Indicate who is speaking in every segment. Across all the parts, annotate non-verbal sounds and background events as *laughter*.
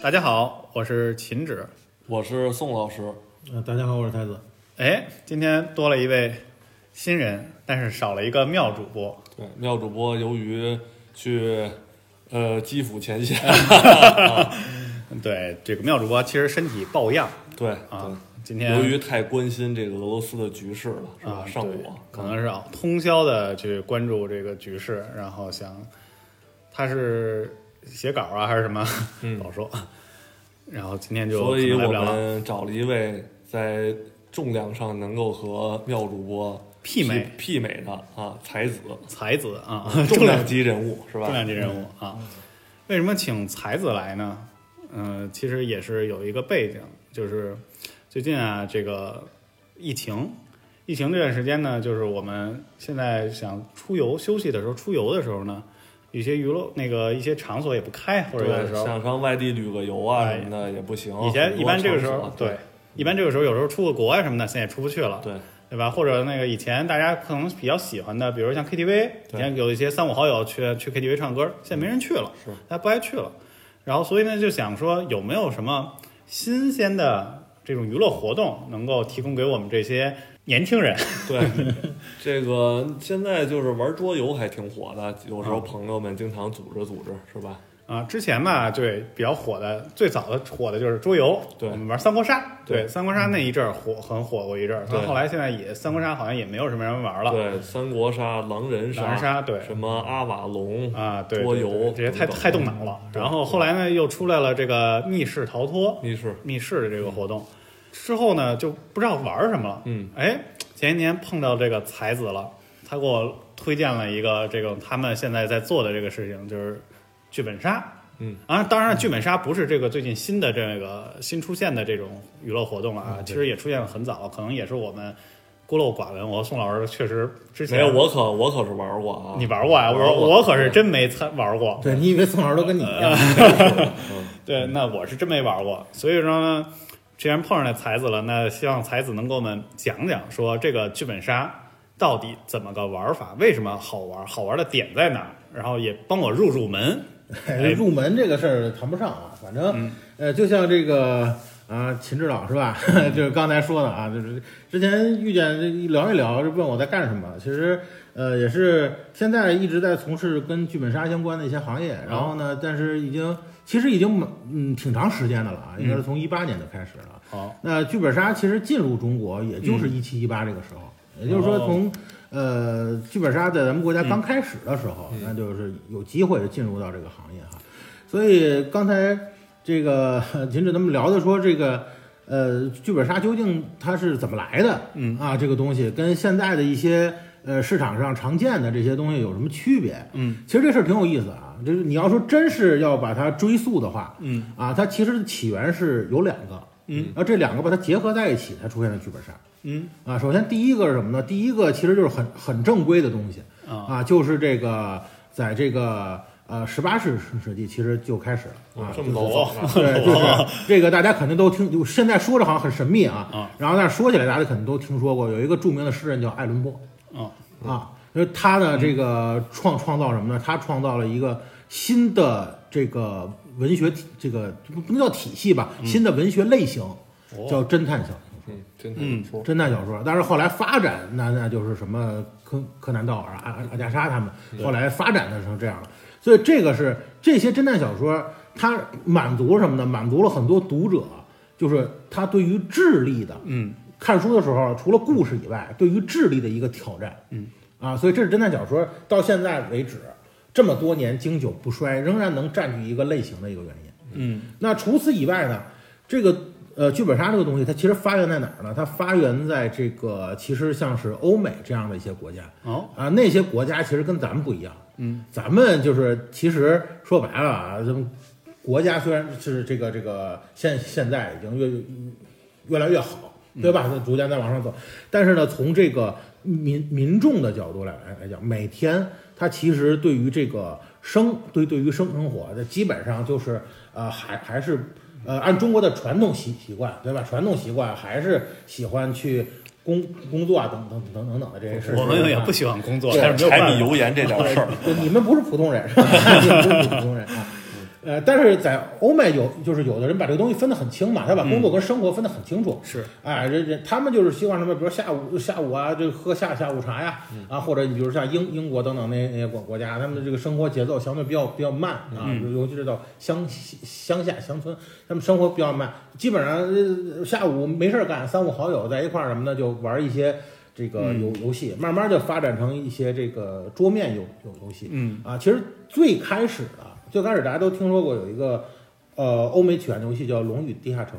Speaker 1: 大家好，我是秦止。
Speaker 2: 我是宋老师，
Speaker 3: 呃，大家好，我是太子。
Speaker 1: 哎，今天多了一位新人，但是少了一个妙主播。
Speaker 2: 对，妙主播由于去呃基辅前线，
Speaker 1: 哎对，这个妙主播其实身体抱恙
Speaker 2: *laughs* 对
Speaker 1: 啊，今
Speaker 2: 对，
Speaker 1: 天
Speaker 2: 嗯由于太关心这个俄罗斯的局势了，是吧？
Speaker 1: 啊
Speaker 2: 上
Speaker 1: 对
Speaker 2: 火，
Speaker 1: 可能是啊，通宵的去关注这个局势，然后想他是写稿啊还是什么，
Speaker 2: 嗯
Speaker 1: *laughs* 不好说。然后今天就
Speaker 2: 所以
Speaker 1: 可能来
Speaker 2: 我
Speaker 1: 不了了。
Speaker 2: 们找了一位在重量上能够和妙主播
Speaker 1: 媲美
Speaker 2: 媲美的啊才子，
Speaker 1: 才子啊，*laughs*
Speaker 2: 重
Speaker 1: 重量
Speaker 2: 量级人物是吧？
Speaker 1: 重量级人物
Speaker 2: 嗯
Speaker 1: 啊。为什么请才子来呢？嗯、其实也是有一个背景，就是最近啊，这个疫情，疫情这段时间呢，就是我们现在想出游休息的时候，出游的时候呢，有些娱乐那个一些场所也不开，或者有的时
Speaker 2: 对，
Speaker 1: 候
Speaker 2: 想上外地旅个游啊
Speaker 1: 哎
Speaker 2: 什么的也不行。
Speaker 1: 以前一般这个时
Speaker 2: 很
Speaker 1: 候
Speaker 2: 多场所啊
Speaker 1: 对，一般这个时候有时候出个国啊什么的，现在也出不去了，
Speaker 2: 对
Speaker 1: 对吧？或者那个以前大家可能比较喜欢的，比如像 KTV，以前有一些三五好友去去 KTV 唱歌，现在没人去了，
Speaker 2: 嗯是
Speaker 1: 大家不爱去了。然后所以呢，就想说有没有什么新鲜的这种娱乐活动能够提供给我们这些年轻人？
Speaker 2: *laughs* 对，这个现在就是玩桌游还挺火的，有时候朋友们经常组织组织，是吧？
Speaker 1: 啊，之前吧，对比较火的，最早的火的就是桌游，
Speaker 2: 对
Speaker 1: 我们玩三国杀，
Speaker 2: 对嗯
Speaker 1: 三国杀那一阵儿火，很火过一阵儿，
Speaker 2: 对
Speaker 1: 但后来现在也三国杀好像也没有什么人玩了，
Speaker 2: 对，三国杀、狼人
Speaker 1: 狼
Speaker 2: 杀、
Speaker 1: 人杀对
Speaker 2: 什么阿瓦隆，
Speaker 1: 啊，对，
Speaker 2: 桌
Speaker 1: 对对
Speaker 2: 游
Speaker 1: 这些太
Speaker 2: 等等嗯
Speaker 1: 太动脑了。
Speaker 2: 对
Speaker 1: 然后后来呢，又出来了这个密室逃脱、
Speaker 2: 密室，
Speaker 1: 密室的这个活动，之后呢就不知道玩什么了。
Speaker 2: 嗯，
Speaker 1: 哎，前些年碰到这个才子了，他给我推荐了一个这个他们现在在做的这个事情，就是剧本杀。
Speaker 2: 嗯，
Speaker 1: 啊，当然，剧本杀不是这个最近新的这个新出现的这种娱乐活动了啊，
Speaker 2: 嗯
Speaker 1: 其实也出现的很早，可能也是我们孤陋寡闻。我和宋老师确实之前
Speaker 2: 没有，我可我可是玩过啊，
Speaker 1: 你玩过啊？
Speaker 2: 玩
Speaker 1: 我
Speaker 2: 过
Speaker 1: 我可是真没参玩过。
Speaker 3: 对你以为宋老师都跟你一样？ *laughs*
Speaker 1: 对，那我是真没玩过，所以说呢，既然碰上那才子了，那希望才子能给我们讲讲，说这个剧本杀到底怎么个玩法，为什么好玩，好玩的点在哪儿，然后也帮我入入门。哎
Speaker 3: 入门这个事儿谈不上啊，反正、呃，就像这个啊，秦指导是吧？ *laughs* 就是刚才说的啊，就是之前遇见这一聊一聊，就问我在干什么。其实呃，也是现在一直在从事跟剧本杀相关的一些行业，然后呢，但是已经其实已经嗯挺长时间的了啊，应该是从一八年就开始了。
Speaker 1: 好，
Speaker 3: 那剧本杀其实进入中国，也就是一七一八这个时候，也就是说从、呃剧本杀在咱们国家刚开始的时候，那就是有机会进入到这个行业哈。所以刚才这个呃秦志他们聊的说这个。呃，剧本杀究竟它是怎么来的？嗯啊，这个东西跟现在的一些呃市场上常见的这些东西有什么区别？嗯，其实这事儿挺有意思啊。就是你要说真是要把它追溯的话，嗯啊，它其实起源是有两个，嗯，然后这两个把它结合在一起才出现的剧本杀。
Speaker 1: 嗯
Speaker 3: 啊，首先第一个是什么呢？第一个其实就是很很正规的东西
Speaker 1: 啊
Speaker 3: 就是这个在这个呃十八世世纪其实就开始了啊，
Speaker 2: 这
Speaker 1: 嗯
Speaker 2: 么
Speaker 3: 就
Speaker 2: 早啊
Speaker 3: *laughs* 对，就是
Speaker 1: *laughs*
Speaker 3: 这个大家肯定都听，就现在说着好像很神秘啊，
Speaker 1: 啊
Speaker 3: 然后但是说起来大家肯定都听说过，有一个著名的诗人叫爱伦坡
Speaker 1: 啊
Speaker 3: 啊，因为他呢这个创创造什么呢？他创造了一个新的这个文学体，这个不不能叫体系
Speaker 1: 嗯
Speaker 3: 吧，新的文学类型
Speaker 1: 哦
Speaker 3: 叫侦探小说。
Speaker 2: 嗯，真的不错，
Speaker 3: 侦探小说，但是后来发展，那那就是什么柯柯南道尔、啊阿阿阿加莎他们，后来发展的成这样了。所以这个是这些侦探小说，它满足了什么呢？满足了很多读者，就是他对于智力的，嗯，看书的时候除了故事以外，对于智力的一个挑战，嗯，啊，所以这是侦探小说到现在为止这么多年经久不衰，仍然能占据一个类型的一个原因。
Speaker 1: 嗯
Speaker 3: 那除此以外呢，这个呃剧本杀这个东西，它其实发源在哪儿呢？它发源在这个其实像是欧美这样的一些国家
Speaker 1: 哦
Speaker 3: 啊，那些国家其实跟咱们不一样，嗯，咱们就是其实说白了啊，咱们国家虽然是这个这个现现在已经越越来越好，
Speaker 1: 嗯
Speaker 3: 对吧？它逐渐在往上走，但是呢，从这个民民众的角度来来来讲，每天他其实对于这个生对对于生生活的基本上就是呃还还是呃按中国的传统习习惯对吧？传统习惯还是喜欢去工工作啊等等等等等的这些事情。
Speaker 1: 我们也不喜欢工作，但是没有
Speaker 2: 柴
Speaker 1: 办
Speaker 2: 米
Speaker 1: 法。
Speaker 2: 油盐这点事儿， *laughs*
Speaker 3: 对，你们不是普通人，你们不是普通人啊。呃，但是在欧美有就是有的人把这个东西分得很清嘛，他把工
Speaker 2: 嗯
Speaker 3: 作跟生活分得很清楚。
Speaker 1: 是
Speaker 3: 哎，人人他们就是希望什么，比如下午下午啊，就喝下下午茶呀，
Speaker 1: 嗯
Speaker 3: 啊，或者你比如像英英国等等那那些国国家，他们的这个生活节奏相对比较比较慢啊，
Speaker 1: 嗯
Speaker 3: 尤其是到乡乡下乡村，他们生活比较慢，基本上呃下午没事儿干，三五好友在一块儿什么的就玩一些这个
Speaker 1: 嗯
Speaker 3: 游游戏，慢慢就发展成一些这个桌面游游游戏。
Speaker 1: 嗯
Speaker 3: 啊，其实最开始啊，最开始大家都听说过有一个呃欧美起源游戏叫《龙与地下城》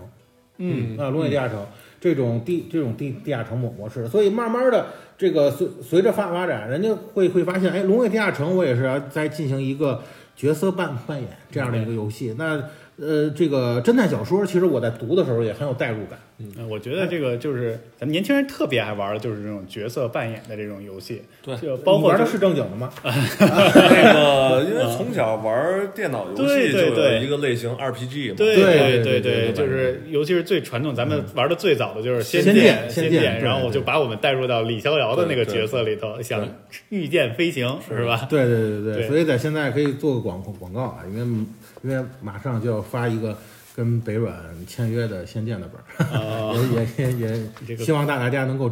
Speaker 1: 嗯
Speaker 3: 啊，《龙与地下城》这种地这种地地下城模模式，所以慢慢的这个随随着发发展，人家会会发现，哎，《龙与地下城》我也是要在进行一个角色扮扮演这样的一个游戏。那呃，这个侦探小说，其实我在读的时候也很有代入感。
Speaker 1: 呃我觉得这个就是咱们年轻人特别爱玩的，就是这种角色扮演的这种游戏。
Speaker 2: 对
Speaker 1: 就包括
Speaker 3: 你玩
Speaker 1: 就
Speaker 3: 的是正经的吗？
Speaker 2: 那个，因为从小玩电脑游
Speaker 1: 嗯对
Speaker 2: 戏就
Speaker 1: 对
Speaker 2: 有
Speaker 1: 对
Speaker 2: 一个类型 RPG 嘛，
Speaker 1: 对
Speaker 3: 对
Speaker 1: 对
Speaker 3: 对对
Speaker 2: 对
Speaker 1: 就是尤其是最传统，咱们玩的最早的就是《仙
Speaker 3: 仙
Speaker 1: 剑》，
Speaker 3: 剑
Speaker 1: 仙
Speaker 3: 仙剑对
Speaker 1: 然后我就
Speaker 3: 对
Speaker 1: 把我们带入到李逍遥的那
Speaker 2: 对
Speaker 1: 个
Speaker 2: 对
Speaker 1: 角色里头，想御剑飞行是吧？
Speaker 3: 对对对
Speaker 1: 啊对
Speaker 3: 对，所以在现在可以做个广广告啊，因为因为马上就要发一个跟北软签约的《仙剑》的本儿，
Speaker 1: 啊
Speaker 3: *laughs* 也也也
Speaker 1: 这
Speaker 3: 也
Speaker 1: 个
Speaker 3: 希望大大家能够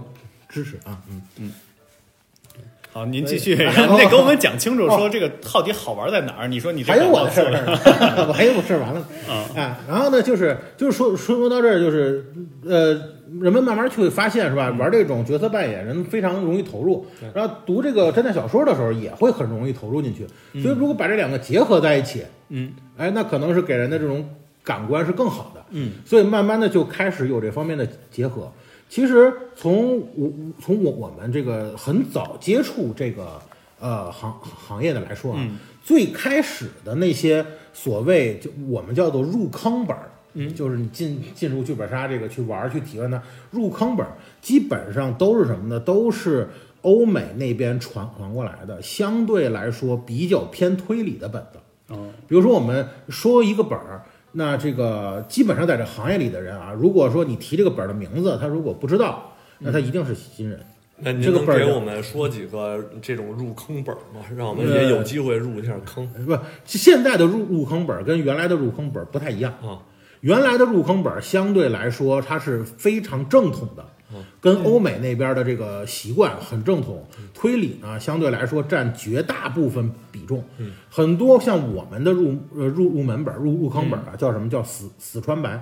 Speaker 3: 支持啊，嗯，
Speaker 1: 好，您继
Speaker 3: *laughs*
Speaker 1: 续，然后你得给我们讲清楚，说这个到底好玩在哪儿？你说你这
Speaker 3: 还有我
Speaker 1: 广
Speaker 3: 的
Speaker 1: 告
Speaker 3: 事
Speaker 1: 做
Speaker 3: 儿
Speaker 1: 得
Speaker 3: 呢， *laughs* 我还有我事儿完了
Speaker 1: 啊
Speaker 3: 啊，然后呢，就是就是说说说到这儿，就是呃，人们慢慢就会发现是吧，
Speaker 1: 嗯
Speaker 3: 玩这种角色扮演，人非常容易投入，然后读这个侦探小说的时候也会很容易投入进去，所以如果把这两个结合在一起，
Speaker 1: 嗯
Speaker 3: 哎，那可能是给人的这种感官是更好的。
Speaker 1: 嗯，
Speaker 3: 所以慢慢的就开始有这方面的结合。其实从我从我我们这个很早接触这个呃行行业的来说啊，最开始的那些所谓就我们叫做入坑本儿。嗯，就是你进进入剧本杀这个去玩儿去体验它入坑本儿，基本上都是什么呢？都是欧美那边传传过来的，相对来说比较偏推理的本子。
Speaker 1: 哦，
Speaker 3: 比如说我们说一个本儿，那这个基本上在这行业里的人啊，如果说你提这个本儿的名字，他如果不知道，那他一定是新人。
Speaker 2: 那您
Speaker 3: 这个
Speaker 2: 能
Speaker 3: 本儿
Speaker 2: 给
Speaker 3: 叫
Speaker 2: 我们说几个这种入坑本儿吗？让我们也有机会入一下坑
Speaker 3: 呃不，现在的入入坑本儿跟原来的入坑本儿不太一样。
Speaker 2: 啊！
Speaker 3: 原来的入坑本儿相对来说，它是非常正统的，跟欧美那边的这个习惯很正统。推理呢，相对来说占绝大部分比重。很多像我们的入呃入入门本儿、入入坑本儿啊，叫什么叫死死穿白？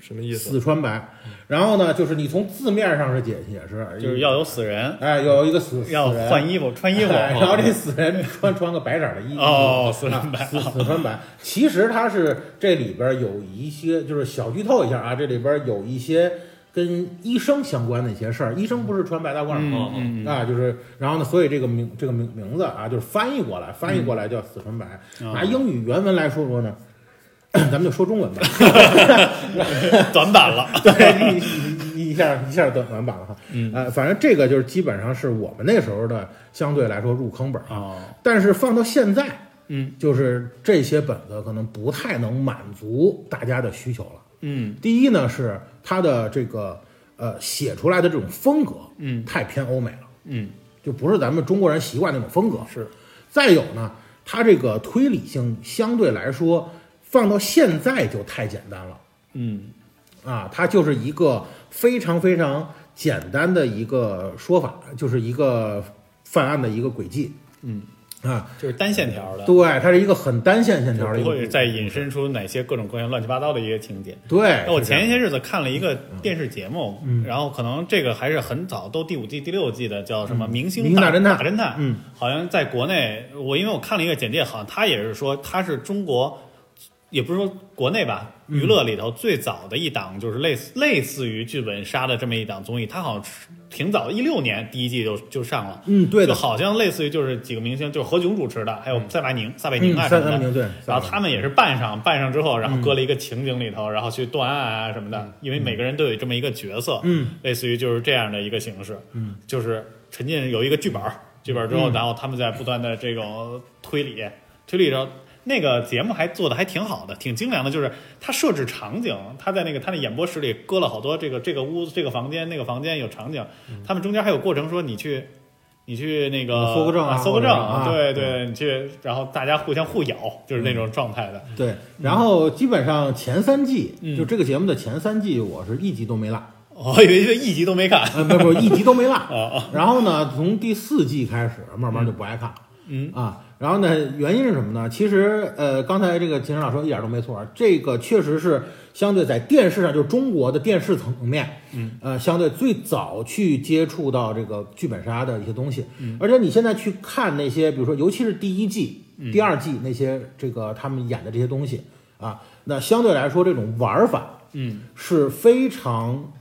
Speaker 2: 什么意思？
Speaker 3: 死穿白。然后呢，就是你从字面上是解解释，
Speaker 1: 就是要有死人，
Speaker 3: 哎有一个死
Speaker 1: 要换
Speaker 3: 衣
Speaker 1: 衣服，穿衣服，
Speaker 3: 然后这死人穿穿个白色的衣服
Speaker 1: 哦
Speaker 3: 啊
Speaker 1: 死穿白
Speaker 3: 死死穿白。其实它是这里边有一些就是小剧透一下啊，这里边有一些跟医生相关的一些事儿。医生不是穿白大褂吗？
Speaker 1: 嗯嗯
Speaker 3: 啊，就是，然后呢，所以这个名这个名名字啊，就是翻译过来，翻译过来叫死穿白。
Speaker 1: 哦
Speaker 3: 拿英语原文来说说呢， *coughs* 咱们就说中文吧。
Speaker 1: 嗯短板了。
Speaker 3: *laughs* 对，一一一下一下短短板了哈。嗯，呃，反正这个就是基本上是我们那时候的相对来说入坑本儿，
Speaker 1: 哦，
Speaker 3: 但是放到现在，
Speaker 1: 嗯
Speaker 3: 就是这些本子可能不太能满足大家的需求了。
Speaker 1: 嗯
Speaker 3: 第一呢是它的这个呃写出来的这种风格，
Speaker 1: 嗯，
Speaker 3: 太偏欧美了，
Speaker 1: 嗯，
Speaker 3: 就不是咱们中国人习惯那种风格。
Speaker 1: 是，
Speaker 3: 再有呢，它这个推理性相对来说放到现在就太简单了。
Speaker 1: 嗯
Speaker 3: 啊，它就是一个非常非常简单的一个说法，就是一个犯案的一个轨迹
Speaker 1: 嗯，
Speaker 3: 啊。
Speaker 1: 就是单线条的，
Speaker 3: 对，它是一个很单线线
Speaker 1: 就
Speaker 3: 条的一
Speaker 1: 不
Speaker 3: 个
Speaker 1: 会
Speaker 3: 轨
Speaker 1: 再
Speaker 3: 迹。
Speaker 1: 引申出哪些各种各样乱七八糟的一个情节。
Speaker 3: 对，
Speaker 1: 哎那我
Speaker 3: 是这样嗯
Speaker 1: 前些日子看了一个电视节目，然后可能这个还是很早，都第五季、第六季的，叫什么《明星
Speaker 3: 嗯明星大侦探
Speaker 1: 大侦探》。
Speaker 3: 嗯，
Speaker 1: 好像在国内，我因为我看了一个简介，好像他也是说他是中国，也不是说国内吧，
Speaker 3: 嗯
Speaker 1: 娱乐里头最早的一档，就是类似类似于剧本杀的这么一档综艺，它好像是挺早，一六年第一季就就上了。
Speaker 3: 嗯，对
Speaker 1: 就
Speaker 3: 的，
Speaker 1: 好像类似于就是几个明星，就是何炅主持的，还有撒贝宁、撒贝宁
Speaker 3: 嗯，
Speaker 1: 啊
Speaker 3: 三
Speaker 1: 什么嗯
Speaker 3: 三
Speaker 1: 的，
Speaker 3: 名对，
Speaker 1: 然后他们也是扮上，扮上之后，然后搁了一个情景里头，然后去断案啊什么的，因为每个人都有这么一个角色，
Speaker 3: 嗯，
Speaker 1: 类似于就是这样的一个形式，嗯，就是沉浸有一个剧本儿，剧本儿之后，然后他们在不断的这种推理，推理着。那个节目还做的还挺好的，挺精良的，就是它设置场景，它在那个它的演播室里搁了好多这个这个屋子、这个房间、那个房间有场景，他们中间还有过程说你去你去那个
Speaker 3: 搜个证啊
Speaker 1: 啊搜个证，
Speaker 3: 或者
Speaker 1: 对
Speaker 3: 是啊
Speaker 1: 对，你去，然后大家互相互咬，就是那种状态的。
Speaker 3: 对，然后基本上前三季，
Speaker 1: 嗯
Speaker 3: 就这个节目的前三季，我是一集都没落，
Speaker 1: 我以为就一集都没看。
Speaker 3: 呃，不不，一集都没落。
Speaker 1: 啊，
Speaker 3: 然后呢，从第四季开始，慢慢就不爱看了。
Speaker 1: 嗯
Speaker 3: 啊，然后呢，原因是什么呢？其实呃，刚才这个秦始老说一点都没错，啊这个确实是相对在电视上，就是中国的电视层面，嗯，呃，相对最早去接触到这个剧本杀的一些东西。
Speaker 1: 嗯
Speaker 3: 而且你现在去看那些，比如说，尤其是第一季、
Speaker 1: 嗯
Speaker 3: 第二季那些这个他们演的这些东西啊，那相对来说这种玩法
Speaker 1: 嗯，
Speaker 3: 是非常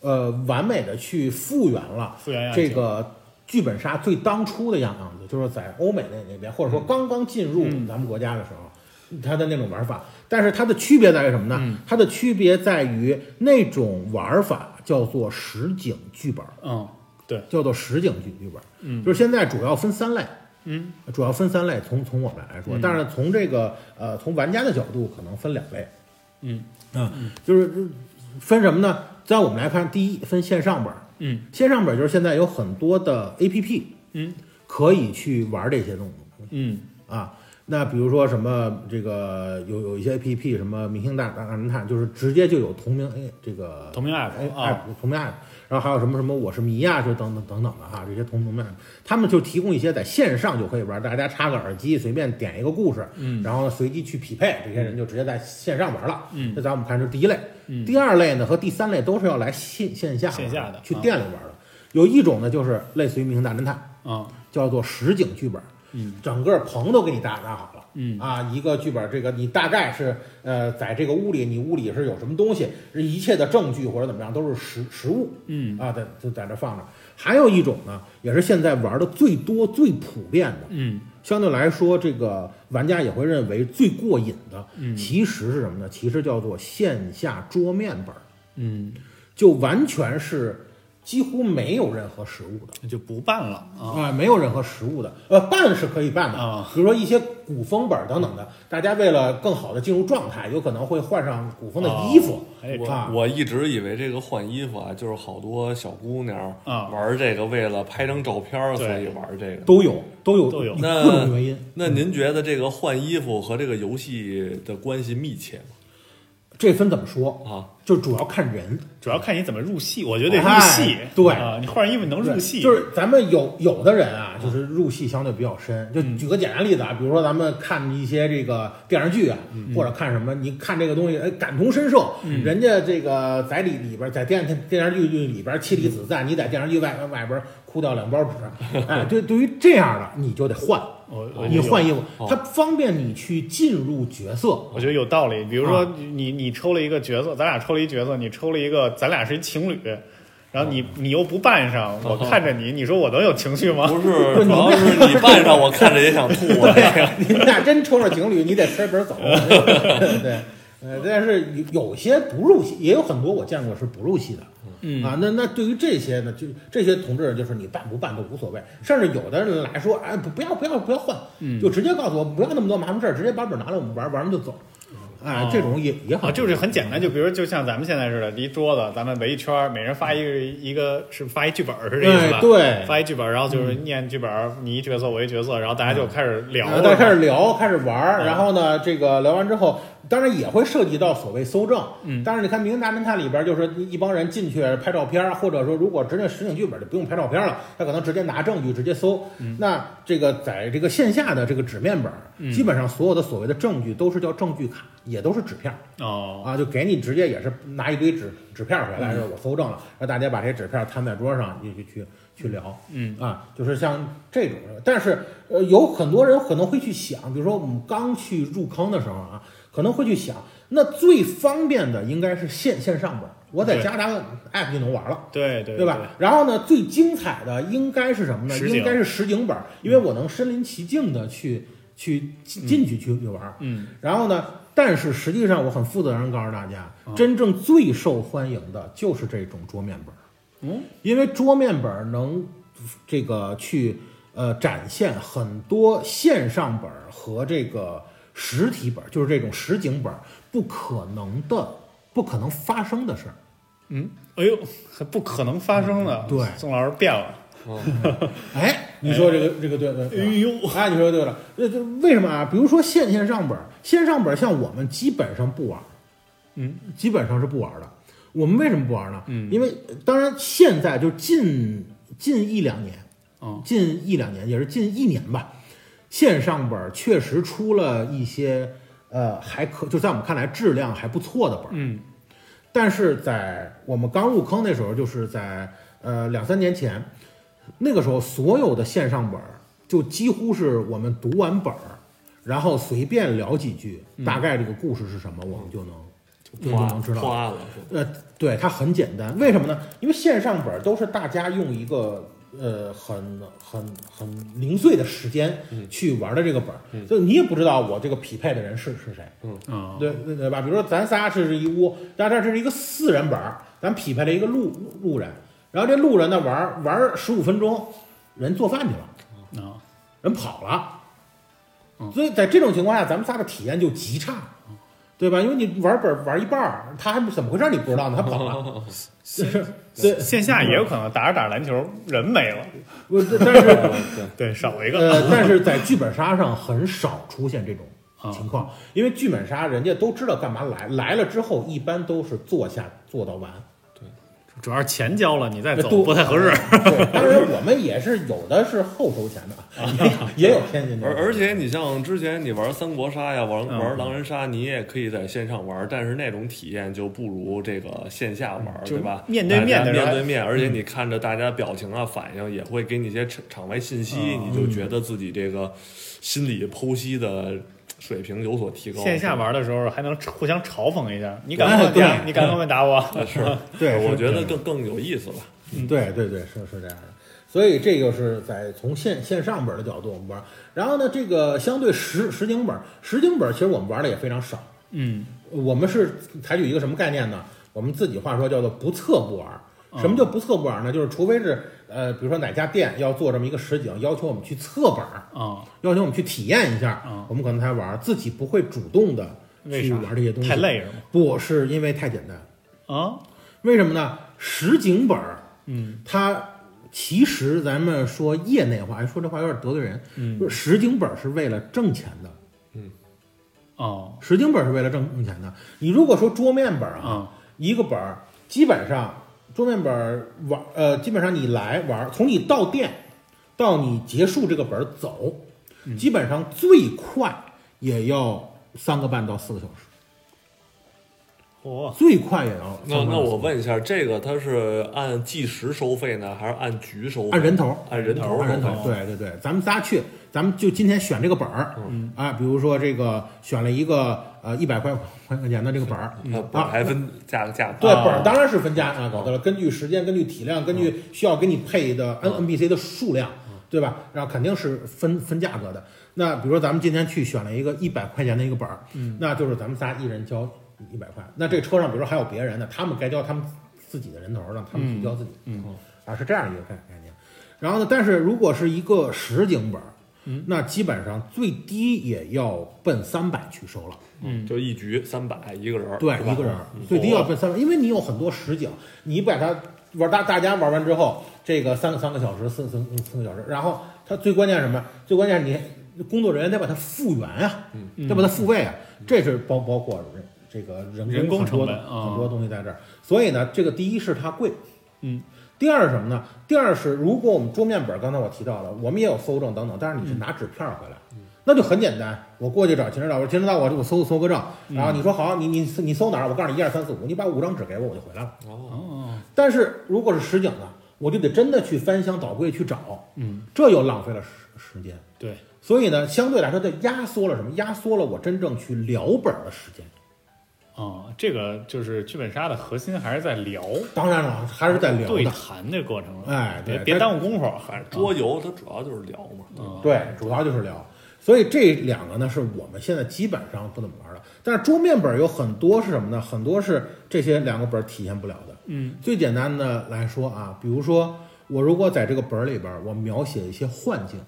Speaker 3: 呃完美的去复原了
Speaker 1: 复原样
Speaker 3: 这
Speaker 1: 景
Speaker 3: 个剧本杀最当初的样子，就是在欧美那那边，或者说
Speaker 1: 嗯
Speaker 3: 刚刚进入咱们国家的时候，它的那种玩法。但是它的区别在于什么呢？
Speaker 1: 嗯
Speaker 3: 它的区别在于那种玩法叫做实景剧本，
Speaker 1: 嗯，对，
Speaker 3: 叫做实景剧剧本。嗯，就是现在主要分三类。
Speaker 1: 嗯，
Speaker 3: 主要分三类，从从我们来说，但是从这个呃从玩家的角度可能分两类。
Speaker 1: 嗯
Speaker 3: 嗯，就是分什么呢？在我们来看，第一分线上本儿，
Speaker 1: 嗯
Speaker 3: 线上本儿就是现在有很多的 APP
Speaker 1: 嗯
Speaker 3: 可以去玩这些东西
Speaker 1: 嗯
Speaker 3: 啊。那比如说什么这个有有一些 APP 什么明星大大侦探，就是直接就有同名 A 这个
Speaker 1: 同名 app，
Speaker 3: 哎
Speaker 1: 啊
Speaker 3: 同名 app，然后还有什么什么我是迷呀、就等等等等的哈，这些同名 app，他们就提供一些在线上就可以玩，大家插个耳机随便点一个故事，嗯，然后呢随机去匹配，这些人就直接在线上玩了，嗯，这咱们看这是第一类，嗯，第二类呢和第三类都是要来线线下玩
Speaker 1: 线下的
Speaker 3: 去
Speaker 1: 啊
Speaker 3: 店里玩的，有一种呢就是类似于明星大侦探，
Speaker 1: 啊，
Speaker 3: 叫做实景剧本，
Speaker 1: 嗯，
Speaker 3: 整个棚都给你搭搭好了，
Speaker 1: 嗯
Speaker 3: 啊，一个剧本，这个你大概是呃，在这个屋里，你屋里是有什么东西，是一切的证据或者怎么样都是实实物，
Speaker 1: 嗯
Speaker 3: 啊，在就在这放着。还有一种呢，也是现在玩的最多、最普遍的，
Speaker 1: 嗯
Speaker 3: 相对来说，这个玩家也会认为最过瘾的，
Speaker 1: 嗯
Speaker 3: 其实是什么呢？其实叫做线下桌面本儿，
Speaker 1: 嗯，
Speaker 3: 就完全是几乎没有任何实物的。
Speaker 1: 那就不办了啊。
Speaker 3: 啊、没有任何实物的，呃，办是可以办的，
Speaker 1: 啊
Speaker 3: 比如说一些古风本儿等等的，大家为了更好的进入状态，有可能会换上古风的衣服，
Speaker 1: 哎
Speaker 3: 啊
Speaker 2: 我，我一直以为这个换衣服啊，就是好多小姑娘
Speaker 1: 啊
Speaker 2: 玩这个为了拍张照片儿，所
Speaker 1: 对
Speaker 2: 以玩这个。
Speaker 3: 都有都有
Speaker 1: 都有
Speaker 3: 各种原因。嗯
Speaker 2: 那您觉得这个换衣服和这个游戏的关系密切吗？
Speaker 3: 这分怎么说，
Speaker 2: 啊，
Speaker 3: 就主要看人，
Speaker 1: 主要看你怎么入戏，我觉得得入
Speaker 3: 哎
Speaker 1: 戏。
Speaker 3: 对
Speaker 1: 啊，你换上衣服你能入戏，嗯
Speaker 3: 就是咱们有有的人啊，就是入戏相对比较深。就举个简单例子啊，比如说咱们看一些这个电视剧啊，
Speaker 1: 嗯
Speaker 3: 或者看什么，你看这个东西，哎，感同身受。人家这个在里里边，在电电视剧里边妻离子
Speaker 1: 嗯
Speaker 3: 散，你在电视剧外外边哭掉两包纸，
Speaker 1: *laughs*
Speaker 3: 哎，对，对于这样的你就得换，
Speaker 1: 我我
Speaker 3: 你
Speaker 1: 有
Speaker 3: 换衣服，
Speaker 2: 哦
Speaker 3: 它方便你去进入角色。
Speaker 1: 我觉得有道理。比如说
Speaker 3: 啊
Speaker 1: 你，你你抽了一个角色，咱俩抽了一角色，你抽了一个，咱俩是一情侣，然后
Speaker 3: 嗯
Speaker 1: 你你又不扮上，我看着你，你说我能有情绪吗？ *laughs*
Speaker 2: 不是，
Speaker 3: 啊 *laughs*
Speaker 2: 主
Speaker 3: 不是你
Speaker 2: 要是你扮上，我看着也想吐
Speaker 3: *laughs*
Speaker 2: 啊。这个
Speaker 3: 你们俩真抽着情侣，你得摔门走。啊
Speaker 1: *laughs*
Speaker 3: 对，呃，但是有有些不入戏，也有很多我见过是不入戏的。
Speaker 1: 嗯
Speaker 3: 啊，那那对于这些呢，就这些同志，就是你办不办都无所谓，甚至有的人来说，哎，不不要不要不要换，
Speaker 1: 嗯
Speaker 3: 就直接告诉我不要那么多麻烦事儿，直接把本拿来我们玩玩完就走。哎
Speaker 1: 哦，
Speaker 3: 这种也也好，
Speaker 1: 啊，就是很简单，就比如就像咱们现在似的，一桌子，咱们围一圈儿，每人发一个一个是发一剧本儿是这意思吧？
Speaker 3: 哎，对，嗯
Speaker 1: 发一剧本儿，然后就是念剧本儿，你一角色我一角色，然后大家就开始聊
Speaker 3: 然
Speaker 1: 了，
Speaker 3: 后大家开始聊，开始玩儿，然后呢，这个聊完之后，当然也会涉及到所谓搜证。嗯，但是你看《名侦探侦探》里边，就是一帮人进去拍照片儿，或者说如果直接实景剧本就不用拍照片了，他可能直接拿证据直接搜。那这个在这个线下的这个纸面本儿，基本上所有的所谓的证据都是叫证据卡，也都是纸片儿。
Speaker 1: 哦，
Speaker 3: 啊，就给你直接也是拿一堆纸纸片儿回来，说我搜证了，让大家把这些纸片儿摊在桌上，你就去去聊，
Speaker 1: 嗯
Speaker 3: 啊，就是像这种，但是呃，有很多人可能会去想，比如说我们刚去入坑的时候啊，可能会去想，那最方便的应该是线线上本儿，我在
Speaker 1: 对
Speaker 3: 家拿个 app 就能玩了。
Speaker 1: 对对
Speaker 3: 对吧？？然后呢，最精彩的应该是什么呢？
Speaker 1: 实景
Speaker 3: 应该是实景本儿，因为我能身临其境的去去进进去去去玩儿。
Speaker 1: 嗯，
Speaker 3: 然后呢，但是实际上我很负责任告诉大家，
Speaker 1: 啊
Speaker 3: 真正最受欢迎的就是这种桌面本儿，
Speaker 1: 嗯
Speaker 3: 因为桌面本儿能这个去呃展现很多线上本儿和这个实体本儿，就是这种实景本儿不可能的、不可能发生的事儿。
Speaker 1: 嗯，哎呦，不可能发生的，
Speaker 3: 对
Speaker 2: 嗯
Speaker 1: 宋老师变了，
Speaker 3: 哎，你说这个这个对对，对
Speaker 2: 哎呦，
Speaker 3: 哎，你说对了，那这为什么啊？比如说线线上本儿，线上本儿像我们基本上不玩，
Speaker 1: 嗯，
Speaker 3: 基本上是不玩的。我们为什么不玩呢？
Speaker 1: 嗯
Speaker 3: 因为当然现在就近近一两年，
Speaker 1: 哦，
Speaker 3: 近一两年也是近一年吧，线上本儿确实出了一些呃还可就在我们看来质量还不错的本儿，
Speaker 1: 嗯
Speaker 3: 但是在我们刚入坑那时候，就是在呃两三年前，那个时候所有的线上本儿就几乎是我们读完本儿，然后随便聊几句，大概这个故事是什么，我们就能就
Speaker 2: 花
Speaker 3: 能知道了。
Speaker 2: 花了，
Speaker 3: 呃，对，它很简单，为什么呢？因为线上本儿都是大家用一个呃很很很零碎的时间去玩的这个本儿，所以你也不知道我这个匹配的人是是谁。
Speaker 1: 啊，
Speaker 3: 对对对吧？比如说咱仨是一屋，但这这是一个四人本儿，咱匹配了一个路路路人，然后这路人呢玩儿玩十五分钟，人做饭去了，
Speaker 1: 啊，
Speaker 3: 人跑了
Speaker 1: 嗯，
Speaker 3: 所以在这种情况下，咱们仨的体验就极差，对吧？因为你玩本儿玩一半儿，他还怎么回事儿你不知道呢？他跑了，
Speaker 1: *laughs*
Speaker 3: *laughs* 对，
Speaker 1: 线下也有可能打着打着篮球人没了，
Speaker 3: 我但是 *laughs*
Speaker 2: 对，
Speaker 1: 对，少一 *laughs* 个，
Speaker 3: 呃，但是在剧本杀上很少出现这种
Speaker 1: 啊
Speaker 3: 情况，因为剧本杀人家都知道干嘛来，来了之后一般都是坐下坐到完。
Speaker 1: 主要是钱交了，你再
Speaker 3: 呃都
Speaker 1: 走不太合适。
Speaker 3: 对，当然我们也是有的是后收钱的，
Speaker 1: *laughs*
Speaker 3: 也有天津的。
Speaker 2: 而而且你像之前你玩三国杀呀，玩
Speaker 1: 嗯
Speaker 2: 玩狼人杀，你也可以在线上玩，但是那种体验就不如这个线下玩，
Speaker 1: 嗯就
Speaker 2: 对吧？
Speaker 1: 面对面
Speaker 2: 大
Speaker 1: 的嗯
Speaker 2: 家
Speaker 1: 时候
Speaker 2: 面对面，而且你看着大家表情啊、反应，也会给你一些场场外信息，
Speaker 1: 嗯
Speaker 2: 你就觉得自己这个心理剖析的水平有所提高。
Speaker 1: 线下玩的时候还能互相嘲讽一下，你敢
Speaker 3: 哎
Speaker 1: 乱
Speaker 3: 嗯对
Speaker 1: 打，你敢乱打我？
Speaker 2: 是，
Speaker 3: 对，是
Speaker 2: 我觉
Speaker 3: 这
Speaker 2: 得
Speaker 3: 样
Speaker 2: 更更有意思吧。
Speaker 3: 对对对，是是这样的。所以这就是在从线线上本的角度我们玩，然后呢，这个相对实实景本，实景本其实我们玩的也非常少。
Speaker 1: 嗯
Speaker 3: 我们是采取一个什么概念呢？我们自己话说叫做不测不玩。
Speaker 1: 嗯
Speaker 3: 什么叫不测不玩呢？就是除非是呃，比如说哪家店要做这么一个实景，要求我们去测本儿，
Speaker 1: 啊，
Speaker 3: 要求我们去体验一下，
Speaker 1: 嗯
Speaker 3: 我们可能才玩儿，自己不会主动的
Speaker 1: 为
Speaker 3: 去
Speaker 1: 啥
Speaker 3: 玩这些东西，
Speaker 1: 太累是吗？
Speaker 3: 不是因为太简单，
Speaker 1: 啊，
Speaker 3: 为什么呢？实景本儿，
Speaker 1: 嗯，
Speaker 3: 它其实咱们说业内话，哎说这话有点得罪人，
Speaker 1: 嗯
Speaker 3: 就是实景本儿是为了挣钱的，
Speaker 1: 哦
Speaker 3: 实景本儿是为了挣挣钱的。你如果说桌面本儿啊，
Speaker 1: 啊，
Speaker 3: 一个本儿基本上桌面本儿玩，呃，基本上你来玩儿，从你到店到你结束这个本儿走，
Speaker 2: 嗯
Speaker 3: 基本上最快也要三个半到四个小时，
Speaker 1: 我
Speaker 3: 最快也要
Speaker 2: 那
Speaker 3: 三个半
Speaker 2: 那
Speaker 3: 到四
Speaker 2: 我
Speaker 3: 个小时
Speaker 2: 问一下，这个它是按计时收费呢，还是按局收费？
Speaker 3: 按人头儿。
Speaker 2: 按人头收
Speaker 3: 按人头
Speaker 2: 费。
Speaker 3: 儿，对对对，咱们仨去，咱们就今天选这个本儿，
Speaker 1: 嗯
Speaker 3: 啊，比如说这个选了一个呃一百块块钱的这个本儿，啊
Speaker 2: 那嗯本儿还分价价格。
Speaker 3: 对，
Speaker 1: 啊
Speaker 3: 本儿当然是分家啊，搞到了，根据时间、根据体量、根
Speaker 1: 哦
Speaker 3: 据需要给你配的 N N B C 的数量，对吧？然后肯定是分分价格的。那比如说咱们今天去选了一个一百块钱的一个本儿，
Speaker 1: 嗯
Speaker 3: 那就是咱们仨一人交一百块。那这车上比如说还有别人呢，他们该交他们自己的人头儿，让他们去交自己。
Speaker 1: 嗯
Speaker 3: 啊，是这样一个概概念。然后呢，但是如果是一个实景本儿，
Speaker 1: 嗯
Speaker 3: 那基本上最低也要奔三百去收了。
Speaker 1: 嗯
Speaker 2: 就一局三百一个人儿，
Speaker 3: 对
Speaker 2: 是，吧
Speaker 3: 一个人儿
Speaker 2: 嗯
Speaker 3: 最低要奔三百，因为你有很多实景，你把它玩大大家玩完之后，这个三个三个小时，四四四个小时，然后它最关键是什么？最关键是你工作人员得把它复原啊，
Speaker 1: 嗯
Speaker 3: 得把它复位啊，这是包包括人这个人
Speaker 1: 人工
Speaker 3: 很
Speaker 1: 成
Speaker 3: 多
Speaker 1: 本啊
Speaker 3: 很多东西在这儿，所以呢，这个第一是它贵，
Speaker 1: 嗯，
Speaker 3: 第二是什么呢？第二是如果我们桌面本儿，刚才我提到了，我们也有搜证等等，但
Speaker 1: 嗯
Speaker 3: 是你是拿纸片儿回来。那就很简单，我过去找秦指导，我说秦指导，我我搜搜个证，
Speaker 1: 嗯
Speaker 3: 然后你说好，你你你搜哪儿？我告诉你一二三四五，你把五张纸给我，我就回来了。
Speaker 2: 哦，
Speaker 1: 哦
Speaker 3: 但是如果是实景的，我就得真的去翻箱倒柜去找，
Speaker 1: 嗯，
Speaker 3: 这又浪费了时时间。
Speaker 1: 对，
Speaker 3: 所以呢，相对来说，它压缩了什么？压缩了我真正去聊本儿的时间。
Speaker 1: 哦，这个就是剧本杀的核心还是在聊，
Speaker 3: 当然了，还是在聊
Speaker 1: 对
Speaker 3: 的，
Speaker 1: 谈这过程，
Speaker 3: 哎，
Speaker 1: 别
Speaker 3: 对，
Speaker 1: 别
Speaker 3: 但
Speaker 1: 耽误功夫，还是
Speaker 2: 桌游它主要就是聊嘛，对吧
Speaker 1: 啊
Speaker 3: 对，主要就是聊。所以这两个呢，是我们现在基本上不怎么玩的。但是桌面本儿有很多是什么呢？很多是这些两个本儿体现不了的。
Speaker 1: 嗯，
Speaker 3: 最简单的来说啊，比如说我如果在这个本儿里边儿，我描写一些幻境，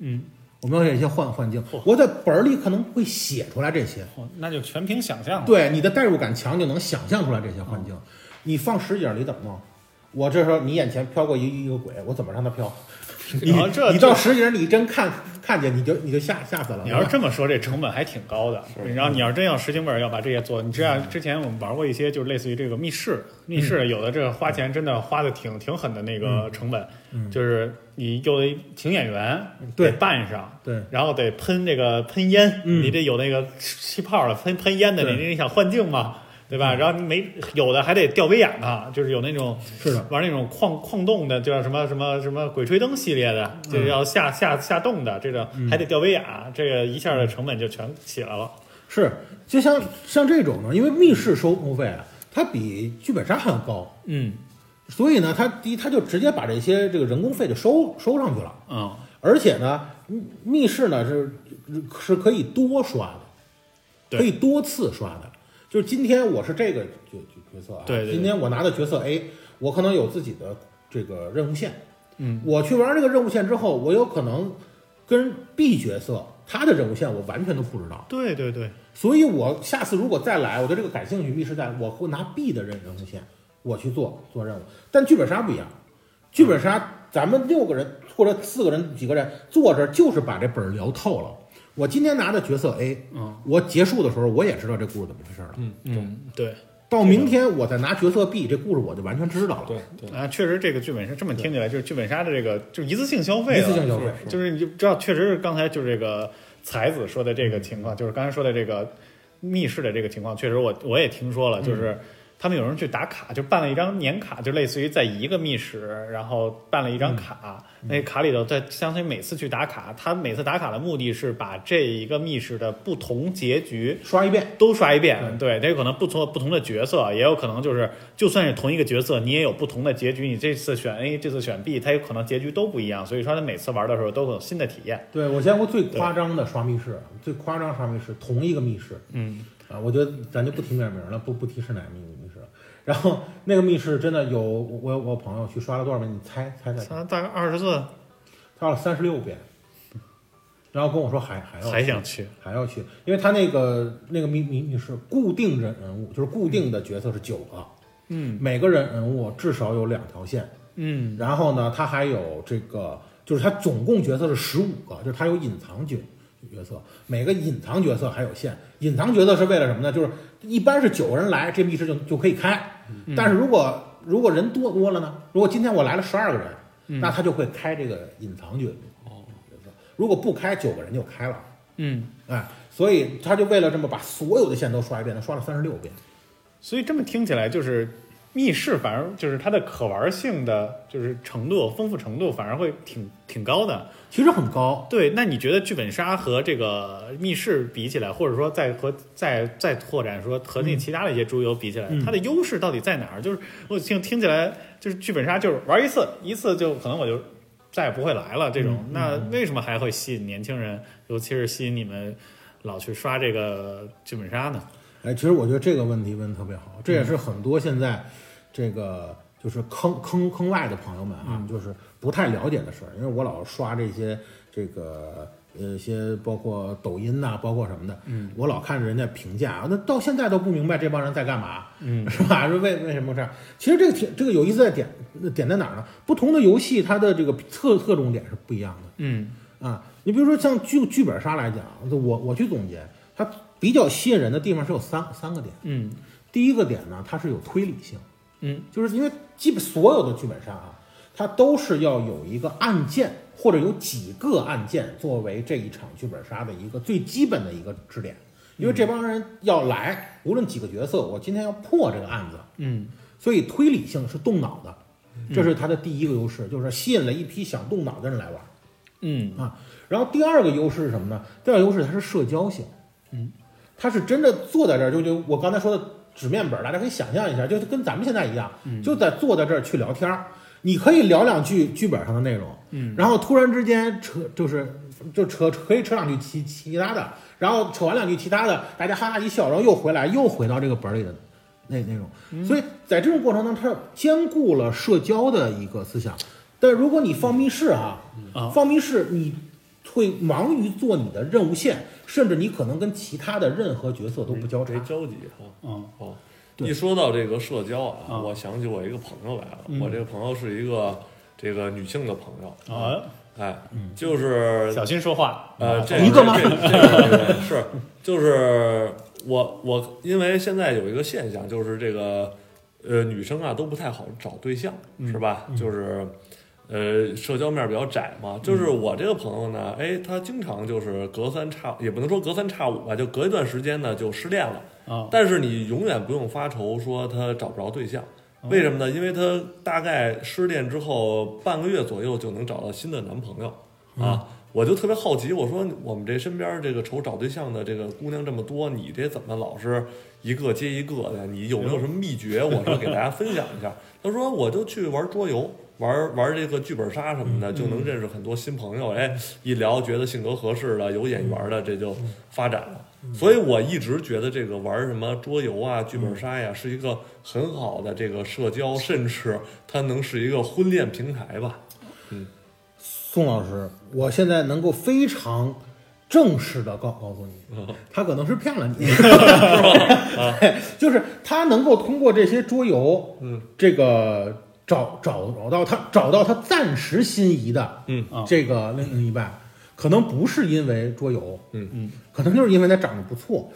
Speaker 1: 嗯，
Speaker 3: 我描写一些幻幻境
Speaker 1: 嚯，
Speaker 3: 我在本儿里可能会写出来这些。
Speaker 1: 哦那就全凭想象了。
Speaker 3: 对，你的代入感强，就能想象出来这些幻境。你放实景儿，你怎么弄？我这时候你眼前飘过一一个鬼，我怎么让他飘？你
Speaker 1: 然后这
Speaker 3: 你到实景，你真看看见你就你就吓吓死了。
Speaker 1: 你要是这么说，这成本还挺高的。
Speaker 2: 是
Speaker 1: 然后你要真要实景本儿要把这些做，你知道
Speaker 3: 嗯
Speaker 1: 之前我们玩过一些，就是类似于这个密室，密室有的这个花钱真的花的挺挺狠的那个成本，
Speaker 3: 嗯
Speaker 1: 就是你又得请演员，
Speaker 3: 对
Speaker 1: 得扮上，
Speaker 3: 对，
Speaker 1: 然后得喷这个喷烟，
Speaker 3: 嗯
Speaker 1: 你得有那个气泡了，喷喷烟的，
Speaker 3: 对嗯
Speaker 1: 你你想幻境嘛，对吧？然后你没有的还得吊威亚呢，就是有那种
Speaker 3: 是的，
Speaker 1: 玩那种矿矿洞的，就叫什么什么什么鬼吹灯系列的，就是要下下下洞的，这个还得吊威亚，这个一下的成本就全起来了。
Speaker 3: 是就像像这种呢，因为密室收墓费啊，它比剧本杀还要高，
Speaker 1: 嗯
Speaker 3: 所以呢，它第一它就直接把这些这个人工费就收收上去了，
Speaker 1: 嗯，
Speaker 3: 而且呢，密密室呢是是可以多刷的，
Speaker 1: 对
Speaker 3: 可以多次刷的。就是今天我是这个角角角色啊，
Speaker 1: 对对对
Speaker 3: 今天我拿的角色 A，我可能有自己的这个任务线，
Speaker 1: 嗯，
Speaker 3: 我去玩这个任务线之后，我有可能跟 B 角色他的任务线我完全都不知道，
Speaker 1: 对对对，
Speaker 3: 所以我下次如果再来，我对这个感兴趣，密室在我会拿 B 的任任务线，我去做做任务。但剧本杀不一样，剧本杀咱们六个人或者四个人、几个人坐这儿，就是把这本儿聊透了。我今天拿的角色 A，
Speaker 1: 嗯
Speaker 3: 我结束的时候我也知道这故事怎么回事了。
Speaker 1: 嗯对
Speaker 3: 到明天我再拿角色 B，这故事我就完全知道了。
Speaker 2: 对对，
Speaker 1: 啊，确实这个剧本杀这么听起来就是剧本杀的这个就一次性消费
Speaker 3: 一
Speaker 1: 了，
Speaker 3: 次性消费
Speaker 2: 是
Speaker 1: 就是你就知道，确实是刚才就是这个才子说的这个情况，就是刚才说的这个密室的这个情况，确实我我也听说了，就是他们有人去打卡，就办了一张年卡，就类似于在一个密室，然后办了一张卡，那卡里头在相当于每次去打卡，他每次打卡的目的是把这一个密室的不同结局。
Speaker 3: 刷一遍，
Speaker 1: 都刷一遍，对，它有可能不同不同的角色，也有可能就是，就算是同一个角色，你也有不同的结局。你这次选 A，这次选 B，它有可能结局都不一样。所以说，他每次玩的时候都会有新的体验。
Speaker 3: 对我见过最夸张的刷密室，最夸张刷密室，同一个密室，
Speaker 1: 嗯，
Speaker 3: 啊，我觉得咱就不提面名了，不不提是哪个密密室了。然后那个密室真的有我我朋友去刷了多少遍？你猜猜猜，
Speaker 1: 他大概二十次
Speaker 3: 刷了三十六遍，然后跟我说还还要
Speaker 1: 哎还想去，
Speaker 3: 还要去，因为他那个那个密密密室固定人人物，就是固定的角色是九个，
Speaker 1: 嗯
Speaker 3: 每个人人物至少有两条线，
Speaker 1: 嗯
Speaker 3: 然后呢，他还有这个，就是他总共角色是十五个，就是他有隐藏角角色，每个隐藏角色还有限。隐藏角色是为了什么呢？就是一般是九个人来，这密室就就可以开。但是如果如果人多多了呢？如果今天我来了十二个人，那他就会开这个隐藏角角色。如果不开，九个人就开了。
Speaker 1: 嗯。
Speaker 3: 哎，所以他就为了这么把所有的线都刷一遍，他刷了三十六遍。
Speaker 1: 所以这么听起来，就是密室反而就是它的可玩性的就是程度、丰富程度反而会挺挺高的。
Speaker 3: 其实很高，
Speaker 1: 对，那你觉得剧本杀和这个密室比起来，或者说再和再再拓展说和那其他的一些桌游比起来，
Speaker 3: 嗯
Speaker 1: 它的优势到底在哪儿？就是我听听起来，就是剧本杀就是玩一次，一次就可能我就再也不会来了这种。
Speaker 3: 嗯
Speaker 1: 那为什么还会吸引年轻人，尤其是吸引你们老去刷这个剧本杀呢？
Speaker 3: 哎，其实我觉得这个问题问的特别好，这也是很多现在这个就是坑坑坑外的朋友们啊，就是不太了解的事儿。因为我老刷这些这个呃一些包括抖音呐、包括什么的，嗯，我老看人家评价，那到现在都不明白这帮人在干嘛，嗯，是吧？是为为什么这样？其实这个挺这个有意思在点点在哪儿呢？不同的游戏它的这个侧侧重点是不一样的。
Speaker 1: 嗯
Speaker 3: 啊，你比如说像剧剧本杀来讲，我我去总结，它比较吸引人的地方是有三三个点。
Speaker 1: 嗯
Speaker 3: 第一个点呢，它是有推理性，
Speaker 1: 嗯，
Speaker 3: 就是因为基本所有的剧本杀啊，它都是要有一个案件或者有几个案件作为这一场剧本杀的一个最基本的一个支点，因为这帮人要来，无论几个角色，我今天要破这个案子，
Speaker 1: 嗯
Speaker 3: 所以推理性是动脑的，这是它的第一个优势，就是吸引了一批想动脑的人来玩。
Speaker 1: 嗯
Speaker 3: 啊。然后第二个优势是什么呢？第二个优势它是社交性，嗯，它是真的坐在这儿，就就我刚才说的纸面本儿，大家可以想象一下，就是跟咱们现在一样，就在坐在这儿去聊天儿。你可以聊两句剧本上的内容，嗯，然后突然之间扯就是就扯可以扯两句其其他的，然后扯完两句其他的，大家哈哈一笑，然后又回来又回到这个本儿里的那那种。
Speaker 2: 嗯
Speaker 3: 所以在这种过程当中，它兼顾了社交的一个思想。但如果你放密室啊，
Speaker 2: 嗯
Speaker 1: 啊
Speaker 3: 放密室你会忙于做你的任务线，甚至你可能跟其他的任何角色都不交
Speaker 2: 没
Speaker 3: 叉。
Speaker 2: 交集啊。
Speaker 1: 嗯
Speaker 2: 哦，
Speaker 3: 对嗯
Speaker 2: 一说到这个社交啊，
Speaker 1: 啊
Speaker 2: 我想起我一个朋友来了。
Speaker 1: 嗯
Speaker 3: 嗯
Speaker 2: 我这个朋友是一个这个女性的朋友，
Speaker 1: 啊
Speaker 2: 哎，就是
Speaker 1: 小心说话。
Speaker 2: 呃，这
Speaker 3: 啊一个吗
Speaker 2: 这这这个是，就是我我因为现在有一个现象，就是这个呃女生啊都不太好找对象，
Speaker 3: 嗯
Speaker 2: 是吧？就是呃社交面比较窄嘛。就是
Speaker 3: 嗯
Speaker 2: 我这个朋友呢，哎，他经常就是隔三差，也不能说隔三差五吧，就隔一段时间呢就失恋了。
Speaker 1: 啊，
Speaker 2: 但是你永远不用发愁说他找不着对象，
Speaker 3: 哦
Speaker 2: 为什么呢？因为他大概失恋之后半个月左右就能找到新的男朋友啊。我就特别好奇，我说我们这身边这个愁找对象的这个姑娘这么多，你这怎么老是一个接一个的？你有没有什么秘诀？我说给大家分享一下。他说我就去玩桌游，玩玩这个剧本杀什么的，就能认识很多新朋友。哎，一聊觉得性格合适的、有眼缘的，这就发展了。所以我一直觉得这个玩什么桌游啊、剧本杀呀，是一个很好的这个社交，甚至它能是一个婚恋平台吧。
Speaker 3: 宋老师，我现在能够非常正式的告告诉你，他可能是骗了你， *laughs* 哎就是他能够通过这些桌游，嗯，这个找找找到他找到他暂时心仪的，
Speaker 2: 嗯
Speaker 1: 啊
Speaker 3: 这个另另一半，可能不是因为桌游，
Speaker 2: 嗯
Speaker 3: 嗯，可能就是因为他长得不错，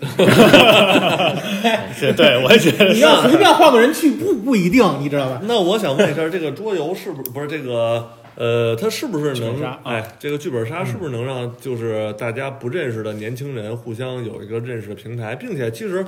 Speaker 1: 是对，我也觉得
Speaker 3: 你要随便换个人去，不不一定，你知道吧？
Speaker 2: 那我想问一下，这个桌游是不是不是这个呃，它是不是
Speaker 1: 剧本
Speaker 2: 能
Speaker 1: 杀啊
Speaker 2: 哎，这个剧本杀是不是能让就是大家不认识的年轻人互相有一个认识的平台，并且其实。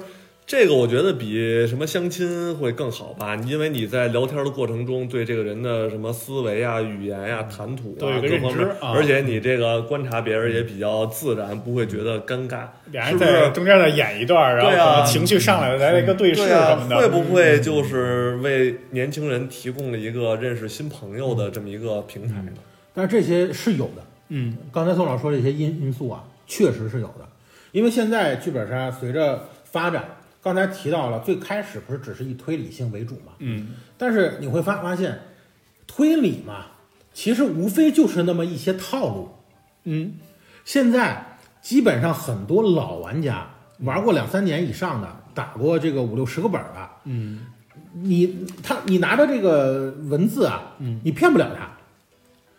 Speaker 2: 这个我觉得比什么相亲会更好吧，因为你在聊天的过程中对这个人的什么思维啊、语言呀、谈吐
Speaker 1: 嗯都有
Speaker 2: 啊
Speaker 1: 一个
Speaker 2: 各
Speaker 1: 认
Speaker 2: 方
Speaker 1: 知
Speaker 2: 面，
Speaker 1: 啊嗯
Speaker 2: 而且你这个观察别人也比较自然，不会觉得尴尬，
Speaker 1: 俩
Speaker 2: 是
Speaker 1: 人
Speaker 2: 不
Speaker 1: 在
Speaker 2: 是？
Speaker 1: 中间再演一段，然后
Speaker 2: 对啊
Speaker 1: 可能情绪上来了，来了一个对视
Speaker 2: 对
Speaker 1: 什
Speaker 2: 啊
Speaker 1: 么，的，
Speaker 2: 会不会就是为年轻人提供了一个认识新朋友的这么一个平台呢？
Speaker 3: 但是这些是有的，
Speaker 1: 嗯，
Speaker 3: 刚才宋老师说这些因因素啊，确实是有的，因为现在剧本杀随着发展，刚才提到了，最开始不是只是以推理性为主嘛，
Speaker 1: 嗯，
Speaker 3: 但是你会发发现，推理嘛，其实无非就是那么一些套路，
Speaker 1: 嗯
Speaker 3: 现在基本上很多老玩家玩过两三年以上的，打过这个五六十个本儿的，
Speaker 1: 嗯，
Speaker 3: 你他你拿着这个文字啊，嗯，你骗不了他。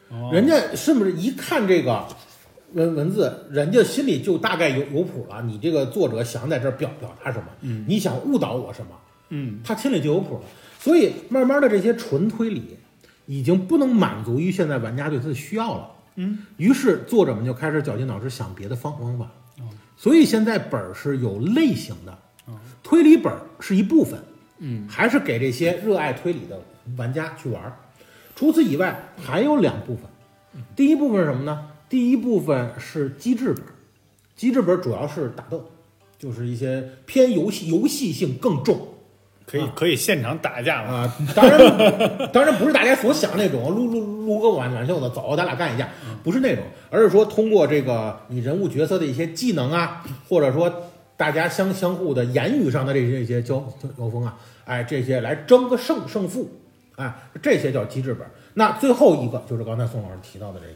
Speaker 1: 哦
Speaker 3: 人家是不是一看这个文文字，人家心里就大概有有谱了？你这个作者想在这儿表表达什么？嗯，你想误导我什么？
Speaker 1: 嗯
Speaker 3: 他心里就有谱了。所以慢慢的，这些纯推理已经不能满足于现在玩家对它的需要了。
Speaker 1: 嗯，
Speaker 3: 于是作者们就开始绞尽脑汁想别的方方法。所以现在本儿是有类型的，推理本儿是一部分，嗯，还是给这些热爱推理的玩家去玩儿。除此以外，还有两部分。第一部分是什么呢？第一部分是机制本儿，机制本儿主要是打斗，就是一些偏游戏游戏性更重，
Speaker 1: 可以
Speaker 3: 啊
Speaker 1: 可以现场打架
Speaker 2: 嗯
Speaker 1: 嘛？
Speaker 3: 啊， *laughs* 当然，当然不是大家所想那种撸撸撸个挽挽袖子走，咱俩干一架，
Speaker 1: 嗯
Speaker 3: 不是那种，而是说通过这个你人物角色的一些技能啊，或者说大家相相互的言语上的这些这些交交交锋啊，哎，这些来争个胜胜负，哎，这些叫机制本。那最后一个就是刚才宋老师提到的这个，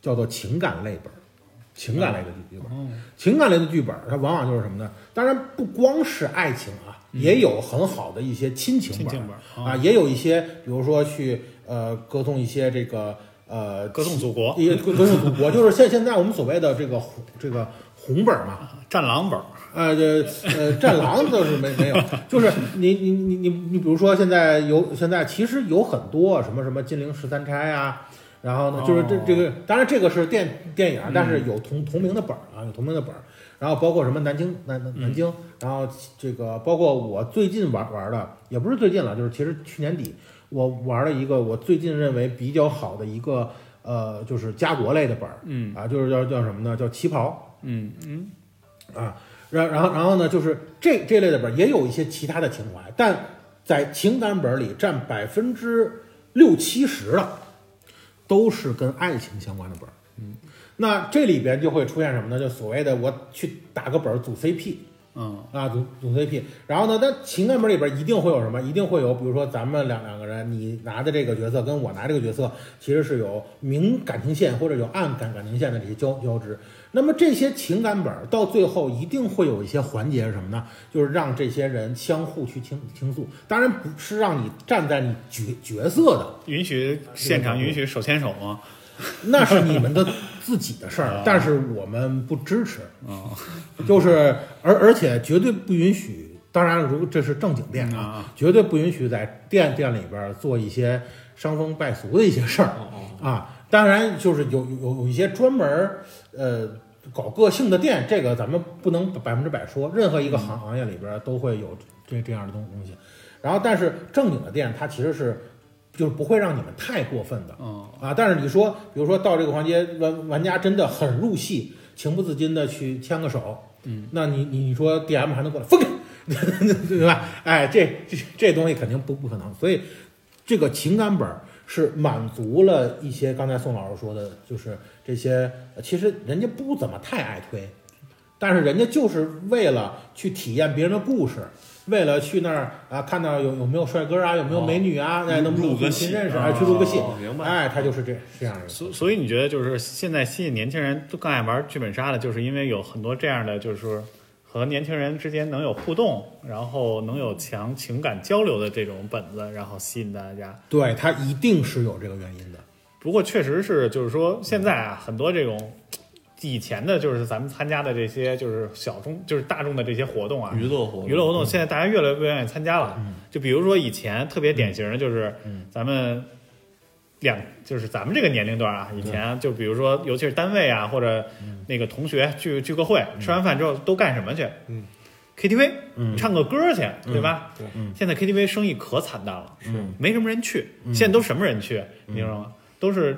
Speaker 3: 叫做情感类本，情感类的剧本。
Speaker 1: 哦
Speaker 3: 情感类的剧本，它往往就是什么呢？当然不光是爱情啊，也有很好的一些亲情
Speaker 1: 嗯亲
Speaker 3: 本
Speaker 1: 情
Speaker 3: 儿
Speaker 1: 本儿
Speaker 3: 啊，也有一些，比如说去呃歌颂一些这个呃
Speaker 1: 歌颂祖
Speaker 2: 嗯
Speaker 1: 国，
Speaker 3: 也歌颂祖国，就是现现在我们所谓的这个红这个红本儿嘛，
Speaker 1: 战狼本儿，
Speaker 3: 呃这呃，战狼倒是没没有，就是你你你你你，比如说现在有现在其实有很多什么什么金陵十三钗啊，然后呢就是这
Speaker 1: 哦嗯
Speaker 3: 这个，当然这个是电电影，啊但是有同同名的本儿啊，有同名的本儿，然后包括什么南京南
Speaker 1: 嗯
Speaker 3: 南南京，然后这个包括我最近玩玩的，也不是最近了，就是其实去年底我玩了一个我最近认为比较好的一个呃，就是家国类的本儿，
Speaker 1: 嗯
Speaker 3: 啊，就是叫叫什么呢？叫旗袍。
Speaker 1: 嗯嗯
Speaker 3: 啊，然然后然后呢，就是这这类的本儿也有一些其他的情怀，但在情感本儿里占百分之六七十的，都是跟爱情相关的本儿。嗯，那这里边就会出现什么呢？就所谓的我去打个本儿组 CP，
Speaker 1: 嗯
Speaker 3: 啊，组组 CP。然后呢，在情感本里边一定会有什么？一定会有，比如说咱们两两个人，你拿的这个角色跟我拿这个角色，其实是有明感情线或者有暗感感情线的这些交交织。那么这些情感本儿到最后一定会有一些环节是什么呢？就是让这些人相互去倾倾诉，当然不是让你站在你角角色的
Speaker 1: 允许现场允许手牵手吗？
Speaker 3: *laughs* 那是你们的自己的事儿，但是我们不支持。就是而而且绝对不允许，当然如果这是正经店啊，绝对不允许在店店里边儿做一些伤风败俗的一些事儿
Speaker 2: 嗯
Speaker 3: 啊。当然就是有有有一些专门儿呃搞个性的店，这个咱们不能百分之百说，任何一个行行业里边儿都会有这这样的东东西。然后但是正经的店，它其实是。就是不会让你们太过分的，
Speaker 1: 哦，
Speaker 3: 啊，但是你说，比如说到这个环节，玩玩家真的很入戏，情不自禁的去牵个手，嗯，那你你你说 D M 还能过来分开， *laughs* 对吧？哎，这这这东西肯定不不可能，所以这个情感本儿是满足了一些刚才宋老师说的，就是这些，呃其实人家不怎么太爱推，但是人家就是为了去体验别人的故事。为了去那儿啊，看到有有没有帅哥啊，有没有美女啊，哎，能不能
Speaker 2: 哦入个
Speaker 3: 重新
Speaker 2: 戏
Speaker 3: 认识？
Speaker 2: 啊
Speaker 3: 哎，去录个戏，
Speaker 2: 哦明白
Speaker 3: 哎，他就是这这样一个。
Speaker 1: 所所以你觉得就是现在吸引年轻人都更爱玩剧本杀的，就是因为有很多这样的，就是和年轻人之间能有互动，然后能有强情感交流的这种本子，然后吸引大家。
Speaker 3: 对他一定是有这个原因的。
Speaker 1: 不过确实是，就是说现在啊，很多这种以前的，就是咱们参加的这些，就是小众，就是大众的这些活动啊，
Speaker 2: 嗯娱乐活动，
Speaker 1: 娱乐活动，现在大家越来越不愿意参加了。就比如说以前特别典型的就是咱们两，就是咱们这个年龄段啊，以前就比如说，尤其是单位啊或者那个同学聚聚个会，吃完饭之后都干什么去？
Speaker 2: 嗯
Speaker 1: KTV，
Speaker 3: 嗯
Speaker 1: 唱个歌去，对吧？
Speaker 2: 对
Speaker 1: 现在 KTV 生意可惨淡了，
Speaker 2: 是
Speaker 1: 没什么人去。
Speaker 3: 嗯
Speaker 1: 现在都什么人去？你知道吗？都是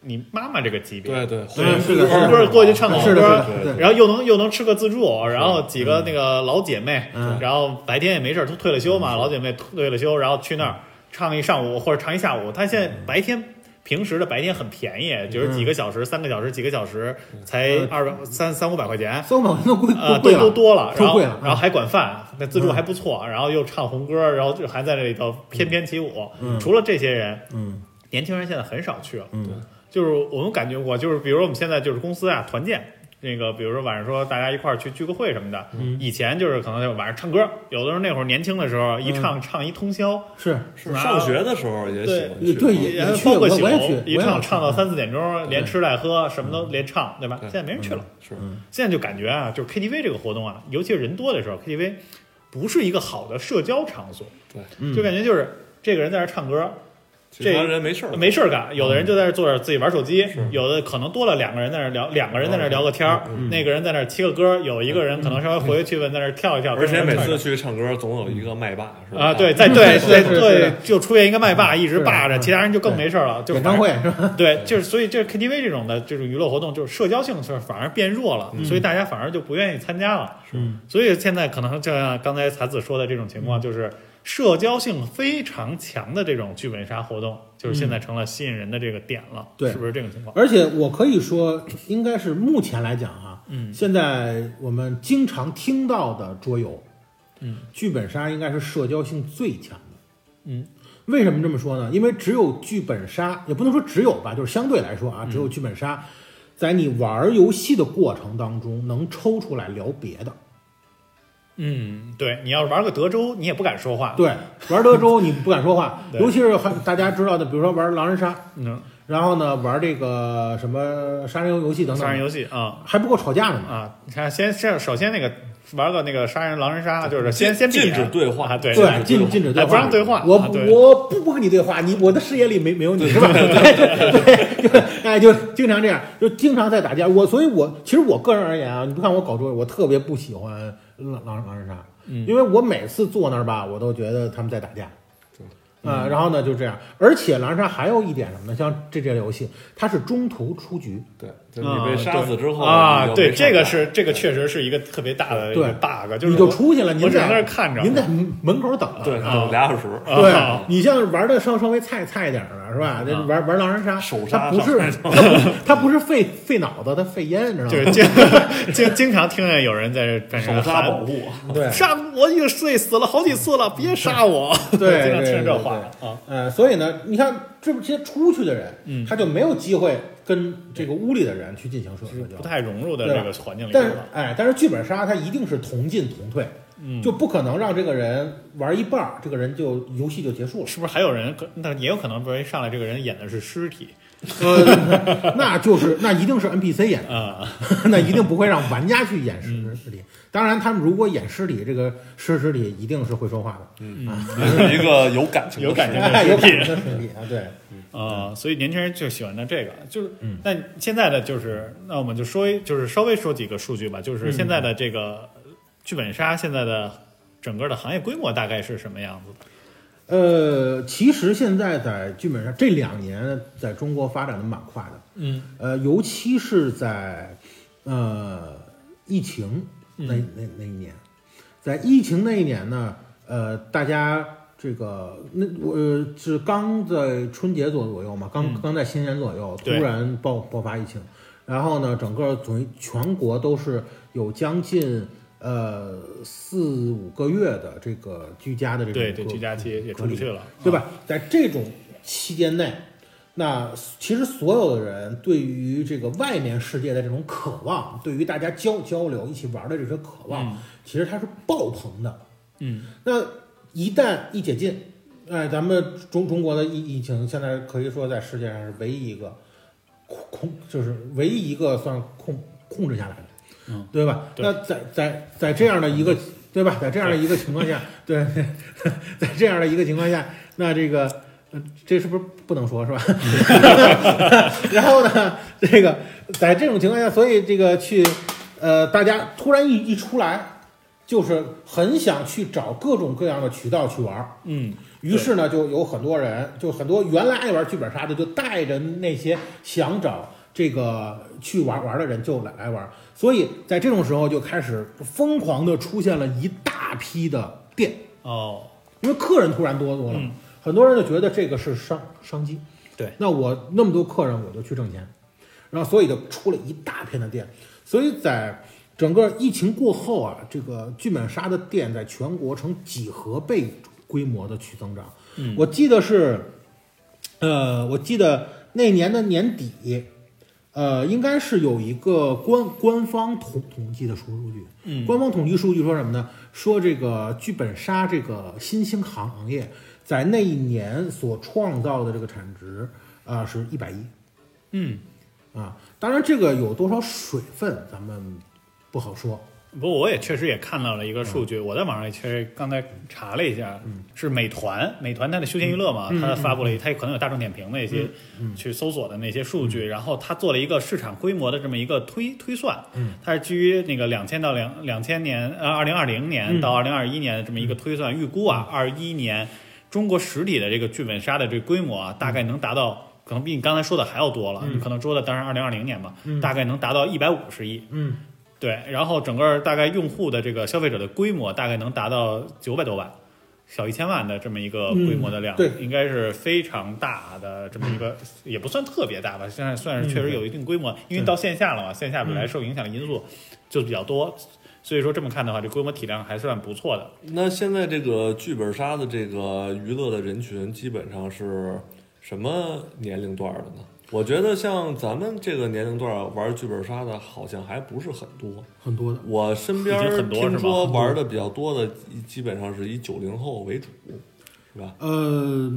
Speaker 1: 你妈妈这个级别，
Speaker 2: 对对，
Speaker 3: 对
Speaker 2: 会
Speaker 3: 是的
Speaker 2: 会
Speaker 3: 是的
Speaker 2: 会
Speaker 1: 过去唱个
Speaker 3: 是
Speaker 1: 歌
Speaker 3: 的，是的，
Speaker 2: 对
Speaker 3: 是的
Speaker 1: 然后又能又能吃个自助，然后几个那个老姐妹，
Speaker 3: 嗯
Speaker 1: 然后白天也没事儿，都退了休嘛，老姐妹退了休，然后去那
Speaker 3: 嗯
Speaker 1: 儿唱一上午或者唱一下午。她现在白天平时的白天很便宜，就是几个小时、三个小时、几个小时才
Speaker 3: 嗯
Speaker 1: 二百三三五百块钱。
Speaker 3: 搜狗都贵
Speaker 1: 呃，
Speaker 3: *laughs*
Speaker 2: 啊
Speaker 1: 都
Speaker 3: 都贵了，
Speaker 1: 都多了，然
Speaker 3: 啊都
Speaker 1: 后
Speaker 3: 贵了。嗯
Speaker 1: 然后还管饭，那自助还不错，然后又唱红歌，然后就还在那里头翩翩起舞。
Speaker 3: 嗯
Speaker 1: 除了这些人，
Speaker 3: 嗯
Speaker 1: 年轻人现在很少去了。
Speaker 3: 嗯
Speaker 1: 就是我们感觉过，就是比如我们现在就是公司啊团建，那个比如说晚上说大家一块儿去聚个会什么的，
Speaker 3: 嗯
Speaker 1: 以前就是可能就晚上唱歌，有的时候那会儿年轻的时候一
Speaker 3: 嗯
Speaker 1: 唱、唱一通宵，
Speaker 3: 是
Speaker 1: 是吧
Speaker 2: 上学的时候也喜欢
Speaker 3: 对
Speaker 2: 去，
Speaker 3: 对也
Speaker 1: 然后
Speaker 3: 去
Speaker 1: 包括
Speaker 3: 我
Speaker 1: 宿
Speaker 3: 我也去我也
Speaker 1: 一唱
Speaker 3: 去嗯
Speaker 1: 唱到三四点钟，
Speaker 2: 对
Speaker 1: 连吃带喝什么都连唱，对吧？
Speaker 2: 对
Speaker 1: 现在没人去了，
Speaker 2: 是
Speaker 1: 现在就感觉啊，就是 KTV 这个活动啊，尤其是人多的时候，KTV 不是一个好的社交场所，
Speaker 2: 对，
Speaker 3: 嗯
Speaker 1: 就感觉就是这个人在这儿唱歌，
Speaker 2: 其
Speaker 1: 这
Speaker 2: 他人没事儿，
Speaker 1: 没事儿干，有的人就在那儿坐着自己玩手
Speaker 3: 嗯
Speaker 1: 机，有的可能多了两个人在那儿聊，两个人在那儿聊个天儿，
Speaker 2: 嗯
Speaker 1: 那个人在那儿切个歌，有一个人可能稍微活跃气氛，在那儿跳一跳。
Speaker 3: 嗯
Speaker 2: 而且
Speaker 1: 跟着
Speaker 2: 每
Speaker 1: 唱一
Speaker 2: 次
Speaker 1: 唱
Speaker 2: 去唱歌总有一个麦霸，是吧？嗯
Speaker 1: 啊，对，
Speaker 3: *laughs*
Speaker 1: 在对
Speaker 3: 是
Speaker 1: 对
Speaker 3: 是是
Speaker 1: 对
Speaker 3: 是，
Speaker 1: 就出现一个麦霸一直霸着，
Speaker 3: 是
Speaker 1: 其他人就更没事儿了，就
Speaker 3: 演唱会是
Speaker 1: *laughs*
Speaker 3: 吧？
Speaker 1: 对，就是所以这 KTV 这种的这种娱乐活动，就是社交性是反而变弱了，所以大家反而就不愿意参加了。
Speaker 3: 嗯
Speaker 1: 所以现在可能就像刚才才子说的这种情况，就是社交性非常强的这种剧本杀活动，就是现在成了吸引人的这个点了，
Speaker 3: 对
Speaker 1: 是不是这种情况？
Speaker 3: 而且我可以说，应该是目前来讲哈，
Speaker 1: 嗯
Speaker 3: 现在我们经常听到的桌游，
Speaker 1: 嗯，
Speaker 3: 剧本杀应该是社交性最强的。
Speaker 1: 嗯，
Speaker 3: 为什么这么说呢？因为只有剧本杀，也不能说只有吧，就是相对来说
Speaker 1: 嗯
Speaker 3: 啊，只有剧本杀，在你玩游戏的过程当中能抽出来聊别的。
Speaker 1: 嗯，对，你要是玩个德州，你也不敢说话。
Speaker 3: 对，玩德
Speaker 1: *laughs*
Speaker 3: 州你不敢说话，
Speaker 1: 啊对
Speaker 3: 尤其是还大家知道的，比如说玩狼人杀，
Speaker 1: 嗯，
Speaker 3: 然后呢玩这个什么杀人游戏等
Speaker 1: 杀人
Speaker 3: 等，
Speaker 1: 游戏啊
Speaker 3: 还不够吵架的呢。
Speaker 1: 啊，你看先先首先那个玩个那个杀人狼人杀，就是先先闭
Speaker 2: 禁
Speaker 1: 眼
Speaker 2: 止对话
Speaker 1: 啊，对
Speaker 3: 对，
Speaker 2: 禁止
Speaker 3: 禁禁止
Speaker 1: 哎
Speaker 3: 对话，
Speaker 1: 不让对话
Speaker 3: 我
Speaker 1: 啊
Speaker 3: 不
Speaker 1: 对
Speaker 3: 我不不跟你对话，你我的视野里没没有你是吧？对，就哎就经常这样，就经常在打架。我所以我，其实我个人而言啊，你不看我搞桌游，我特别不喜欢狼狼狼人杀，
Speaker 1: 嗯
Speaker 3: 因为我每次坐那儿吧，我都觉得他们在打架。啊、然后呢，就这样。而且狼人杀还有一点什么呢？像这这类游戏，它是中途出局，
Speaker 2: 对，就你被杀死之后
Speaker 1: 嗯啊，对，这个
Speaker 2: 是
Speaker 1: 是这个确实是一个特别大的一
Speaker 3: 对
Speaker 1: 个 bug，就是
Speaker 3: 你就
Speaker 1: 我
Speaker 3: 出去了，您
Speaker 1: 我只
Speaker 3: 在
Speaker 1: 能在那儿看着
Speaker 3: 您在门口等着。
Speaker 2: 对
Speaker 1: 啊
Speaker 2: 等俩小时，
Speaker 3: 对
Speaker 1: 啊
Speaker 3: 你像玩的稍稍微菜菜一点的是吧？这
Speaker 1: 啊
Speaker 3: 玩玩狼人杀
Speaker 2: 手，刹
Speaker 3: 它不是
Speaker 2: 上
Speaker 3: *laughs* 它不是费费脑子，它费烟，你知道
Speaker 1: *laughs* 就
Speaker 3: 吗？
Speaker 1: 是经
Speaker 3: *laughs*
Speaker 1: 经经常听见有人在这本
Speaker 2: 手
Speaker 1: 上
Speaker 2: 刹
Speaker 1: 喊
Speaker 2: 保 *laughs* 护，
Speaker 3: 对
Speaker 1: 杀我已经睡死了好几次了，别杀我！
Speaker 3: *laughs* 对
Speaker 1: 经常
Speaker 3: 对
Speaker 1: 听这
Speaker 3: 对
Speaker 1: 话啊。
Speaker 3: 对呃，所以呢，你看这不些出去的人，
Speaker 1: 嗯
Speaker 3: 他就没有机会跟这个屋里的人去进行社社
Speaker 1: 不
Speaker 3: 交。
Speaker 1: 太融入的
Speaker 3: 对
Speaker 1: 这个环境里
Speaker 3: 但
Speaker 1: 边
Speaker 3: 是
Speaker 1: 了。
Speaker 3: 哎，但是剧本杀它一定是同进同退，
Speaker 1: 嗯
Speaker 3: 就不可能让这个人玩一半儿，这个人就游戏就结束了。
Speaker 1: 是不是还有人可？那也有可能，比如一上来这个人演的是尸体，
Speaker 3: 呃，那就是那一定是 NPC 演的，
Speaker 2: 嗯
Speaker 1: 啊，
Speaker 3: *laughs* 那一定不会让玩家去演尸尸体。当然，他们如果演尸体，这个尸尸体一定是会说话的，
Speaker 2: 也是一个有感情的
Speaker 1: 有感
Speaker 2: 事
Speaker 1: 情
Speaker 2: 儿
Speaker 1: 的
Speaker 3: *laughs* 有
Speaker 1: 尸
Speaker 3: 感
Speaker 1: 体
Speaker 3: 情。的尸体啊，对，
Speaker 1: 啊、所以年轻人就喜欢的这个，就是，但现在的就是，那我们就说，就是稍微说几个数据吧，就是现在的这个剧本杀，现在的整个的行业规模大概是什么样子的？
Speaker 3: 呃，其实现在在剧本上这两年在中国发展的蛮快的，
Speaker 4: 嗯，
Speaker 3: 呃，尤其是在呃疫情那
Speaker 1: 嗯
Speaker 3: 那那一年，在疫情那一年呢，呃，大家这个那我、呃、是刚在春节左左右嘛，刚、刚在新年左右，突
Speaker 1: 嗯对
Speaker 3: 然爆爆发疫情，然后呢，整个总全国都是有将近。呃，四五个月的这个居家的这种
Speaker 1: 对对，
Speaker 3: 隔
Speaker 1: 居家期也出
Speaker 3: 隔
Speaker 1: 不
Speaker 3: 离
Speaker 1: 去了，
Speaker 3: 对吧？在这种期间内，那其实所有的人对于这个外面世界的这种渴望，对于大家交交流、一起玩的这些渴望，其实它是爆棚的。嗯，那一旦一解禁，哎，咱们中中国的疫疫情现在可以说在世界上是唯一一个控控，就是唯一一个算控控制下来的，嗯，对嗯吧？
Speaker 1: 对
Speaker 3: 那在在在这样的一个对吧，在这样的一个情 *laughs* 况下，对，在这样的一个情况下，那这个。呃这是不是不能说是吧？然后呢，这个在这种情况下，所以这个去，呃，大家突然一一出来，就是很想去找各种各样的渠道去玩儿。
Speaker 1: 嗯，
Speaker 3: 于是呢，就有很多人，就很多原来爱玩剧本杀的，就带着那些想找这个去玩玩的人就来来玩儿。所以在这种时候，就开始疯狂的出现了一大批的店，
Speaker 1: 哦，
Speaker 3: 因为客人突然多多了，很多人就觉得这个是商商机。
Speaker 1: 对，
Speaker 3: 那我那么多客人，我就去挣钱，然后所以就出了一大片的店，所以在整个疫情过后啊，这个剧本杀的店在全国呈几何倍规模的去增长。嗯，我记得是，呃，我记得那年的年底。呃，应该是有一个官官方统统计的数数据，嗯，官方统计数据说什么呢？说这个剧本杀这个新兴行行业在那一年所创造的这个产值啊、呃、是一百亿
Speaker 1: 嗯，
Speaker 3: 啊，当然这个有多少水分咱们不好说，
Speaker 1: 不过我也确实也看到了一个数据，我在网上也确实刚才查了一下，是美团，美团它的休闲娱乐嘛，它发布了一，它可能有大众点评那些、去搜索的那些数据，然后它做了一个市场规模的这么一个推推算，它是基于那个两千到两两千年呃二零二零年到二零二一年的这么一个推算，预估啊二一年中国实体的这个剧本杀的这个规模啊，大概能达到。可能比你刚才说的还要多了，你可能说的当然二零二零年嘛，大概能达到一百五十亿，
Speaker 3: 嗯，
Speaker 1: 对，然后整个大概用户的这个消费者的规模大概能达到九百多万，小一千万的这么一个规模的量，
Speaker 3: 嗯对
Speaker 1: 应该是非常大的这么一个，也不算特别大吧，现在算
Speaker 3: 嗯
Speaker 1: 是确实有一定规模，因为到线下了嘛，线下本来受影响的因素就比较多，所以说这么看的话，这规模体量还算不错的。
Speaker 2: 那现在这个剧本杀的这个娱乐的人群基本上是什么年龄段儿的呢？我觉得像咱们这个年龄段儿玩剧本杀的，好像还不是很多。
Speaker 3: 很多的，
Speaker 2: 我身边
Speaker 1: 已
Speaker 2: 儿
Speaker 1: 经很多是吧嗯
Speaker 2: 听说玩的比较多的，基本上是以九零后为主，是吧？
Speaker 3: 呃，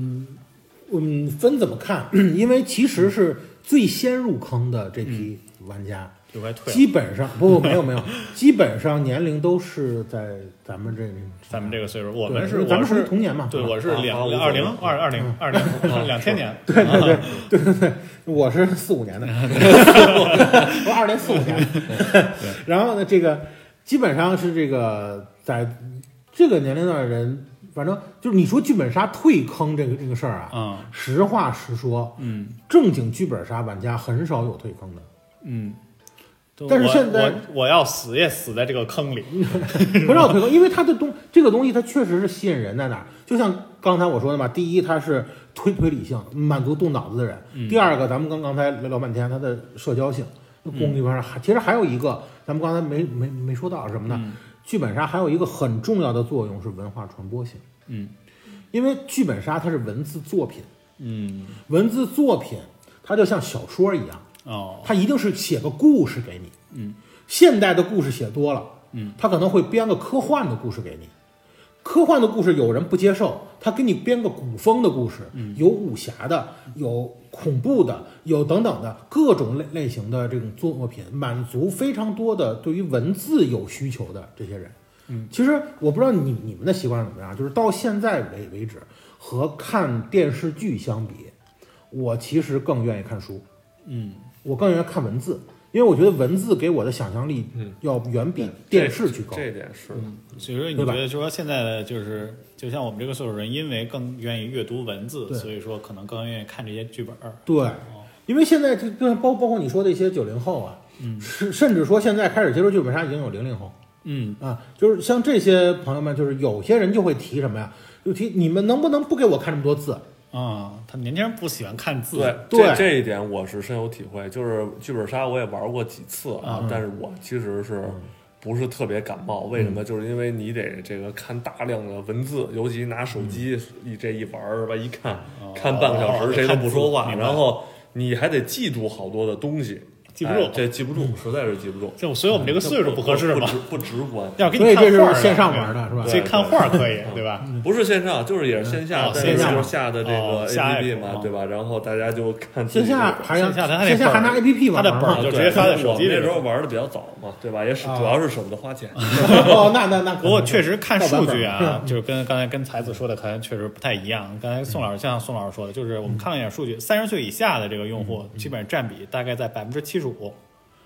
Speaker 3: 嗯，分怎么看？ *clears throat* 因为其实是最先入坑的这批玩家。
Speaker 1: 就该退了，
Speaker 3: 基本上不没有没有， *laughs* 基本上年龄都是在咱们这里，
Speaker 1: 咱们这个岁数，我
Speaker 3: 对
Speaker 1: 们是
Speaker 3: 因为咱
Speaker 1: 我
Speaker 3: 们属于
Speaker 1: 是
Speaker 3: 童年嘛，
Speaker 1: 对，我是
Speaker 2: 啊
Speaker 1: 两
Speaker 2: 啊我
Speaker 1: 二零二二零二零两千年，对
Speaker 3: 嗯对对对对对，我是四五
Speaker 1: *laughs*
Speaker 3: 年的，我二零四五年的。然后呢，这个基本上是这个在这个年龄段的人，反正就是你说剧本杀退坑这个这个事儿啊，
Speaker 1: 嗯
Speaker 3: 实话实说，
Speaker 1: 嗯
Speaker 3: 正经剧本杀玩家很少有退坑的。
Speaker 1: 嗯。
Speaker 3: 但是
Speaker 1: 我
Speaker 3: 现在
Speaker 1: 我我要死也死在这个坑里，
Speaker 3: 不让推高，因为它的东这个东西它确实是吸引人在哪儿，就像刚才我说的嘛，第一它是推推理性，满足动脑子的人；第二个，咱们刚刚才聊聊半天，它的社交性，功力方面还其实还有一个，咱们刚才没没没说到是什么呢？剧本杀还有一个很重要的作用是文化传播性，
Speaker 1: 嗯
Speaker 3: 因为剧本杀它是文字作品，
Speaker 1: 嗯
Speaker 3: 文字作品它就像小说一样，
Speaker 1: 哦，
Speaker 3: 他一定是写个故事给你。嗯，现代的故事写多了，嗯，他可能会编个科幻的故事给你。科幻的故事有人不接受，他给你编个古风的故事，有武侠的，有恐怖的，有等等的各种类类型的这种作品，满足非常多的对于文字有需求的这些人。嗯，其实我不知道你你们的习惯是怎么样，就是到现在为为止，和看电视剧相比，我其实更愿意看书。
Speaker 1: 嗯，
Speaker 3: 我更愿意看文字，因为我觉得文字给我的想象力
Speaker 2: 嗯
Speaker 3: 要远比
Speaker 2: 这
Speaker 3: 电视剧高。
Speaker 2: 这点是
Speaker 1: 所以说你
Speaker 3: 对
Speaker 1: 觉
Speaker 3: 吧
Speaker 1: 得说现在的就是，就像我们这个岁数人，因为更愿意阅读文字，
Speaker 3: 对
Speaker 1: 所以说可能更愿意看这哦些剧本儿。
Speaker 3: 对，因为现在就就包包括你说的一些九零后啊，甚甚至说现在开始接触剧本杀已经有零零后
Speaker 1: 嗯，
Speaker 3: 啊，就是像这些朋友们，就是有些人就会提什么呀？就提你们能不能不给我看这么多字？
Speaker 1: 啊，他们年轻人不喜欢看字。
Speaker 2: 对
Speaker 3: 对
Speaker 2: 这这一点我是深有体会。就是剧本杀我也玩过几次
Speaker 1: 嗯
Speaker 2: 啊，但是我其实是不是特别感冒？为什
Speaker 1: 嗯
Speaker 2: 么？就是因为你得这个看大量的文字，尤其拿手机一这一玩儿吧，一看看半个小
Speaker 1: 嗯哦
Speaker 2: 时，谁都
Speaker 1: 看
Speaker 2: 不
Speaker 1: 字
Speaker 2: 说话，
Speaker 1: 明白
Speaker 2: 然后你还得记住好多的东西，
Speaker 1: 记不住
Speaker 2: 哎这记不住，实在是记不住。
Speaker 1: 就所以我们这个岁数不合适嘛
Speaker 2: 不，直不直观。
Speaker 1: 要是给
Speaker 3: 所
Speaker 1: 你
Speaker 3: 以
Speaker 1: 看
Speaker 3: 这
Speaker 1: 画儿的
Speaker 3: 是线上玩的是嗯吧？
Speaker 1: 所以
Speaker 2: 对
Speaker 1: 看画儿可以，对吧？
Speaker 2: 不是线上，就是也是线下
Speaker 1: 哦，
Speaker 2: 但是
Speaker 1: 线下
Speaker 2: 就是下的这
Speaker 1: 哦
Speaker 2: 个
Speaker 1: 下
Speaker 2: APP
Speaker 1: app，
Speaker 2: 嘛
Speaker 1: 哦，
Speaker 2: 对吧？然后大家就看自
Speaker 3: 线
Speaker 2: 己
Speaker 3: 下
Speaker 2: 这个
Speaker 3: 还要
Speaker 1: 线下他还得
Speaker 3: 线下还拿
Speaker 1: 本儿
Speaker 3: APP 玩
Speaker 1: 他的本
Speaker 3: 吗
Speaker 1: 儿？就
Speaker 2: 啊对
Speaker 1: 直接发在手
Speaker 2: 我
Speaker 1: 机
Speaker 2: 们
Speaker 1: 里
Speaker 2: 那时候玩的比较早嘛，对吧？也是
Speaker 3: 啊
Speaker 2: 主要是舍不得花钱。
Speaker 1: *laughs*
Speaker 3: 哦，那那那可能
Speaker 1: 不过确实看数据
Speaker 3: 盗版 *laughs*
Speaker 1: 啊，就是跟刚才跟才子说的，可能确实不太一样。刚才宋老师像宋老师说的，就是我们看了一眼数
Speaker 3: 嗯
Speaker 1: 据，三十岁以下的这个用户，基本上占比大概在百分之七十五，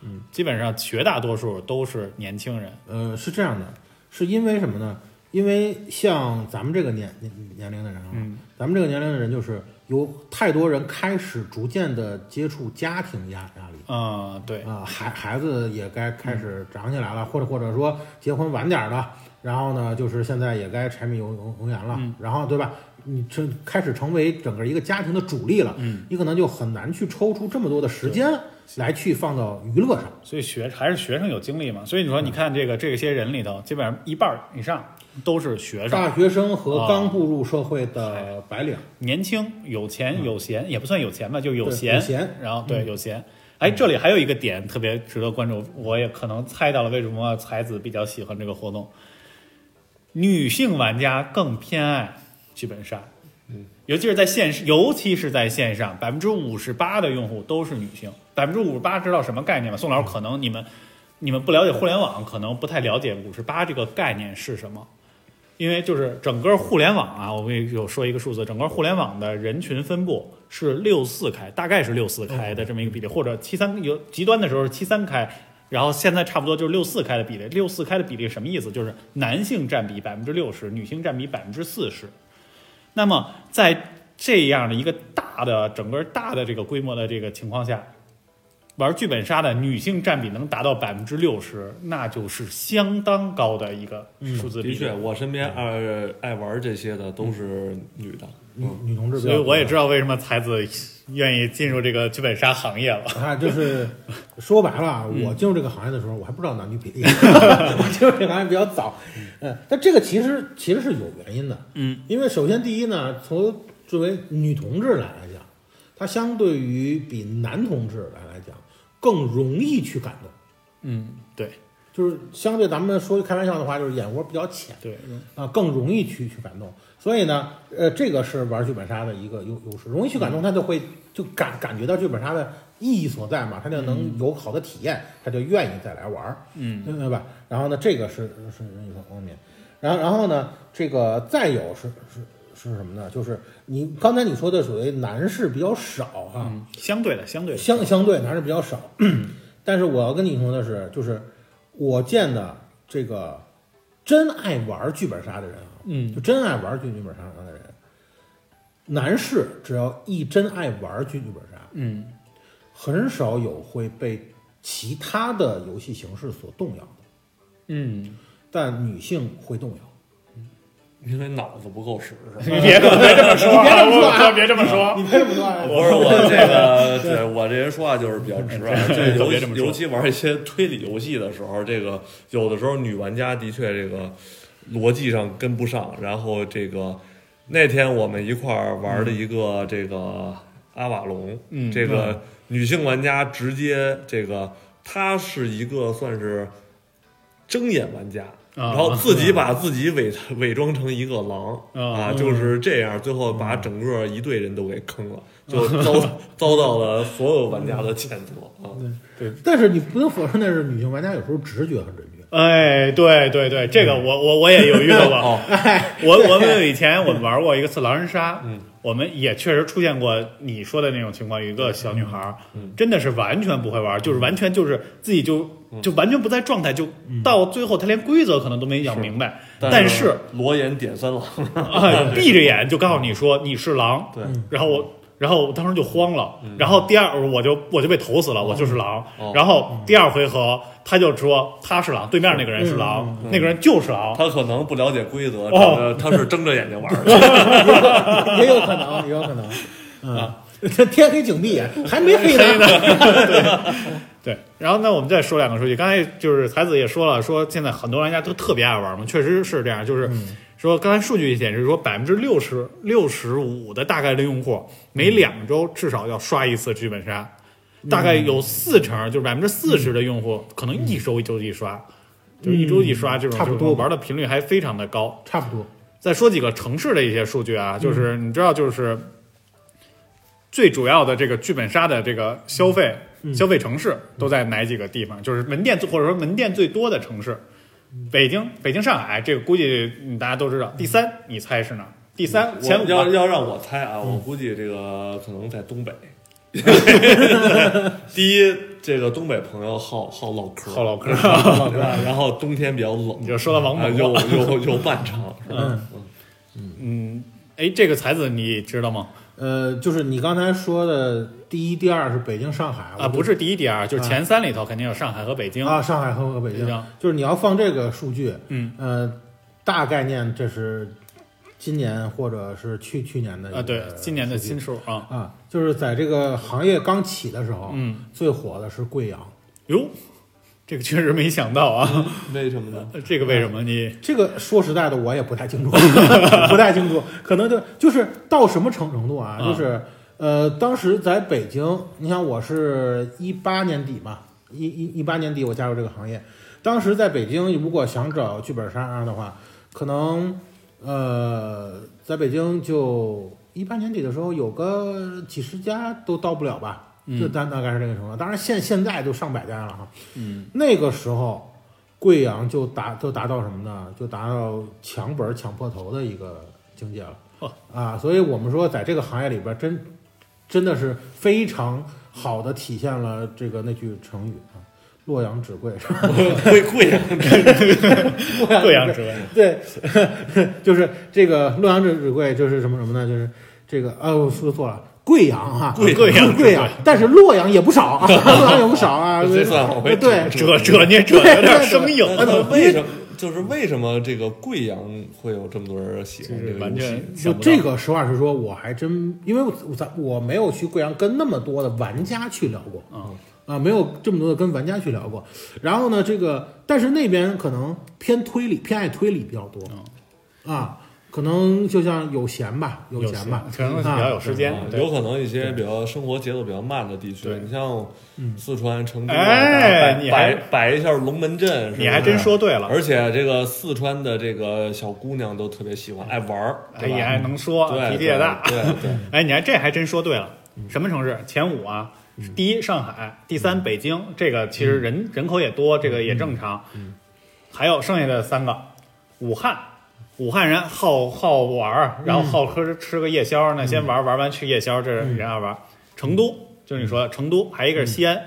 Speaker 1: 嗯，基本上绝大多数都是年轻人。
Speaker 3: 呃，是这样的，是因为什么呢？因为像咱们这个年年年龄的人啊，
Speaker 1: 嗯
Speaker 3: 咱们这个年龄的人，就是有太多人开始逐渐的接触家庭压压力
Speaker 1: 嗯，对，
Speaker 3: 啊，孩孩子也该开始长起来了，或者或者说结婚晚点儿的，然后呢，就是现在也该柴米油油油盐了，
Speaker 1: 嗯
Speaker 3: 然后对吧？你这开始成为整个一个家庭的主力了，
Speaker 1: 嗯
Speaker 3: 你可能就很难去抽出这么多的时间来去放到娱乐上。
Speaker 1: 所以学还是学生有精力嘛。所以你说，你看这个这些人里头，基本上一半儿以上都是学生，
Speaker 3: 大学生和
Speaker 1: 啊
Speaker 3: 刚步入社会的白领，
Speaker 1: 年轻、有钱、有闲，也不算有钱吧，就有
Speaker 3: 嗯对
Speaker 1: 闲。
Speaker 3: 有闲嗯
Speaker 1: 然后对有闲。哎，这里还有一个点特别值得关注，我也可能猜到了为什么啊才子比较喜欢这个活动。女性玩家更偏爱剧本杀，嗯，尤其是在线，尤其是在线上，百分之五十八的用户都是女性，百分之五十八知道什么概念吗？宋
Speaker 3: 嗯
Speaker 1: 老师，可能你们你们不了解互联网，可能不太了解五十八这个概念是什么。因为就是整个互联网啊，我们有说一个数字，整个互联网的人群分布是六四开，大概是六四开的这么一个比例，或者七三有极端的时候是七三开，然后现在差不多就是六四开的比例。六四开的比例什么意思？就是男性占比百分之六十，女性占比百分之四十。那么在这样的一个大的整个大的这个规模的这个情况下，玩剧本杀的女性占比能达到百分之六十，那就是相当高的一个数字比
Speaker 2: 嗯的
Speaker 1: 例。
Speaker 2: 确，啊我身边爱爱玩这些的都是女的。
Speaker 3: 女女同志比
Speaker 1: 嗯
Speaker 3: 较
Speaker 1: 所以
Speaker 3: 多，
Speaker 1: 我也知道为什么才子愿意进入这个剧本杀行业了。
Speaker 3: 啊，就是 *laughs* 说白了啊，我进入这个行业的时候，我还不知道男女比例，我进入这个行业比较早，嗯，但这个其实其实是有原因的，
Speaker 1: 嗯，
Speaker 3: 因为首先第一呢，从作为女同志来来讲，她相对于比男同志来来讲更容易去感动，
Speaker 1: 嗯，对
Speaker 3: 就是相对咱们说句开玩笑的话，就是眼窝比较浅
Speaker 1: 对，
Speaker 3: 啊，更容易去去感动，所以呢，呃，这个是玩剧本杀的一个优优势，容易去感动，他就会就感感觉到剧本杀的意义所在嘛，他就能有好的体验，他就愿意再来玩儿，
Speaker 1: 嗯，
Speaker 3: 对对吧？然后呢，这个是是一个方面，然后然后呢，这个再有是是是什么呢？就是你刚才你说的属于男士比较少啊哈、
Speaker 1: 嗯，相对的，相对的，
Speaker 3: 相相对还是比较少。 *clears throat* 但是我要跟你说的是，就是我见的这个真爱玩剧本杀的人啊，
Speaker 1: 嗯
Speaker 3: 就真爱玩剧剧本杀的人，男士只要一真爱玩剧剧本杀，
Speaker 1: 嗯，
Speaker 3: 很少有会被其他的游戏形式所动摇的，
Speaker 1: 嗯，
Speaker 3: 但女性会动摇。
Speaker 2: 因为脑子不够使，是吧？
Speaker 1: 你别别这么说
Speaker 3: 你别这么说
Speaker 1: 啊，
Speaker 3: 啊
Speaker 1: 哥别这么说，
Speaker 3: 你为什么动
Speaker 1: 啊
Speaker 3: 摇？
Speaker 2: 不是我这个，对我这人说话就是比较直啊。这
Speaker 1: 特
Speaker 2: 尤
Speaker 1: 别嗯这么说
Speaker 2: 尤其玩一些推理游戏的时候，这个有的时候女玩家的确这个逻辑上跟不上。然后这个那天我们一块儿玩的一个这个阿瓦隆，
Speaker 1: 嗯
Speaker 2: 这个女性玩家直接这个她是一个算是睁眼玩家，
Speaker 1: 啊
Speaker 2: 然后自己把自己伪伪装成一个狼
Speaker 1: 啊
Speaker 2: 啊，就是这样，最后把整个一队人都给坑了，就
Speaker 1: 嗯
Speaker 2: 遭遭到了所有玩家的谴责啊。
Speaker 3: *laughs* 但是你不能否认的是，女性玩家有时候直觉很准确。
Speaker 1: 哎，对对对，这个我我我也有遇到过。
Speaker 2: 哦
Speaker 1: 我我们以前我们玩过一个次狼人杀，
Speaker 2: 嗯
Speaker 1: 我们也确实出现过你说的那种情况，有一个小女孩儿，真的是完全不会玩，就是完全就是自己就就完全不在状态，就到最后她连规则可能都没想明白，但是
Speaker 2: 裸眼点三狼，
Speaker 1: 啊，闭着眼就告诉你说你是狼，
Speaker 2: *laughs* 对，
Speaker 1: 然后我，然后我当时就慌了，然后第二我就我就被投死了，我就是狼
Speaker 2: 嗯哦。
Speaker 1: 然后第二回合他就说他是狼，对面那个人是
Speaker 2: 嗯
Speaker 1: 狼，那个人就是狼。
Speaker 2: 他可能不了解规则，
Speaker 1: 哦
Speaker 2: 他是睁着眼睛玩的，
Speaker 3: *laughs* 也有可能，也有可能。嗯， *laughs* 天黑请闭眼，还没黑呢。
Speaker 1: 对，然后呢，我们再说两个数据。刚才就是才子也说了，说现在很多玩家都特别爱玩嘛，确实是这样。就是
Speaker 3: 嗯
Speaker 1: 说，刚才数据显示说，百分之六十六十五的大概率用户每两周至少要刷一次剧本杀，大概
Speaker 3: 嗯
Speaker 1: 有四成，就是百分之四十的用户可能一周就一刷，就是一周一刷这种，
Speaker 3: 嗯差不
Speaker 1: 就是
Speaker 3: 多
Speaker 1: 玩的频率还非常的高。
Speaker 3: *laughs* 差不多，
Speaker 1: 再说几个城市的一些数据啊，就是你知道，就是最主要的这个剧本杀的这个消费、消费城市都在哪几个地方？就是门店或者说门店最多的城市，北京、北京、上海，这个估计嗯大家都知道。第三，你猜是哪儿？第三 *laughs* 前
Speaker 2: 我
Speaker 1: 五嗯
Speaker 2: 要
Speaker 1: 吧
Speaker 2: 要让我猜啊，我估计这个可能在东北。
Speaker 1: *laughs*
Speaker 2: 第一，这个东北朋友好好唠嗑，
Speaker 1: 好唠嗑，
Speaker 2: 对吧？然后冬天比较冷，
Speaker 1: 你就说到王
Speaker 2: 啊
Speaker 1: 蒙
Speaker 2: 又
Speaker 1: 了。
Speaker 2: 又又漫长，是吧
Speaker 1: 嗯， *laughs* 哎，这个才子你知道吗？
Speaker 3: 呃，就是你刚才说的第一、第二是北京、上海
Speaker 1: 啊，不
Speaker 3: 是
Speaker 1: 是第一、第二，就是前三里头肯定有上海和北京。
Speaker 3: 啊，上海和北
Speaker 1: 北京
Speaker 3: 京，就是你要放这个数据，
Speaker 1: 嗯，
Speaker 3: 呃，大概念这是今年或者是去去年的一个
Speaker 1: 啊，对，今年的
Speaker 3: 数据
Speaker 1: 新数啊，
Speaker 3: 啊，就是在这个行业刚起的时候，
Speaker 1: 嗯，
Speaker 3: 最火的是贵阳。
Speaker 1: 哟，这个确实没想到啊。
Speaker 2: 为什么呢？
Speaker 1: 呃这个为什么你？
Speaker 3: 这个说实在的，我也不太清楚， *laughs* 不太清楚，可能就就是到什么程程度啊，
Speaker 1: 啊
Speaker 3: 就是呃，当时在北京，你想我是一八年底嘛，一一一八年底我加入这个行业，当时在北京如果想找剧本杀的话，可能呃，在北京就一八年底的时候有个几十家都到不了吧，就大大概是这个情况。当然现现在就上百家了哈，
Speaker 1: 嗯，
Speaker 3: 那个时候。贵阳就达就达到什么呢？就达到抢本儿抢破头的一个境界了、
Speaker 1: 哦
Speaker 3: 啊！所以我们说，在这个行业里边儿真真的是非常好的体现了这个那句成语啊，“洛阳纸贵”是吧？
Speaker 2: *laughs* 会啊贵
Speaker 1: *laughs*
Speaker 2: 阳
Speaker 1: 贵阳之外，
Speaker 3: 对，就是这个洛阳纸纸贵就是什么什么呢？就是这个啊，我说错了，贵阳哈、
Speaker 2: 贵
Speaker 1: 贵阳
Speaker 3: 贵阳，但是洛阳也不少啊，洛阳也不少啊，
Speaker 2: 这算往回
Speaker 3: 对
Speaker 1: 这这你这有点生硬，
Speaker 2: 那那为什么？就是为什么这个贵阳会有这么多人喜欢这个
Speaker 1: 完
Speaker 2: 游戏？
Speaker 1: 全
Speaker 3: 就
Speaker 1: 想不到啊
Speaker 3: 这个，实话实说，我还真因为我我咱我没有去贵阳跟那么多的玩家去聊过
Speaker 1: 啊
Speaker 3: 啊，没有这么多的跟玩家去聊过。然后呢，这个但是那边可能偏推理，偏爱推理比较多啊，可能就像有闲吧，有闲吧，
Speaker 1: 可能比较哦有时间
Speaker 2: 啊，
Speaker 1: 对
Speaker 2: 有可能一些比较生活节奏比较慢的地区
Speaker 1: 对，嗯
Speaker 2: 你像四川成都啊，
Speaker 1: 哎
Speaker 2: 摆
Speaker 1: 你还
Speaker 2: 摆摆一下龙门阵，是不
Speaker 1: 你还
Speaker 2: 是
Speaker 1: 真说对了，
Speaker 2: 而且这个四川的这个小姑娘都特别喜欢，爱玩儿，
Speaker 1: 哎
Speaker 2: 对吧
Speaker 1: 也还能说，
Speaker 2: 对，
Speaker 1: 脾气也大，
Speaker 2: 对对对，
Speaker 1: 哎，你还这还真说对了，什么城市前五啊？第一上海，第三北京，这个其实人人口也多，这个也正常。还有剩下的三个，武汉，武汉人好好玩儿，然后好喝吃个夜宵，那先玩儿玩完去夜宵，这是人爱啊玩儿。成都就是你说的成都，还有一个是西安，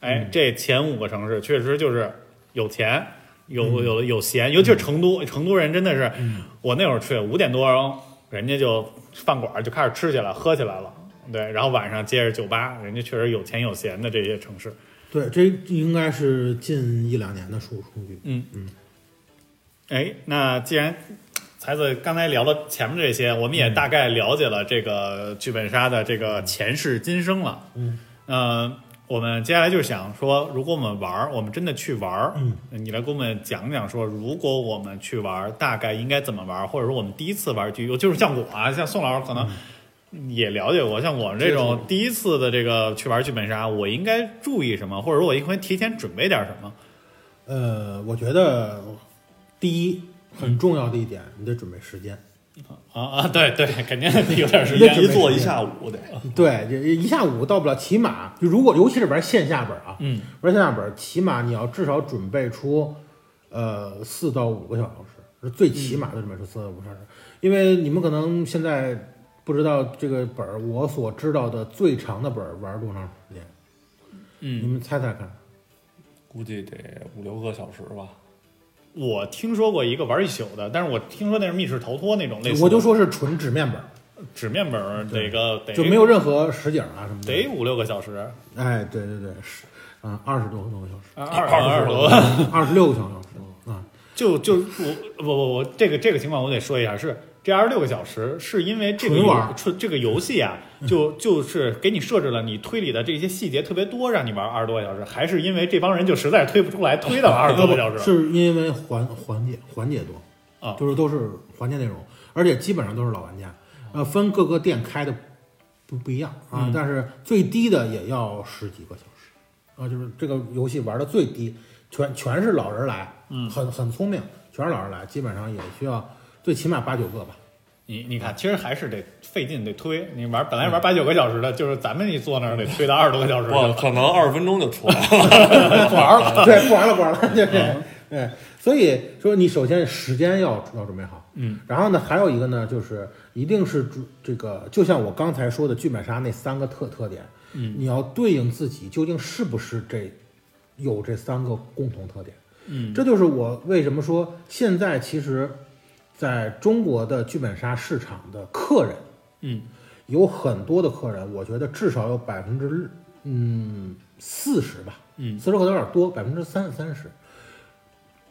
Speaker 1: 哎，这前五个城市确实就是有钱。有有有闲，尤其是成都，成都人真的是，我那会儿去五点多，人家就饭馆儿就开始吃起来、喝起来了，对，然后晚上接着酒吧，人家确实有钱有闲的这些城市，
Speaker 3: 对，这应该是近一两年的数数据。
Speaker 1: 嗯嗯。哎，那既然才子刚才聊了前面这些，我们也大概了解了这个剧本杀的这个前世今生了。
Speaker 3: 嗯，
Speaker 1: 呃，我们接下来就想说，如果我们玩儿，我们真的去玩儿，
Speaker 3: 嗯，
Speaker 1: 你来给我们讲讲说，如果我们去玩儿，大概应该怎么玩儿，或者说我们第一次玩儿就就是像我啊，像宋老师可
Speaker 3: 嗯
Speaker 1: 能。也了解过，像我们这种第一次的这个去玩剧本杀，我应该注意什么，或者说我应该提前准备点什么？
Speaker 3: 呃，我觉得第一很重要的一点，你得准备时间。
Speaker 1: 啊啊，对对，肯定得有点时
Speaker 3: 也
Speaker 1: 间
Speaker 3: 准
Speaker 2: 一
Speaker 3: 备
Speaker 2: 坐
Speaker 3: 时
Speaker 2: 一
Speaker 3: 间
Speaker 2: 下午得，
Speaker 1: 嗯
Speaker 3: 对，这一下午到不了，起码就如果尤其是玩线下本啊，
Speaker 1: 嗯，
Speaker 3: 玩线下本，起码你要至少准备出呃四到五个小时，是最起码的准备出四到五个小时，因为你们可能现在不知道这个本儿，我所知道的最长的本儿玩多长时间？你
Speaker 1: 嗯，
Speaker 3: 们猜猜看，
Speaker 2: 估计得五六个小时
Speaker 1: *laughs*
Speaker 2: 吧。
Speaker 1: 我听说过一个玩一宿的，但是我听说那是密室逃脱那种类似的，
Speaker 3: 我就说是纯纸面本儿，
Speaker 1: 纸面本儿得个得
Speaker 3: 就没有任何实景啊什么的。
Speaker 1: 得五六个小时，
Speaker 3: 哎，对对对，是，啊，二十多多个小时，
Speaker 1: 二
Speaker 2: 啊二
Speaker 1: 十
Speaker 2: 十
Speaker 1: 多
Speaker 2: 多
Speaker 1: 个。
Speaker 3: 二十六个小时啊，
Speaker 1: *laughs* 就就我不不我这个这个情况我得说一下，是这二十六个小时是因为这个
Speaker 3: 纯
Speaker 1: 游
Speaker 3: 玩儿
Speaker 1: 纯这个游戏啊，就就是给你设置了你推理的这些细节特别多，让你玩二十多个小时，还是因为这帮人就实在是推不出来，推到二十多个小时
Speaker 3: 是因为环环节环节多
Speaker 1: 啊
Speaker 3: 就是都是环节内容，而且基本上都是老玩家，呃，分各个店开的不不一样
Speaker 1: 嗯
Speaker 3: 啊，但是最低的也要十几个小时啊，就是这个游戏玩的最低，全全是老人来，嗯，很很聪明，全是老人来，基本上也需要最起码八九个吧，
Speaker 1: 你你看，其实还是得费劲得推，你玩本来玩八九个小时的，就是咱们一坐那儿得推到二十多个小时
Speaker 2: 我
Speaker 1: 就
Speaker 2: 可能二十分钟就出来了。
Speaker 1: 玩了。
Speaker 3: 对，不 *laughs* 玩了，不玩了，对对对。所以说，你首先时间要要准备好，嗯，然后呢，还有一个呢，就是一定是主这个，就像我刚才说的剧本杀那三个特特点，嗯，你要对应自己究竟是不是这有这三个共同特点，嗯，这就是我为什么说现在其实在中国的剧本杀市场的客人，
Speaker 1: 嗯，
Speaker 3: 有很多的客人，我觉得至少有百分之嗯四十吧，
Speaker 1: 嗯，
Speaker 3: 四十可能有点多，百分之三三十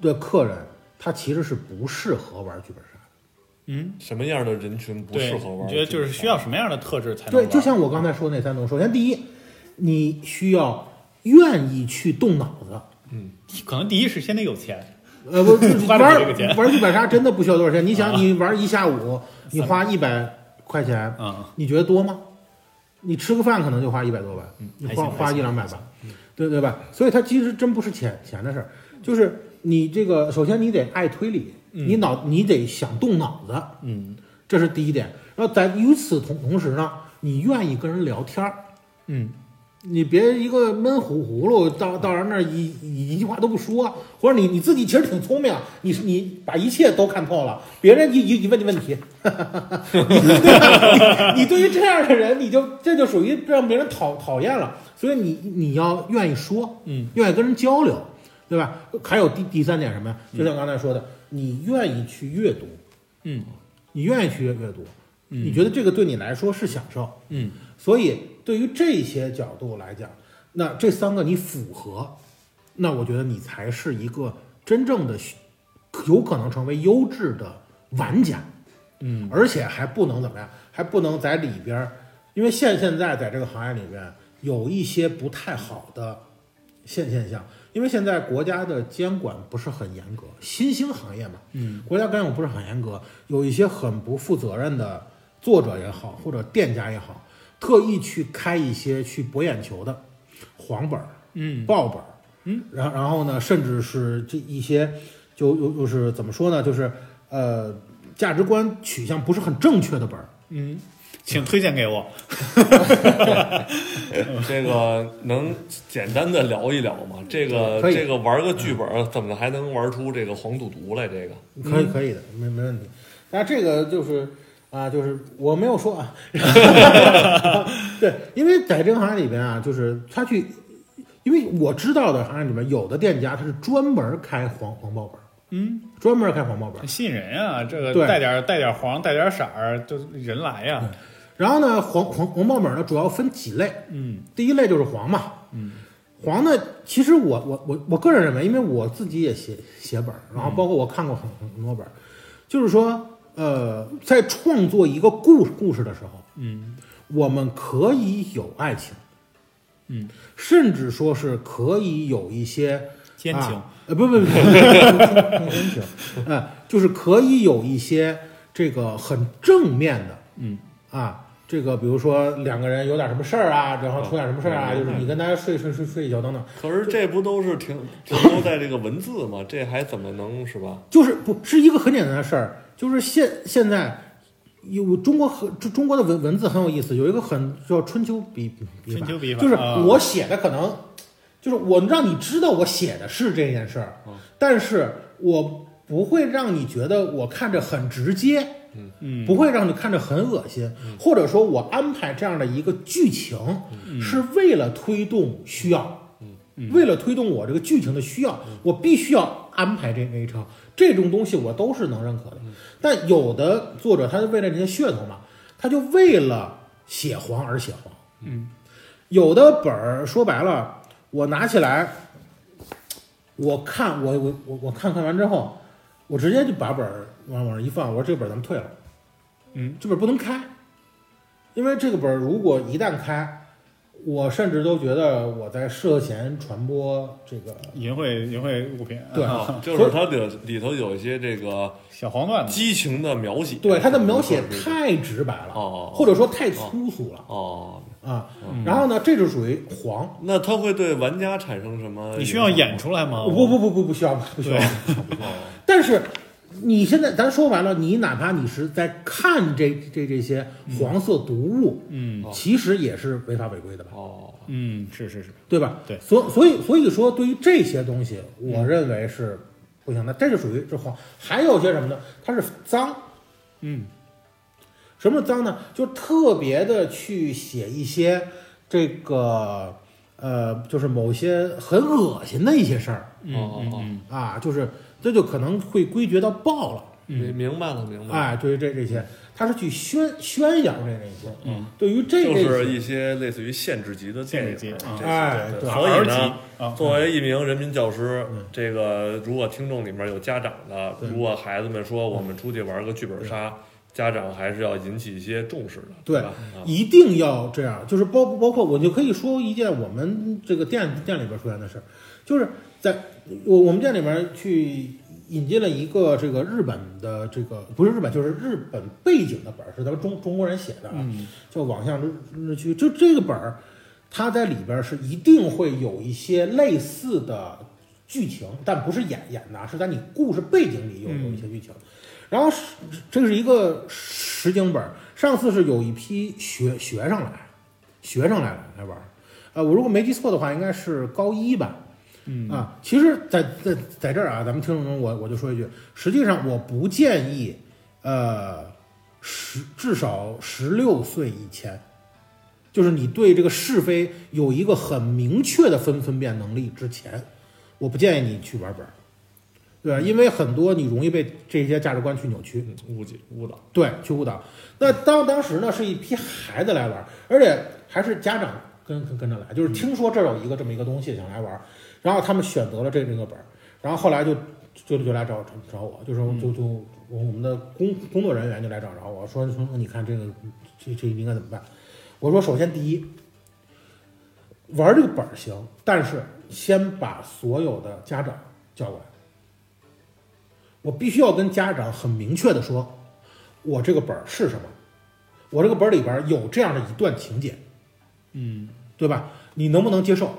Speaker 3: 的客人，他其实是不适合玩剧本杀的。
Speaker 1: 嗯，
Speaker 2: 什么样的人群不
Speaker 1: 对，
Speaker 2: 适合玩？
Speaker 1: 你觉得就是需要什么样的特质才能
Speaker 3: 对，
Speaker 1: 玩
Speaker 3: 就像我刚才说那三种，首先第一，你需要愿意去动脑子。
Speaker 1: 可能第一是先得有钱，*laughs*
Speaker 3: 呃，不
Speaker 1: 花
Speaker 3: 玩
Speaker 1: 不了这个钱
Speaker 3: 玩剧本杀真的不需要多少钱。你想，你玩一下午，你花一百块钱，
Speaker 1: 啊嗯，
Speaker 3: 你觉得多吗？你吃个饭可能就花一百多万，你
Speaker 1: 嗯还
Speaker 3: 花
Speaker 1: 行还
Speaker 3: 花一
Speaker 1: 行
Speaker 3: 两百吧，对对吧？所以它其实真不是钱钱的事儿，就是你这个首先你得爱推理，你脑你得想动脑子，
Speaker 1: 嗯
Speaker 3: 这是第一点。然后在与此同同时呢，你愿意跟人聊天儿，
Speaker 1: 嗯，
Speaker 3: 你别一个闷葫葫芦到到人那儿一一一句话都不说，或者你你自己其实挺聪明，你你把一切都看透了，别人一一一问你问题， *laughs* 你你对于这样的人，你就这就属于让别人讨讨厌了，所以你你要愿意说，
Speaker 1: 嗯，
Speaker 3: 愿意跟人交流，对吧？还有第第三点什么呀？就像刚才说的，你愿意去阅读，
Speaker 1: 嗯
Speaker 3: 你愿意去阅阅读，你觉得这个对你来说是享受，
Speaker 1: 嗯
Speaker 3: 所以对于这些角度来讲，那这三个你符合，那我觉得你才是一个真正的需有可能成为优质的玩家，
Speaker 1: 嗯，
Speaker 3: 而且还不能怎么样，还不能在里边儿，因为现现在在这个行业里边有一些不太好的现现象，因为现在国家的监管不是很严格，新兴行业嘛，嗯，国家监管不是很严格，有一些很不负责任的作者也好，或者店家也好，特意去开一些去博眼球的黄本儿、
Speaker 1: 嗯
Speaker 3: 爆本儿，嗯，然然后呢，甚至是这一些就又又是怎么说呢，就是呃价值观取向不是很正确的本儿，
Speaker 1: 嗯，请推荐给我。
Speaker 2: *laughs* 这个能简单的聊一聊吗？
Speaker 1: *laughs*
Speaker 2: 这个
Speaker 3: 可以
Speaker 2: 这个玩个剧本，怎么还能玩出这个黄赌毒
Speaker 1: *laughs*
Speaker 2: 来？这个
Speaker 3: 可以可以的，没没问题。但这个就是啊，就是我没有说啊， *laughs* 对，因为在这个行业里边啊，就是他去，因为我知道的行业里边有的店家他是专门开黄黄包本儿，
Speaker 1: 嗯，
Speaker 3: 专门开黄包本儿。
Speaker 1: 吸引人啊，这个
Speaker 3: 对
Speaker 1: 带点带点黄，带点色儿，就人来呀、
Speaker 3: 然后呢，黄黄黄包本儿呢主要分几类，
Speaker 1: 嗯
Speaker 3: 第一类就是黄嘛，嗯，黄呢，其实我我我我个人认为，因为我自己也写写本儿，然后包括我看过很很多本儿，就是说，呃，在创作一个故故事的时候，
Speaker 1: 嗯
Speaker 3: 我们可以有爱情，
Speaker 1: 嗯，
Speaker 3: 甚至说是可以有一些
Speaker 1: 奸情
Speaker 3: 啊呃，不不不，不奸情，呃，就是可以有一些这个很正面的，
Speaker 1: 嗯
Speaker 3: 啊，这个比如说两个人有点什么事儿啊，然后出点什么事儿啊，
Speaker 2: 嗯
Speaker 3: 就是你跟他睡睡睡睡一觉等等，
Speaker 2: 可是这不都是停停留在这个文字吗？这还怎么能是吧？
Speaker 3: 就是不是一个很简单的事儿，就是现现在有中国很中中国的文文字很有意思，有一个很叫春秋笔笔
Speaker 1: 春
Speaker 3: 法，
Speaker 1: 秋笔法
Speaker 3: 就是
Speaker 1: 啊
Speaker 3: 我写的可能就是我让你知道我写的是这件事儿
Speaker 2: 嗯，
Speaker 3: 但是我不会让你觉得我看着很直接，
Speaker 1: 嗯，
Speaker 3: 不会让你看着很恶心，或者说我安排这样的一个剧情，
Speaker 1: 嗯
Speaker 3: 是为了推动需要，为了推动我这个剧情的需要，
Speaker 1: 嗯
Speaker 3: 我必须要安排这这一场，这种东西我都是能认可
Speaker 1: 嗯
Speaker 3: 的。但有的作者他是为了这些噱头嘛，他就为了写黄而写黄。
Speaker 1: 嗯，
Speaker 3: 有的本儿说白了，我拿起来，我看我我我我看看完之后，我直接就把本儿往往上一放，我说这个本儿咱们退了。
Speaker 1: 嗯，
Speaker 3: 这本儿不能开，因为这个本儿如果一旦开，我甚至都觉得我在涉嫌传播这个
Speaker 2: 嗯
Speaker 1: 淫秽淫秽物品，*laughs*
Speaker 3: 对
Speaker 1: 啊
Speaker 3: *laughs*
Speaker 2: 啊，就是它里里头有一些这个
Speaker 1: 小黄段子，
Speaker 2: 激情的描写，
Speaker 3: 对它的描写
Speaker 2: 或者是
Speaker 3: 太直白了，
Speaker 2: 哦
Speaker 3: 或者说太粗俗了、
Speaker 2: 哦，
Speaker 3: 啊。然后呢，这就属于黄。
Speaker 2: 那它会对玩家产生什么？
Speaker 1: 你需要演出来吗？
Speaker 3: 不不不不不需要不需要，
Speaker 1: *laughs*
Speaker 3: 但是你现在咱说白了，你哪怕你是在看这这这些黄色毒物，
Speaker 1: 嗯
Speaker 2: 哦
Speaker 3: 其实也是违法违规的吧，
Speaker 2: 哦，
Speaker 1: 嗯，是是是，
Speaker 3: 对吧？
Speaker 1: 对嗯
Speaker 3: 所所以所以说，对于这些东西，我认为是不行的，这就属于是黄。还有一些什么呢？它是脏，
Speaker 1: 嗯
Speaker 3: 什么是脏呢？就特别的去写一些这个呃，就是某些很恶心的一些事儿
Speaker 1: 嗯
Speaker 2: 哦哦哦
Speaker 1: 嗯
Speaker 3: 啊，就是这就可能会规矩到爆了。
Speaker 2: 明明白了，明白了。
Speaker 3: 哎，对于这这些，他是去宣宣扬这这些。
Speaker 1: 嗯，
Speaker 3: 对于这
Speaker 2: 就
Speaker 3: 这
Speaker 2: 是
Speaker 3: 些
Speaker 2: 一些类似于限制级的电影
Speaker 1: 限制级啊
Speaker 2: 这
Speaker 3: 哎
Speaker 2: 是
Speaker 3: 对
Speaker 2: 所以
Speaker 1: 反而
Speaker 2: 呢
Speaker 1: 级啊，
Speaker 2: 作为一名人民教师
Speaker 3: 嗯，
Speaker 2: 这个如果听众里面有家长的，
Speaker 3: 对
Speaker 2: 如果孩子们说我们出去玩个剧本杀，家长还是要引起一些重视的，
Speaker 3: 对
Speaker 2: 吧？啊
Speaker 3: 一定要这样，就是包包括我就可以说一件我们这个店店里边出现的事儿，就是在我我们店里面去引进了一个这个日本的这个不是日本就是日本背景的本儿，是咱们中中国人写的啊，
Speaker 1: 嗯
Speaker 3: 叫《网向日日区》，就这个本儿，它在里边儿是一定会有一些类似的剧情，但不是演演的啊，是在你故事背景里有有一些剧情。然后是这是一个实景本儿，上次是有一批学学生来，学生来来玩儿，呃，我如果没记错的话，应该是高一吧。
Speaker 1: 嗯
Speaker 3: 啊，其实在，在在这儿啊，咱们听众中我，我就说一句，实际上我不建议，呃，十至少十六岁以前，就是你对这个是非有一个很明确的分分辨能力之前，我不建议你去玩本儿，对吧？因为很多你容易被这些价值观去扭曲。
Speaker 2: 嗯误解误导，
Speaker 3: 对，去舞蹈。那当当时呢，是一批孩子来玩儿，而且还是家长跟跟跟着来，就是听说这儿有一个这么一个东西想来玩儿，然后他们选择了这这个本儿，然后后来就就就来找找找我，就说就就我我们的工工作人员就来找找我说说你看这个这这应该怎么办？我说首先第一，玩儿这个本儿行，但是先把所有的家长叫过来，我必须要跟家长很明确的说。我这个本儿是什么？我这个本儿里边儿有这样的一段情节，
Speaker 1: 嗯
Speaker 3: 对吧？你能不能接受？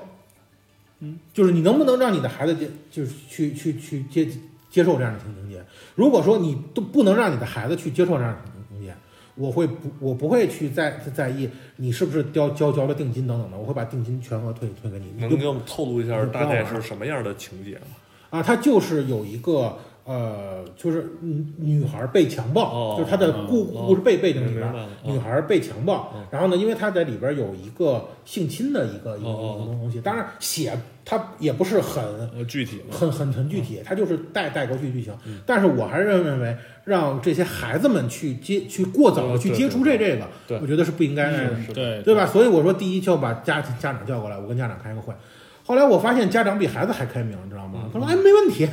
Speaker 3: 嗯，就是你能不能让你的孩子接，就是去去去接接受这样的情情节？如果说你都不能让你的孩子去接受这样的情情节，我会不，我不会去在在意你是不是交交交了定金等等的，我会把定金全额退退给你。你
Speaker 2: 能
Speaker 3: 就
Speaker 2: 给我们透露一下
Speaker 3: 你不要
Speaker 2: 大概
Speaker 3: 玩
Speaker 2: 是什么样的情节吗？
Speaker 3: 啊，他就是有一个呃，就是女女孩被强暴，
Speaker 2: 哦
Speaker 3: 就是他的故、
Speaker 2: 哦
Speaker 3: 故事背背景里
Speaker 2: 明
Speaker 3: 边
Speaker 2: 白
Speaker 3: 儿，
Speaker 2: 了
Speaker 3: 女孩被强暴，
Speaker 2: 嗯
Speaker 3: 然后呢，因为他在里边儿有一个性侵的一个一个、
Speaker 2: 哦
Speaker 3: 一个东西，当然写他也不是很
Speaker 2: 呃，具体吗？
Speaker 3: 很很很具
Speaker 2: 嗯
Speaker 3: 体，他就是带带过去剧情。但是我还是认为，让这些孩子们去接去过早的
Speaker 2: 呃
Speaker 3: 去
Speaker 2: 对
Speaker 3: 接触这
Speaker 2: 对
Speaker 3: 这个，
Speaker 2: 对
Speaker 3: 我觉得是不应该的。
Speaker 1: 嗯对
Speaker 3: 对吧？所以我说，第一就要把家家长叫过来，我跟家长开个会。后来我发现家长比孩子还开明，你知道吗？他说：“哎，没问题。”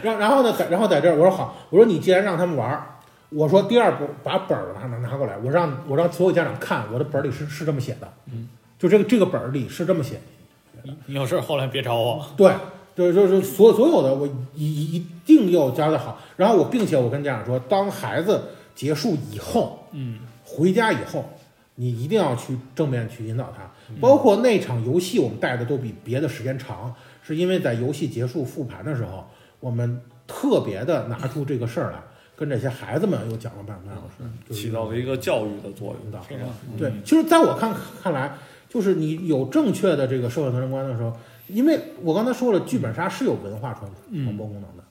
Speaker 3: 然后然后呢，在然后在这儿，我说好，我说你既然让他们玩儿，我说第二步把本儿拿拿拿过来，我让我让所有家长看我的本儿里是是这么写的，嗯，就这个这个本儿里是这么写的，
Speaker 1: 你你有事儿后来别找我，
Speaker 3: 对，就是就是所所有的我一一定要交代好。然后我并且我跟家长说，当孩子结束以后，
Speaker 1: 嗯，
Speaker 3: 回家以后，你一定要去正面去引导他。
Speaker 2: 嗯
Speaker 3: 包括那场游戏，我们带的都比别的时间长，是因为在游戏结束复盘的时候，我们特别的拿出这个事儿来，跟这些孩子们又讲了半个半小时，就是
Speaker 2: 起到了一个教育的作用。
Speaker 3: 引导。
Speaker 1: 非常好
Speaker 3: 对，其实在我看看来，就是你有正确的这个社会责任观的时候，因为我刚才说了，剧本杀是有文化传传播功能的，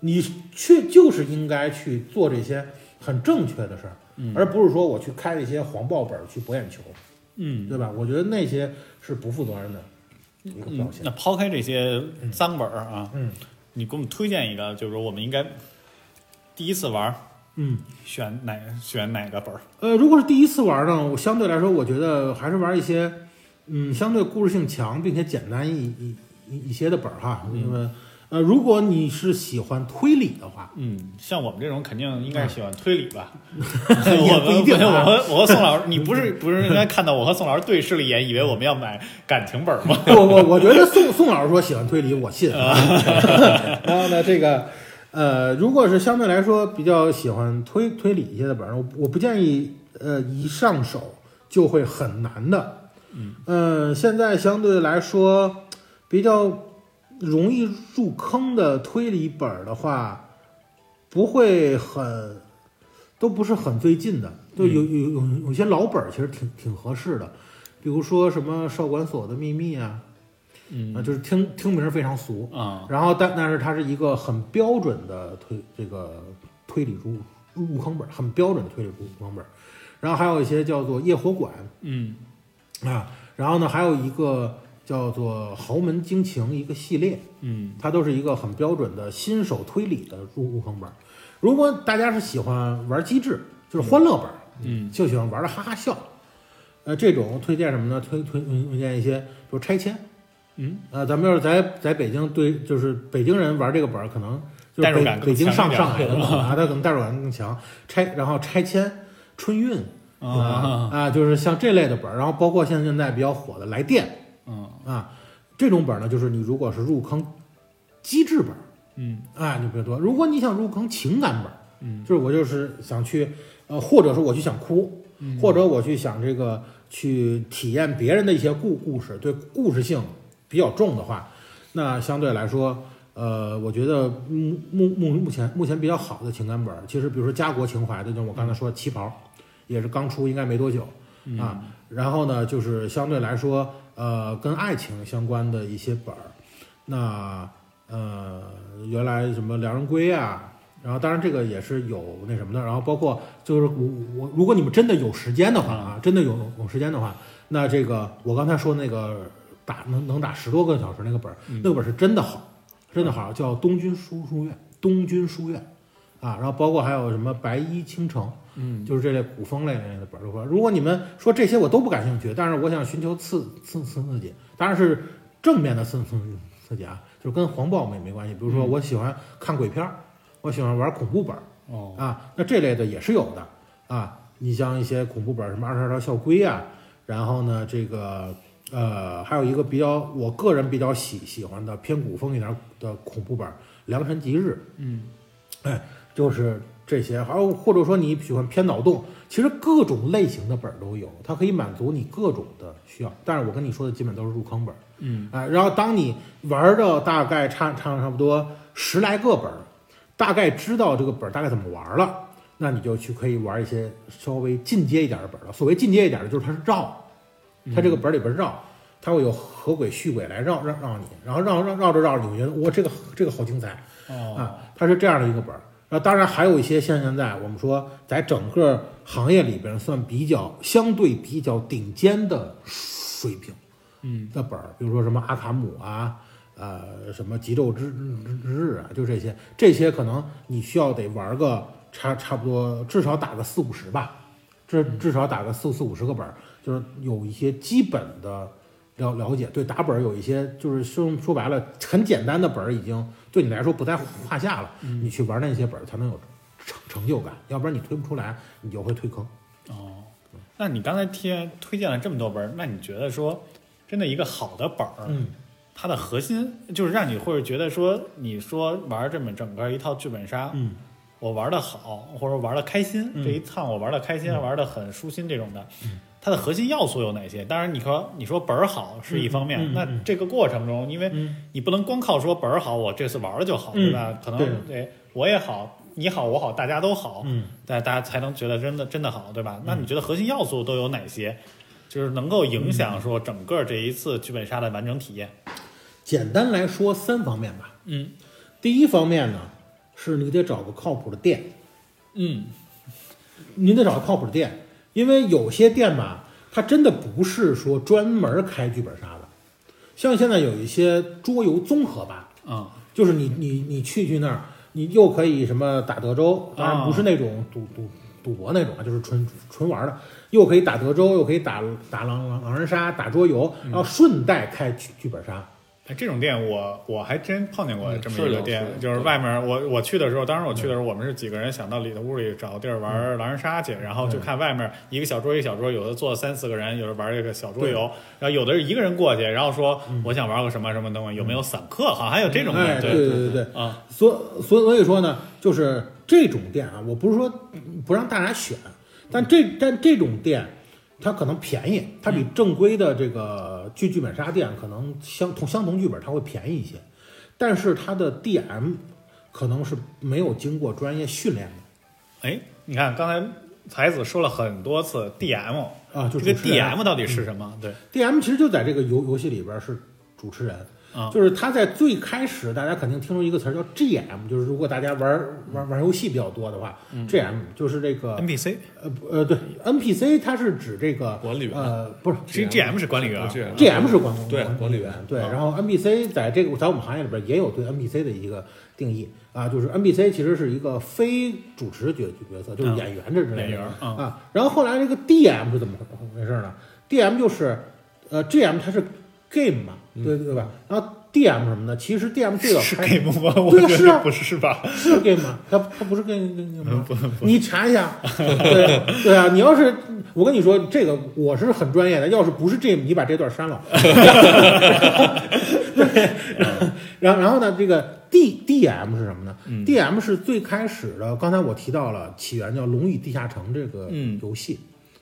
Speaker 3: 你去就是应该去做这些很正确的事儿，而不是说我去开一些黄报本儿去博眼球，
Speaker 1: 嗯，
Speaker 3: 对吧？我觉得那些是不负责任的一个表
Speaker 1: 嗯
Speaker 3: 现。
Speaker 1: 那抛开这些脏本儿啊，
Speaker 3: 嗯
Speaker 1: 你给我们推荐一个，就是我们应该第一次玩儿
Speaker 3: 嗯，
Speaker 1: 选哪选哪个本儿？
Speaker 3: 呃，如果是第一次玩呢，我相对来说，我觉得还是玩一些，嗯，相对故事性强并且简单一一一一些的本儿哈。因为、呃，如果你是喜欢推理的话，
Speaker 1: 嗯，像我们这种肯定应该喜欢推理吧。
Speaker 3: *laughs* 也
Speaker 1: 我
Speaker 3: 不一
Speaker 1: 们
Speaker 3: 定
Speaker 1: *laughs* 我
Speaker 3: 啊
Speaker 1: 和我和宋老师，你不是不是应该看到我和宋老师对视了一眼，以为我们要买感情本儿吗？
Speaker 3: 我我我觉得宋宋老师说喜欢推理，我信。啊 *laughs* 然后呢，这个呃，如果是相对来说比较喜欢推推理一些的本儿，我我不建议呃一上手就会很难的。嗯、现在相对来说比较容易入坑的推理本儿的话，不会很都不是很费劲的。就有有有有些老本儿其实挺挺合适的，比如说什么《少管所的秘密》啊，啊，就是听听名儿非常俗，
Speaker 1: 啊，
Speaker 3: 然后但但是它是一个很标准的推这个推理入入坑本儿，很标准的推理入坑本儿。然后还有一些叫做夜火馆
Speaker 1: 嗯
Speaker 3: 啊，然后呢还有一个叫做豪门惊情一个系列，
Speaker 1: 嗯
Speaker 3: 它都是一个很标准的新手推理的入入坑本儿。如果大家是喜欢玩机制，就是欢乐本儿，
Speaker 1: 嗯
Speaker 3: 就喜欢玩的哈哈笑，呃，这种推荐什么呢？推推推荐一些，比如拆迁。
Speaker 1: 嗯，
Speaker 3: 呃，咱们要是在在北京对，就是北京人玩这个本儿，可能就是
Speaker 1: 代入
Speaker 3: 北
Speaker 1: 感更
Speaker 3: 北京
Speaker 1: 强一
Speaker 3: 上
Speaker 1: 点
Speaker 3: 上海人啊，他可能代入感更强。拆，然后拆迁、春运啊
Speaker 1: 啊
Speaker 3: 啊，就是像这类的本儿，然后包括现在现在比较火的来电
Speaker 1: 嗯
Speaker 3: 啊，这种本儿呢，就是你如果是入坑机制本儿，
Speaker 1: 嗯
Speaker 3: 哎，你别多。如果你想入坑情感本儿，
Speaker 1: 嗯
Speaker 3: 就是我就是想去，呃，或者是我去想哭，或者我去想这个去体验别人的一些故故事，对故事性比较重的话，那相对来说，呃，我觉得目目目目前目前比较好的情感本儿，其实比如说家国情怀的，就我刚才说的旗袍，也是刚出，应该没多久啊。然后呢，就是相对来说，呃，跟爱情相关的一些本儿，那呃，原来什么《良人归》啊，然后当然这个也是有那什么的，然后包括就是我我如果你们真的有时间的话啊，真的有有时间的话，那这个我刚才说那个打能能打十多个小时那个本儿，那个本儿是真的好，真的好，叫东军书书院，东军书院啊，然后包括还有什么白衣倾城。
Speaker 1: 嗯，
Speaker 3: 就是这类古风类类的本儿。如果你们说这些我都不感兴趣，但是我想寻求刺刺刺刺激，当然是正面的刺刺刺激啊，就是跟黄暴没没关系。比如说我喜欢看鬼片儿，我喜欢玩恐怖本儿
Speaker 1: 哦，
Speaker 3: 啊，那这类的也是有的啊。你像一些恐怖本儿，什么二十二条校规啊，然后呢，这个呃，还有一个比较我个人比较喜喜欢的偏古风一点儿的恐怖本儿《良辰吉日》。
Speaker 1: 嗯
Speaker 3: 哎，就是这些，还有或者说你喜欢偏脑洞，其实各种类型的本儿都有，它可以满足你各种的需要。但是我跟你说的基本都是入坑本儿，
Speaker 1: 嗯
Speaker 3: 哎，然后当你玩到大概差差差不多十来个本儿，大概知道这个本儿大概怎么玩儿了，那你就去可以玩一些稍微进阶一点儿的本儿了。所谓进阶一点儿的，就是它是绕，它这个本儿里边绕，它会有合轨、续轨来绕绕绕你，然后绕绕绕着绕着，你就觉得哇，这个这个好精彩，
Speaker 1: 哦
Speaker 3: 啊，它是这样的一个本儿。那当然还有一些像现在我们说在整个行业里边算比较相对比较顶尖的水平
Speaker 1: 嗯
Speaker 3: 的本儿，比如说什么阿卡姆啊，呃，什么极昼之之之日啊，就这些，这些可能你需要得玩个差差不多至少打个四五十吧，至至少打个四四五十个本儿，就是有一些基本的了了解，对打本儿有一些就是说说白了很简单的本儿已经对你来说不在话下了，你去玩那些本儿才能有成成就感，要不然你推不出来，你就会退坑。
Speaker 1: 哦，那你刚才贴推荐了这么多本儿，那你觉得说真的一个好的本儿，
Speaker 3: 嗯，
Speaker 1: 它的核心就是让你会觉得说，你说玩这么整个一套剧本杀，
Speaker 3: 嗯，
Speaker 1: 我玩的好，或者玩的开心，这一趟我玩的开心，
Speaker 3: 嗯
Speaker 1: 玩的很舒心这种的，它的核心要素有哪些？当然，你说你说本儿好是一方面，
Speaker 3: 嗯嗯嗯
Speaker 1: 那这个过程中，因为你不能光靠说本儿好，我这次玩了就好，
Speaker 3: 嗯
Speaker 1: 对吧？可能
Speaker 3: 对
Speaker 1: 对我也好，你好我好，大家都好，
Speaker 3: 嗯，
Speaker 1: 大大家才能觉得真的真的好，对吧？那你觉得核心要素都有哪些？就是能够影响说整个这一次剧本杀的完整体验。
Speaker 3: 简单来说三方面吧。
Speaker 1: 嗯
Speaker 3: 第一方面呢，是你得找个靠谱的店，
Speaker 1: 嗯
Speaker 3: 你得找个靠谱的店，因为有些店吧，它真的不是说专门开剧本杀的，像现在有一些桌游综合吧，
Speaker 1: 啊
Speaker 3: 就是你你你去去那儿，你又可以什么打德州，当然不是那种赌赌赌博那种啊，就是纯纯玩的，又可以打德州，又可以打打狼狼狼人杀，打桌游，然后顺带开剧剧本杀。
Speaker 1: 哎，这种店我我还真碰见过这么
Speaker 2: 是
Speaker 1: 一个
Speaker 2: 有
Speaker 1: 店
Speaker 2: 是，有
Speaker 1: 就是
Speaker 2: 对
Speaker 1: 外面我我去的时候，当时我去的时候，我们是几个人想到里头屋里找地儿玩狼人杀去，然后就看外面一个小桌一个小桌，有的坐三四个人，有的玩这个小桌游，然后有的是一个人过去，然后说我想玩个什么什么东西，有没有散客？好像还有这种的，
Speaker 3: 哎，对
Speaker 1: 对
Speaker 3: 对对，
Speaker 1: 啊，
Speaker 3: 所所所以说呢，就是这种店啊，我不是说不让大家选，但这
Speaker 1: 嗯
Speaker 3: 但这种店，它可能便宜，它比正规的这个剧剧本杀店可能相同相同剧本它会便宜一些，但是它的 DM 可能是没有经过专业训练
Speaker 1: 哎，你看刚才才子说了很多次 DM，
Speaker 3: 的啊，就
Speaker 1: 这个
Speaker 3: 是主持人嗯
Speaker 1: DM 到底是什么？对
Speaker 3: DM 其实就在这个游游戏里边是主持人，
Speaker 1: 啊
Speaker 3: 就是他在最开始，大家肯定听说一个词儿叫 GM，就是如果大家玩玩玩游戏比较多的话、g
Speaker 2: 嗯
Speaker 3: m 就是这个
Speaker 1: ，NPC，
Speaker 3: 呃不呃对 NPC，它是指这个
Speaker 2: 管理员
Speaker 3: 呃不是
Speaker 1: 其实 GM 是管理员
Speaker 2: 啊，这样
Speaker 3: GM 是管
Speaker 2: 对
Speaker 3: 管
Speaker 2: 管
Speaker 3: 理
Speaker 2: 理
Speaker 3: 员
Speaker 2: 员，
Speaker 3: 对。
Speaker 2: 啊
Speaker 3: 然后 NPC 在这个在我们行业里边也有对 NPC 的一个定义啊，就是 NPC 其实是一个非主持角角色，
Speaker 2: 啊
Speaker 3: 就是
Speaker 1: 嗯
Speaker 3: 演员这之类的
Speaker 1: 演员嗯
Speaker 3: 啊。然后后来这个 DM 是怎么回事呢？DM 就是呃 GM 它是 game 嘛，对对吧？然后 DM 什么呢？其实 DM 最早
Speaker 1: 嗯是
Speaker 3: 开
Speaker 1: game 吗？我
Speaker 3: 对啊
Speaker 1: 觉
Speaker 3: 是啊
Speaker 1: 得不是吧？
Speaker 3: 是 game 吗？它它不是 game game 吗？
Speaker 1: 嗯不不
Speaker 3: 你查一下，对对啊，你要是我跟你说这个我是很专业的，要是不是 Jim，你把这段删了。 *laughs*
Speaker 1: 嗯
Speaker 3: 然后然后呢，这个 D D M 是什么呢、d
Speaker 1: 嗯
Speaker 3: M 是最开始的，刚才我提到了起源叫《龙与地下城》这个
Speaker 1: 嗯
Speaker 3: 游戏、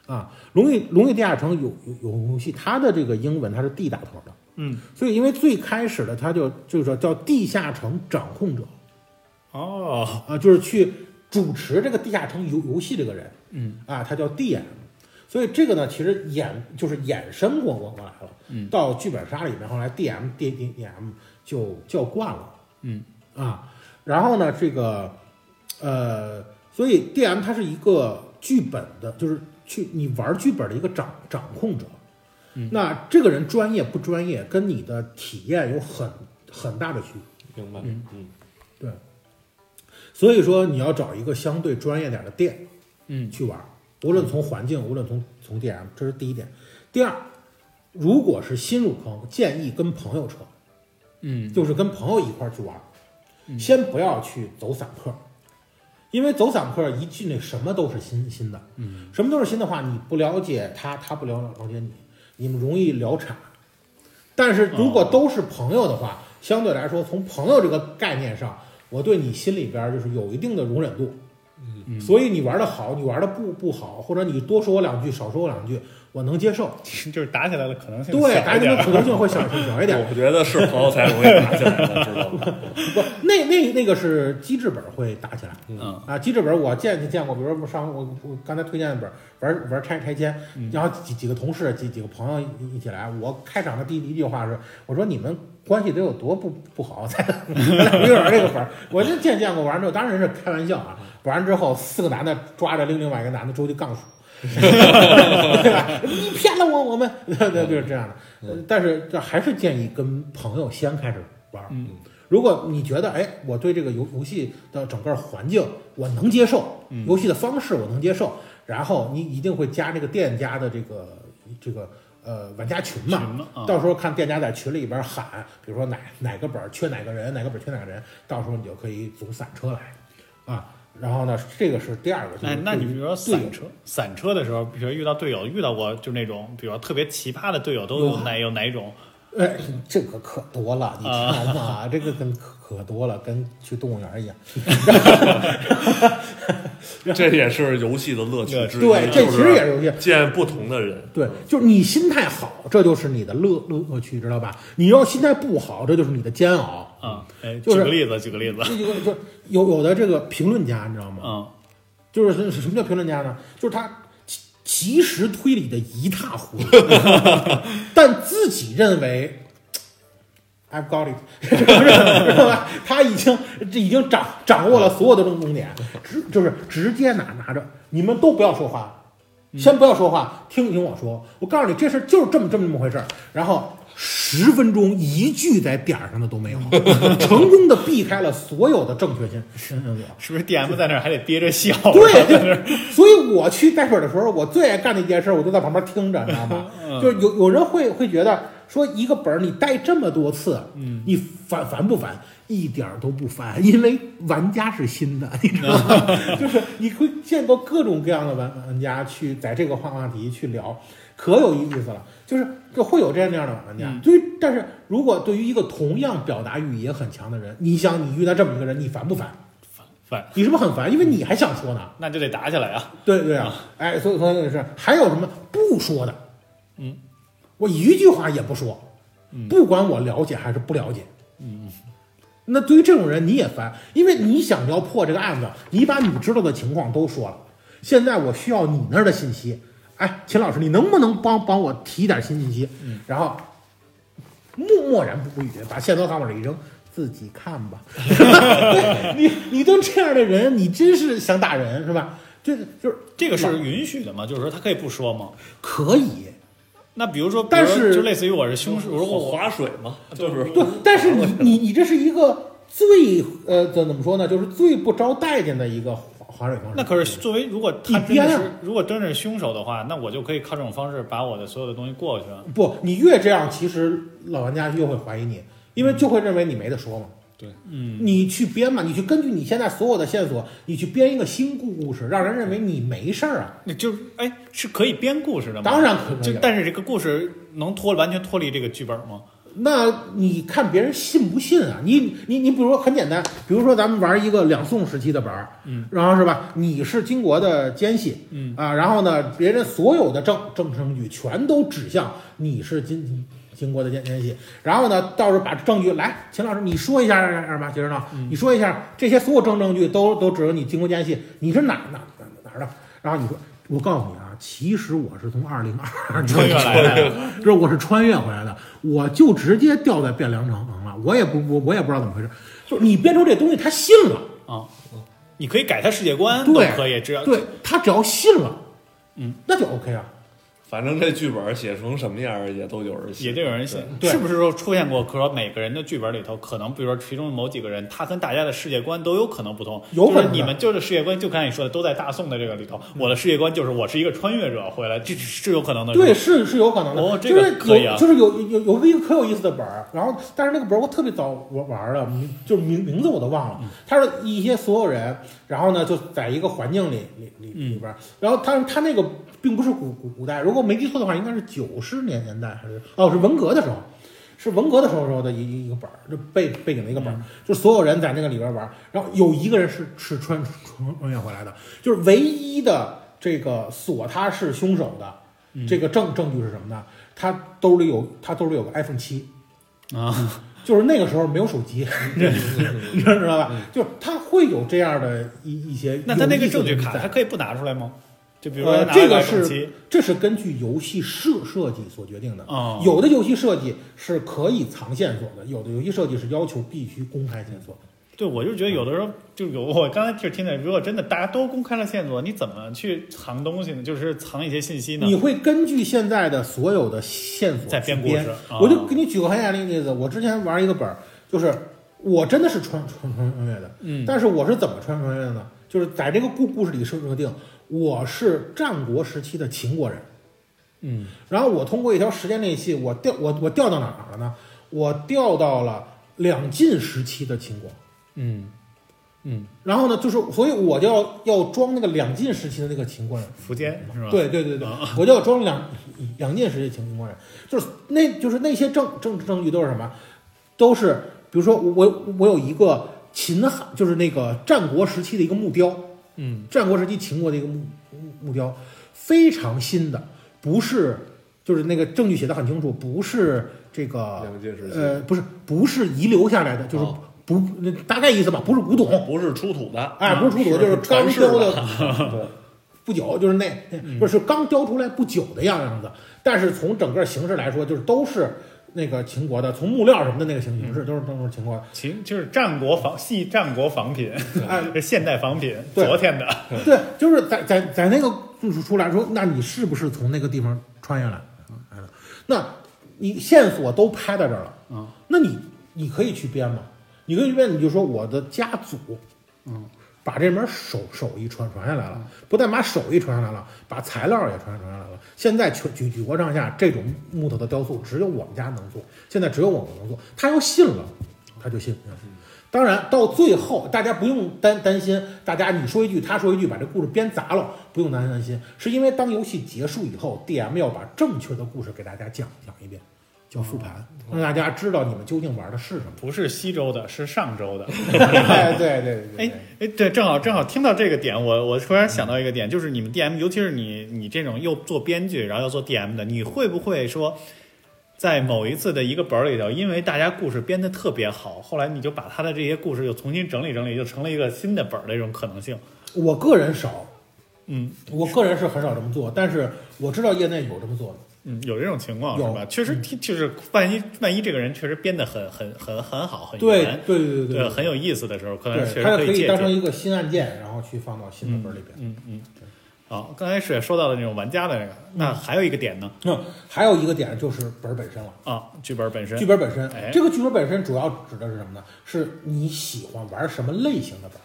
Speaker 3: 啊，《龙与龙与地下城有》有有游戏，它的这个英文它是 D 打头的，
Speaker 1: 嗯，
Speaker 3: 所以因为最开始的它就就是说叫地下城掌控者，
Speaker 1: 哦，
Speaker 3: 啊，就是去主持这个地下城游游戏这个人，
Speaker 1: 嗯，
Speaker 3: 啊，他叫 DM，所以这个呢，其实衍就是衍生过过过来了，嗯，到剧本杀里面，后来 DM D D M 就叫惯了，
Speaker 1: 嗯，
Speaker 3: 啊，然后呢，这个呃，所以 DM 它是一个剧本的，就是去你玩剧本的一个掌掌控者。
Speaker 1: 嗯
Speaker 3: 那这个人专业不专业，跟你的体验有很很大的区别。
Speaker 2: 明白，嗯，
Speaker 3: 对，所以说你要找一个相对专业点的店，
Speaker 1: 嗯，
Speaker 3: 去玩儿，无论从环境，无论从从 DM，这是第一点。第二，如果是新入坑，建议跟朋友扯，
Speaker 1: *laughs* 嗯，
Speaker 3: 就是跟朋友一块儿去玩儿，先不要去走散客，因为走散客一进那什么都是新新的，嗯，什么都是新的话，你不了解他，他不了了解你，你们容易聊岔。但是如
Speaker 1: 哦
Speaker 3: 果都是朋友的话，相对来说，从朋友这个概念上，我对你心里边儿就是有一定的容忍度。嗯，所以你玩的好，你玩的不不好，或者你多说我两句，少说我两句，我能接受。
Speaker 1: 就是打起来的可能性
Speaker 3: 对，
Speaker 1: 小
Speaker 3: 打
Speaker 1: 一
Speaker 3: 起来
Speaker 1: 点
Speaker 3: 的可能性会小小一点。
Speaker 2: 我觉得是朋友才容易打起来的，知道吗？
Speaker 3: 不， *laughs* 那那那个是机制本会打起来。
Speaker 1: 嗯
Speaker 3: 啊，机制本我见见见过，比如说上我我刚才推荐的本玩玩拆拆迁，然后几几个同事几几个朋友一一起来，我开场的第一句话是我说你们关系得有多不不好才才约玩这个本儿，我就见见过玩之后，当然是开玩笑啊，玩完之后四个男的抓着另另外一个男的出去杠数。对吧？ *laughs* 你骗了我，我们 *laughs* 对就是这样的。
Speaker 1: 嗯
Speaker 3: 呃但是这还是建议跟朋友先开始玩儿。
Speaker 1: 嗯
Speaker 3: 如果你觉得哎，我对这个游游戏的整个环境我能接受，
Speaker 1: 嗯
Speaker 3: 游戏的方式我能接受，然后你一定会加这个店家的这个这个呃玩家群嘛。
Speaker 1: 群嘛啊
Speaker 3: 到时候看店家在群里边喊，比如说哪哪个本儿缺哪个人，哪个本儿缺哪个人，到时候你就可以组散车来啊。然后呢，这个是第二个。就
Speaker 1: *laughs*
Speaker 3: 是
Speaker 1: 哎，那你比如说
Speaker 3: 队友
Speaker 1: 散车，散车的时候，比如遇到队友，遇到过就那种，比如说特别奇葩的队友，都
Speaker 3: 有
Speaker 1: 有哪有哪一种？
Speaker 3: 呃，这个可多了，你知道吗？ *laughs* 这个跟可可多了，跟去动物园一样。 *laughs*
Speaker 2: 这也是游戏的乐趣之一。
Speaker 3: 对这其实也是游戏
Speaker 2: 就是见不同的人。
Speaker 3: 对，就是你心态好，这就是你的乐乐趣，知道吧？你要心态不好，这就是你的煎熬。
Speaker 1: *laughs* 啊，哎，
Speaker 3: 嗯就是
Speaker 1: 举个例子，举个例子，
Speaker 3: 这就就有有的这个评论家，你知道吗？
Speaker 1: 嗯，
Speaker 3: 就是什什么叫评论家呢？就是他其其实推理的一塌糊 *laughs* 涂，但自己认为 I've got it，知 *laughs* 道吧？他已经这已经掌掌握了所有的重重点，直就是直接拿拿着，你们都不要说话，先不要说话，听听我说，我告诉你这事儿就是这么这么这么回事儿，然后。十分钟一句在点儿上的都 *laughs* 没有，成功的避开了所有的正确性。是
Speaker 1: 是不是 DM 在那儿还得憋着笑？
Speaker 3: 对
Speaker 1: 在那儿
Speaker 3: 对，所以我去带水的时候，我最爱干的一件事，我就在旁边听着，你知道吗？就是有有人会会觉得说一个本儿你带这么多次，嗯，你烦烦不烦？一点儿都不烦，因为玩家是新的，你知道吗？就是你会见过各种各样的玩玩家去在这个话话题去聊，可有意思了。就是就会有这样那样的玩家，对于但是如果对于一个同样表达欲也很强的人，你想你遇到这么一个人，你烦不烦？
Speaker 1: *laughs* 反
Speaker 3: 你是不是很烦？因为你还想说呢。
Speaker 1: 那就得打起来啊！
Speaker 3: 对对啊，哎，所以所以也是，还有什么不说的？嗯，我一句话也不说，不管我了解还是不了解，嗯，那对于这种人你也烦，因为你想要破这个案子，你把你知道的情况都说了，现在我需要你那儿的信息，哎，秦老师，你能不能帮帮我提点新信息？嗯，然后默默然不语，把线索卡往里一扔。自己看吧，对你你都这样的人，你真是想打人是吧？这就是
Speaker 1: 这个是允许的嘛？就是说他可以不说嘛？
Speaker 3: 可以，
Speaker 1: 那比如说，比
Speaker 3: 但
Speaker 1: 如说
Speaker 3: 是嗯
Speaker 1: 就类似于我是凶手，如果我
Speaker 2: 划水嘛，就是
Speaker 3: 对，但是你你你这是一个最呃怎怎么说呢？就是最不招待见的一个划划水方式。
Speaker 1: 那可是作为如果他
Speaker 3: 你
Speaker 1: 真
Speaker 3: 编
Speaker 1: 的
Speaker 3: 啊
Speaker 1: 是如果真是凶手的话，那我就可以靠这种方式把我的所有的东西过去啊了。
Speaker 3: 不，你越这样，其实老玩家越会怀疑你，因为就会认为你没得说嘛。
Speaker 2: 对，
Speaker 3: 嗯，你去编嘛，你去根据你现在所有的线索，你去编一个新故故事，让人认为你没事儿啊。
Speaker 1: 那就是哎，是可以编故事的吗？
Speaker 3: 当然可以
Speaker 1: 就
Speaker 3: 了，
Speaker 1: 但是这个故事能脱完全脱离这个剧本吗？
Speaker 3: 那你看别人信不信啊？你你你，比如说很简单，比如说咱们玩一个两宋时期的本儿，嗯，然后是吧？你是金国的奸细，嗯啊，然后呢，别人所有的证证证据全都指向你是金金国的奸奸细，然后呢，到时候把证据来，秦老师你说一下让吧，杰指导，你说一下这些所有证证据都都指着你金国奸细，你是哪哪哪哪儿的？然后你说，我告诉你啊，其实我是从二零二二年
Speaker 1: 穿越来的
Speaker 3: *laughs* 这我是穿越回来的，我就直接掉在汴梁城了，我也不我我也不知道怎么回事，就是你编出这东西，他信了，
Speaker 1: 啊，你可以改他世界观，
Speaker 3: 对
Speaker 1: 都可以，只要
Speaker 3: 对他只要信了，嗯，那就 OK 啊，
Speaker 2: 反正这剧本写成什么样儿也都有人信，
Speaker 1: 也就有人信，
Speaker 3: 对
Speaker 1: 是不是说出现过？可说每个人的剧本里头，可能比如说其中某几个人，他跟大家的世界观都有可能不同。
Speaker 3: 有可能的嗯
Speaker 1: 就是你们就是世界观，就刚才你说的，都在大宋的这个里头。我的世界观就是我是一个穿越者回来，这是有可能的。
Speaker 3: 对，
Speaker 1: 是吧，
Speaker 3: 是是有可能的，
Speaker 1: 哦这
Speaker 3: 就是
Speaker 1: 个可以啊
Speaker 3: 有就是有有有一个可有意思的本儿，然后但是那个本儿我特别早玩玩了，名就是名名字我都忘
Speaker 1: 嗯
Speaker 3: 了。他是一些所有人，然后呢就在一个环境里里里
Speaker 1: 嗯
Speaker 3: 里边儿，然后他他那个并不是古古古代，如果没记错的话，应该是九十年年代还是哦是文革的时候。是文革的时候时候的一一一个本儿，就背背景的一个本儿，
Speaker 1: 嗯
Speaker 3: 就是所有人在那个里边玩儿，然后有一个人是是穿穿穿越回来的，就是唯一的这个锁他是凶手的，
Speaker 1: 嗯
Speaker 3: 这个证证据是什么呢？他兜里有他兜里有个 iPhone 七
Speaker 1: 啊，
Speaker 3: 就是那个时候没有
Speaker 1: *laughs*
Speaker 3: 手机，你知道吧？就是他会有这样的一一些
Speaker 1: 嗯那他那个
Speaker 3: 有意思
Speaker 1: 证
Speaker 3: 的
Speaker 1: 据
Speaker 3: 东西
Speaker 1: 卡，
Speaker 3: 在
Speaker 1: 他可以不拿出来吗？就比如说
Speaker 3: 呃，
Speaker 1: 拿
Speaker 3: 这
Speaker 1: 来
Speaker 3: 个
Speaker 1: 手机
Speaker 3: 是这是根据游戏设设计所决定的。
Speaker 1: 哦
Speaker 3: 有的游戏设计是可以藏线索的，有的游戏设计是要求必须公开线索。
Speaker 1: 对，我就觉得有的时候就有，我刚才就听的，如果真的大家都公开了线索，你怎么去藏东西呢？就是藏一些信息呢？
Speaker 3: 你会根据现在的所有的线索
Speaker 1: 再
Speaker 3: 去
Speaker 1: 编
Speaker 3: 编
Speaker 1: 故事啊
Speaker 3: 我就给你举个很简单的例子，我之前玩一个本儿，就是我真的是穿穿穿越的，嗯，但是我是怎么穿穿越的呢？就是在这个故故事里设定，我是战国时期的秦国人，嗯，然后我通过一条时间内系，我调我我调到哪儿了呢？我调到了两晋时期的秦国，
Speaker 1: 嗯，嗯，
Speaker 3: 然后呢，就是所以我就要要装那个两晋时期的那个秦国人，
Speaker 1: 苻坚是吧？
Speaker 3: 对对对对
Speaker 1: 啊，
Speaker 3: 我就要装两两件事情情默认，就是那就是那些证证证据都是什么？都是比如说我我有一个秦汉，就是那个战国时期的一个木雕，
Speaker 1: 嗯，
Speaker 3: 战国时期秦国的一个木木木雕，非常新的，不是就是那个证据写的很清楚，不是这个
Speaker 2: 两晋时期
Speaker 3: 呃不是不是遗留下来的，就是
Speaker 2: 哦
Speaker 3: 不、那大概意思吧，不是古董，
Speaker 2: 不是出土的，
Speaker 3: 哎，不是出土，就是刚
Speaker 2: 传世
Speaker 3: 雕的
Speaker 2: 的，对，
Speaker 3: 不久，就是那那不是刚雕出来不久的样样子，但是从整个形式来说，就是都是那个秦国的，从木料什么的那个形形式都是都是秦国的。
Speaker 1: 秦就是战国仿系战国仿品，
Speaker 3: 哎，
Speaker 1: 是现代仿品，
Speaker 3: 对
Speaker 1: 昨天的。
Speaker 3: *laughs* 对，就是在在在那个技术出来说，那你是不是从那个地方穿下来来的？嗯那你线索都拍到这儿了，
Speaker 1: 嗯，
Speaker 3: 那你你可以去编嘛，你可以去编，你就说我的家族，
Speaker 1: 嗯，
Speaker 3: 把这门手手艺传传下来了，不但把手艺传下来了，把材料也传传下来了。现在全举举国上下这种木头的雕塑，只有我们家能做，现在只有我们能做。他要信了，他就信。嗯当然，到最后大家不用担担心，大家你说一句，他说一句，把这故事编砸了，不用担心，是因为当游戏结束以后，DM 要把正确的故事给大家讲讲一遍，叫复盘，
Speaker 1: 嗯
Speaker 3: 让大家知道你们究竟玩的是
Speaker 1: *laughs*
Speaker 3: 什么。
Speaker 1: 不是西周的，是上周
Speaker 3: *laughs*
Speaker 1: 的。
Speaker 3: 哎，对对对对
Speaker 1: 哎
Speaker 3: 对，
Speaker 1: 哎，对，正好正好听到这个点，我我突然想到一个点，就是你们 DM，尤其是你你这种又做编剧，然后又做 DM 的，你会不会说，在某一次的一个本儿里头，因为大家故事编得特别好，后来你就把他的这些故事又重新整理整理，就成了一个新的本儿的一种可能性？
Speaker 3: 我个人少，
Speaker 1: 嗯
Speaker 3: 我个人是很少这么做，但是我知道业内有这么做的。
Speaker 1: 嗯，有这种情况
Speaker 3: 有嗯
Speaker 1: 是吧？确实，就是万一万一这个人确实编得很很很很好，很
Speaker 3: 对
Speaker 1: 圆，
Speaker 3: 对对
Speaker 1: 对，很有意思的时候，可能确
Speaker 3: 对，
Speaker 1: 实
Speaker 3: 它
Speaker 1: 可
Speaker 3: 可
Speaker 1: 以
Speaker 3: 以
Speaker 1: 借
Speaker 3: 当
Speaker 1: 鉴
Speaker 3: 成。一个新案件，然后去放到新的本里边。
Speaker 1: 嗯嗯，好，刚开始也说到了那种玩家的那个，
Speaker 3: 嗯
Speaker 1: 那还有一个点呢
Speaker 3: 那、嗯还有一个点就是本儿本身了。
Speaker 1: 啊，剧本本身
Speaker 3: 剧本本身
Speaker 1: 哎，
Speaker 3: 这个剧本本身主要指的是什么呢？是你喜欢玩什么类型的本儿？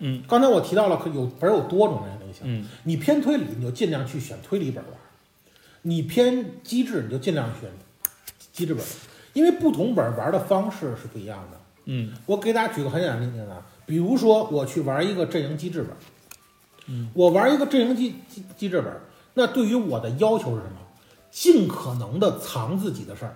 Speaker 1: 嗯，
Speaker 3: 刚才我提到了，可有本儿有多种类型。
Speaker 1: 嗯，
Speaker 3: 你偏推理，你就尽量去选推理本儿玩；你偏机制，你就尽量选机制本儿，因为不同本儿玩的方式是不一样的。
Speaker 1: 嗯
Speaker 3: 我给大家举个很简单的例子啊，比如说我去玩一个阵营机制本，嗯，我玩一个阵营机机机制本，那对于我的要求是什么？尽可能的藏自己的事儿，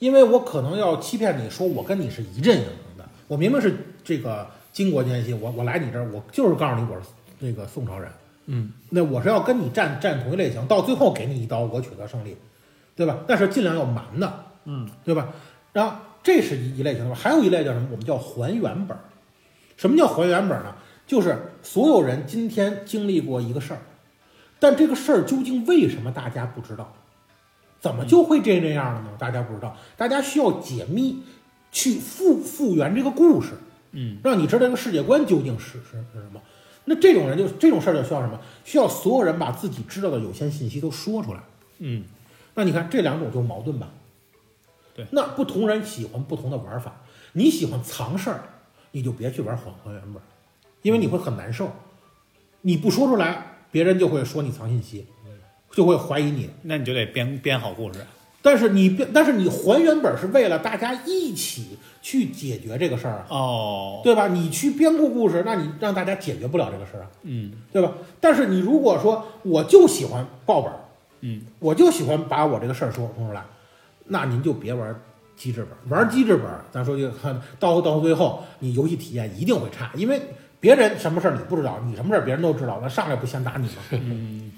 Speaker 3: 因为我可能要欺骗你说我跟你是一阵营的，我明明是这个金国奸细，我我来你这儿，我就是告诉你我是那个宋朝人，
Speaker 1: 嗯，
Speaker 3: 那我是要跟你战战同一类型，到最后给你一刀，我取得胜利，对吧？但是尽量要瞒的，
Speaker 1: 嗯，
Speaker 3: 对吧？然后这是一一类型的本，还有一类叫什么？我们叫还原本儿。什么叫还原本儿呢？就是所有人今天经历过一个事儿，但这个事儿究竟为什么大家不知道？怎么就会这这样了呢？大家不知道，大家需要解密，去复复原这个故事。
Speaker 1: 嗯
Speaker 3: 让你知道这个世界观究竟是是是什么。那这种人就这种事儿就需要什么？需要所有人把自己知道的有限信息都说出来。
Speaker 1: 嗯
Speaker 3: 那你看这两种就矛盾吧？
Speaker 1: 对
Speaker 3: 那不同人喜欢不同的玩法。你喜欢藏事儿，你就别去玩还还原本儿，因为你会很难受。你不说出来，别人就会说你藏信息，就会怀疑你。
Speaker 1: 那你就得编编好故事。
Speaker 3: 但是你别，但是你还原本儿是为了大家一起去解决这个事儿啊，
Speaker 1: 哦，
Speaker 3: 对吧？你去编故故事，那你让大家解决不了这个事儿啊。
Speaker 1: 嗯
Speaker 3: 对吧？但是你如果说我就喜欢爆本儿，
Speaker 1: 嗯
Speaker 3: 我就喜欢把我这个事儿说说出来，那您就别玩机制本儿。玩机制本儿，咱说句 *laughs* 看到到最后，你游戏体验一定会差，因为别人什么事儿你不知道，你什么事儿别人都知道，那上来不先打你吗？
Speaker 1: 嗯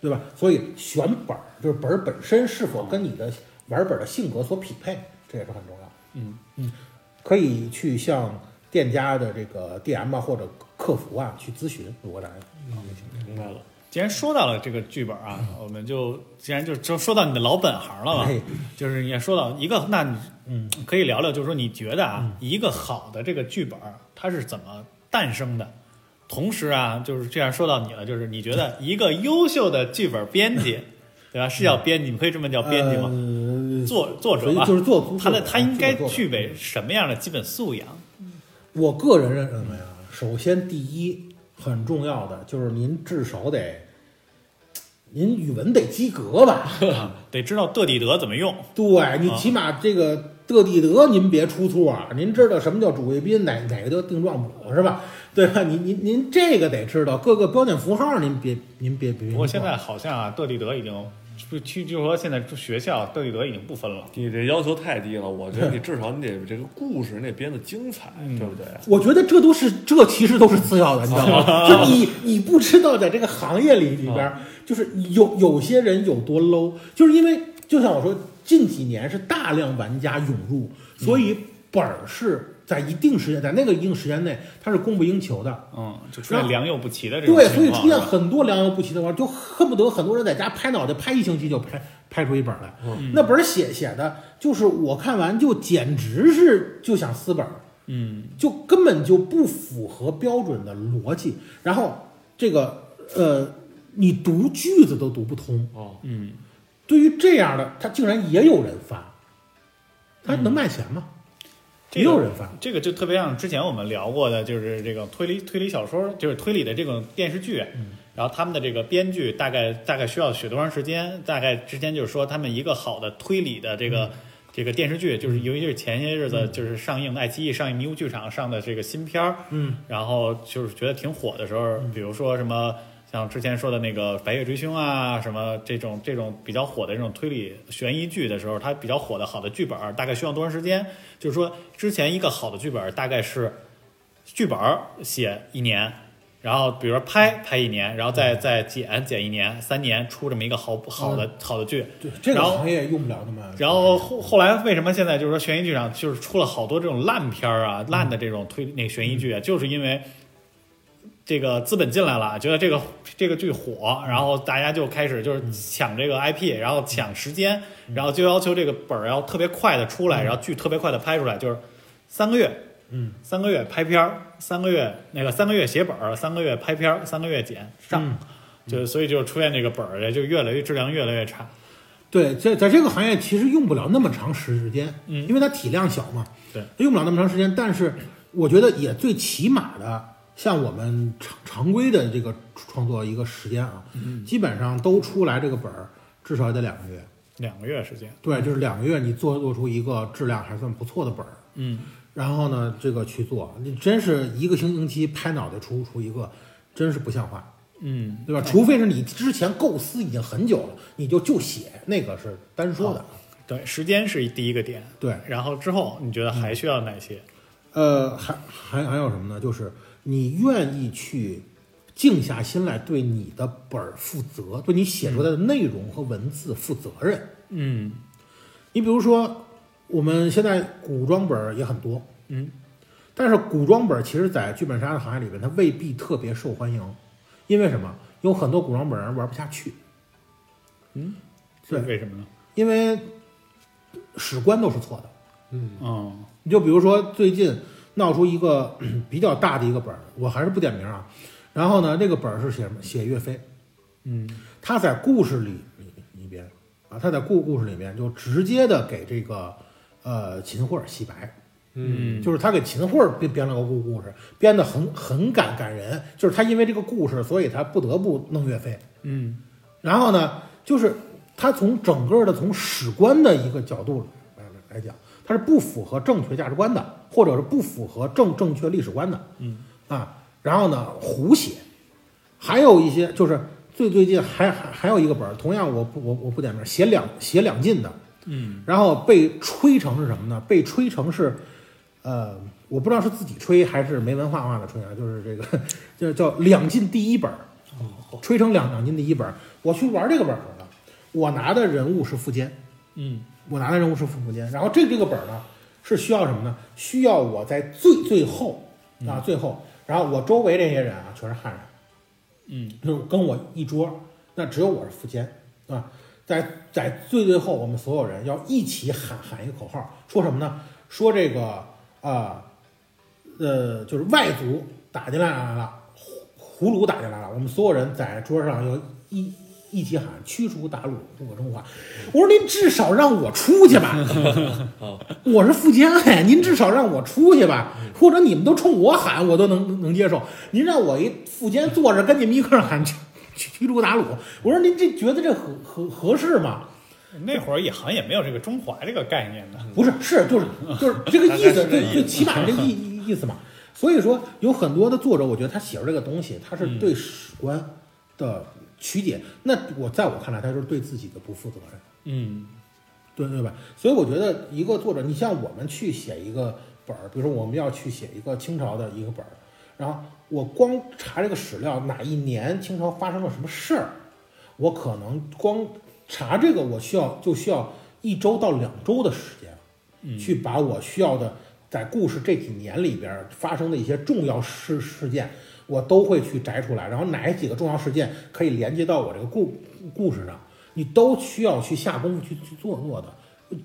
Speaker 3: 对吧？所以选本儿就是本儿本身是否跟你的玩本儿的性格所匹配，这也是很重要。
Speaker 1: 嗯
Speaker 3: 可以去向店家的这个 DM 啊或者客服啊去咨询，如果大家
Speaker 2: 明白了。
Speaker 1: 既然说到了这个剧本啊，
Speaker 3: 嗯
Speaker 1: 我们就既然就就说到你的老本行了吧
Speaker 3: 哎，
Speaker 1: 就是也说到一个，那你
Speaker 3: 嗯
Speaker 1: 可以聊聊，就是说你觉得啊，一个好的这个剧本儿它是怎么诞生的？同时啊，就是这样说到你了，就是你觉得一个优秀的剧本编
Speaker 3: *laughs*
Speaker 1: 辑，对吧？是叫编辑，你们可以这么叫编辑吗？
Speaker 3: 呃
Speaker 1: 作作者
Speaker 3: 所以
Speaker 1: 吧，
Speaker 3: 就是做
Speaker 1: 他的他应该具。
Speaker 3: 做
Speaker 1: 备什么样的基本素养？
Speaker 3: 我个人认为啊，首先第一很重要的就是您至少得，您语文得及格吧？ *laughs*
Speaker 1: 得知道德底德怎么用。
Speaker 3: 对你
Speaker 1: 啊
Speaker 3: 起码这个德地德，您别出错啊！您知道什么叫主谓宾，哪哪个叫定状补是吧？对吧？您您您这个得知道，各个标点符号您别您别别。
Speaker 1: 不过现在好像啊，德地德已经不去，就是说现在学校德地德已经不分了。
Speaker 2: 你这要求太低了，我觉得你至少你得这个故事你得编得精彩，
Speaker 3: 嗯
Speaker 2: 对不对？啊
Speaker 3: 我觉得这都是这其实都是次要的，你知道吗？就你你不知道在这个行业里里边儿，就是有有些人有多 low，就是因为就像我说，近几年是大量玩家涌入，所以本儿是在一定时间，在那个一定时间内，它是供不应求的。
Speaker 1: 嗯，就出现良莠不齐的这种
Speaker 3: 对，
Speaker 1: 情
Speaker 3: 所
Speaker 1: 况。
Speaker 3: 以出现
Speaker 1: 是吧
Speaker 3: 很多良莠不齐的玩儿，就恨不得很多人在家拍脑袋拍一星期就拍拍出一本儿来。
Speaker 1: 嗯
Speaker 3: 那本儿写写的，就是我看完就简直是就想撕本儿。
Speaker 1: 嗯，
Speaker 3: 就根本就不符合标准的逻辑。然后这个呃，你读句子都读不通。
Speaker 2: 哦，
Speaker 1: 嗯，
Speaker 3: 对于这样的，他竟然也有人发，他能卖钱吗？
Speaker 1: 嗯这
Speaker 3: 也
Speaker 1: 个
Speaker 3: 有人发。
Speaker 1: 这个就特别像之前我们聊过的，就是这个推理推理小说，就是推理的这种电视剧。然后他们的这个编剧大概大概需要写多长时间？大概之间就是说，他们一个好的推理的这个、这个电视剧，就是尤其是前些日子就是上映的爱奇艺上映迷雾剧场上的这个新片儿，
Speaker 3: 嗯，
Speaker 1: 然后就是觉得挺火的时候，比如说什么像之前说的那个《白夜追凶》啊，什么这种这种比较火的这种推理悬疑剧的时候，它比较火的好的剧本儿大概需要多长时间？就是说之前一个好的剧本儿大概是剧本儿写一年。然后，比如说拍拍一年，然后再再剪剪一年，三年出这么一个好好的好的剧，
Speaker 3: 对，这个
Speaker 1: 然后
Speaker 3: 行业用不了那么。
Speaker 1: 然后后后来为什么现在就是说悬疑剧上就是出了好多这种烂片儿啊、烂的这种推那个悬疑剧啊，就是因为这个资本进来了，觉得这个这个剧火，然后大家就开始
Speaker 3: 嗯
Speaker 1: 就是抢这个 IP，然后抢时间，然后就要求这个本儿要特别快的出来，然后剧特别快的拍出来，就是三个月，
Speaker 3: 嗯，
Speaker 1: 三个月拍片儿，三个月那个三个月写本儿，三个月拍片儿，三个月剪上，
Speaker 3: 嗯
Speaker 1: 就所以就出现这个本儿就越来越质量越来越差，
Speaker 3: 对，在在这个行业其实用不了那么长时间，
Speaker 1: 嗯
Speaker 3: 因为它体量小嘛，
Speaker 1: 对，
Speaker 3: 用不了那么长时间。但是我觉得也最起码的，像我们常常规的这个创作一个时间啊，
Speaker 1: 嗯
Speaker 3: 基本上都出来这个本儿，至少也得两个月。
Speaker 1: 两个月时间，
Speaker 3: 对，就是两个月你做做出一个质量还算不错的本儿，
Speaker 1: 嗯。
Speaker 3: 然后呢，这个去做，你真是一个星期拍脑袋出出一个，真是不像话。
Speaker 1: 嗯，
Speaker 3: 对吧？除非是你之前构思已经很久了，你就就写，那个是单说的。
Speaker 1: 对，时间是第一个点，
Speaker 3: 对，嗯
Speaker 1: 然后之后你觉得还需要哪些？
Speaker 3: 呃，还还还有什么呢？就是你愿意去静下心来对你的本儿负责，对你写出来的内容和文字负责任。
Speaker 1: 嗯
Speaker 3: 你比如说，我们现在古装本儿也很多，
Speaker 1: 嗯，
Speaker 3: 但是古装本儿其实，在剧本杀的行业里面，它未必特别受欢迎，因为什么？有很多古装本儿人玩不下去，
Speaker 1: 是
Speaker 3: 对
Speaker 1: 为什么呢？
Speaker 3: 因为史官都是错的。
Speaker 1: 嗯
Speaker 3: 你就比如说最近闹出一个比较大的一个本儿，我还是不点名啊。然后呢，这个本儿是写什么？写岳飞，
Speaker 1: 嗯
Speaker 3: 他在故事里里里边啊，他在故故事里面就直接的给这个呃秦桧洗白，
Speaker 1: 嗯
Speaker 3: 就是他给秦桧编编了个故故事，编得很很感感人，就是他因为这个故事，所以他不得不弄岳飞。
Speaker 1: 嗯
Speaker 3: 然后呢，就是他从整个的从史观的一个角度来来来讲，它是不符合正确价值观的，或者是不符合正正确历史观的。
Speaker 1: 嗯
Speaker 3: 啊，然后呢胡写，还有一些就是最最近还还还有一个本儿，同样我不我我不点名，写两写两晋的，
Speaker 1: 嗯
Speaker 3: 然后被吹成是什么呢？被吹成是，呃，我不知道是自己吹还是没文化化的吹啊，就是这个就是叫两晋第一本儿，吹成两两晋第一本儿。我去玩这个本儿了，我拿的人物是苻坚，
Speaker 1: 嗯
Speaker 3: 我拿的人物是苻坚，然后这这个本儿呢是需要什么呢？需要我在最最后啊最后，然后我周围这些人啊全是汉人。
Speaker 1: 嗯
Speaker 3: 就是跟我一桌，那只有我是苻坚啊。在在最最后，我们所有人要一起喊喊一个口号，说什么呢？说这个啊、呃，就是外族打进来了，胡胡虏打进来了，我们所有人在桌上要一一起喊驱除鞑虏，不可中华。我说您至少让我出去吧， *laughs*
Speaker 1: 嗯
Speaker 2: 啊
Speaker 3: 我是富坚哎，您至少让我出去吧，或者你们都冲我喊，我都能能能接受。您让我一富坚坐 *laughs* 着跟你们一块儿喊驱驱驱逐鞑虏，我说您这觉得这合合合适吗？
Speaker 1: 那会儿也好像也没有这个中华这个概念的。
Speaker 3: 不是，是就是就是
Speaker 2: *laughs*
Speaker 3: 这个意
Speaker 2: 大
Speaker 3: 思，
Speaker 2: 概是这
Speaker 3: 就就起码这个意意思嘛。所以说，有很多的作者，我觉得他写出这个东西，他是
Speaker 2: 嗯
Speaker 3: 对史观的曲解。那我在我看来，他就是对自己的不负责任，
Speaker 1: 嗯
Speaker 3: 对对吧？所以我觉得，一个作者，你像我们去写一个本儿，比如说我们要去写一个清朝的一个本儿，然后我光查这个史料，哪一年清朝发生了什么事儿，我可能光查这个，我需要就需要一周到两周的时间。
Speaker 1: 嗯，
Speaker 3: 去把我需要的在故事这几年里边发生的一些重要事事件，我都会去摘出来，然后哪几个重要事件可以连接到我这个故故事上，你都需要去下功夫去去做做的。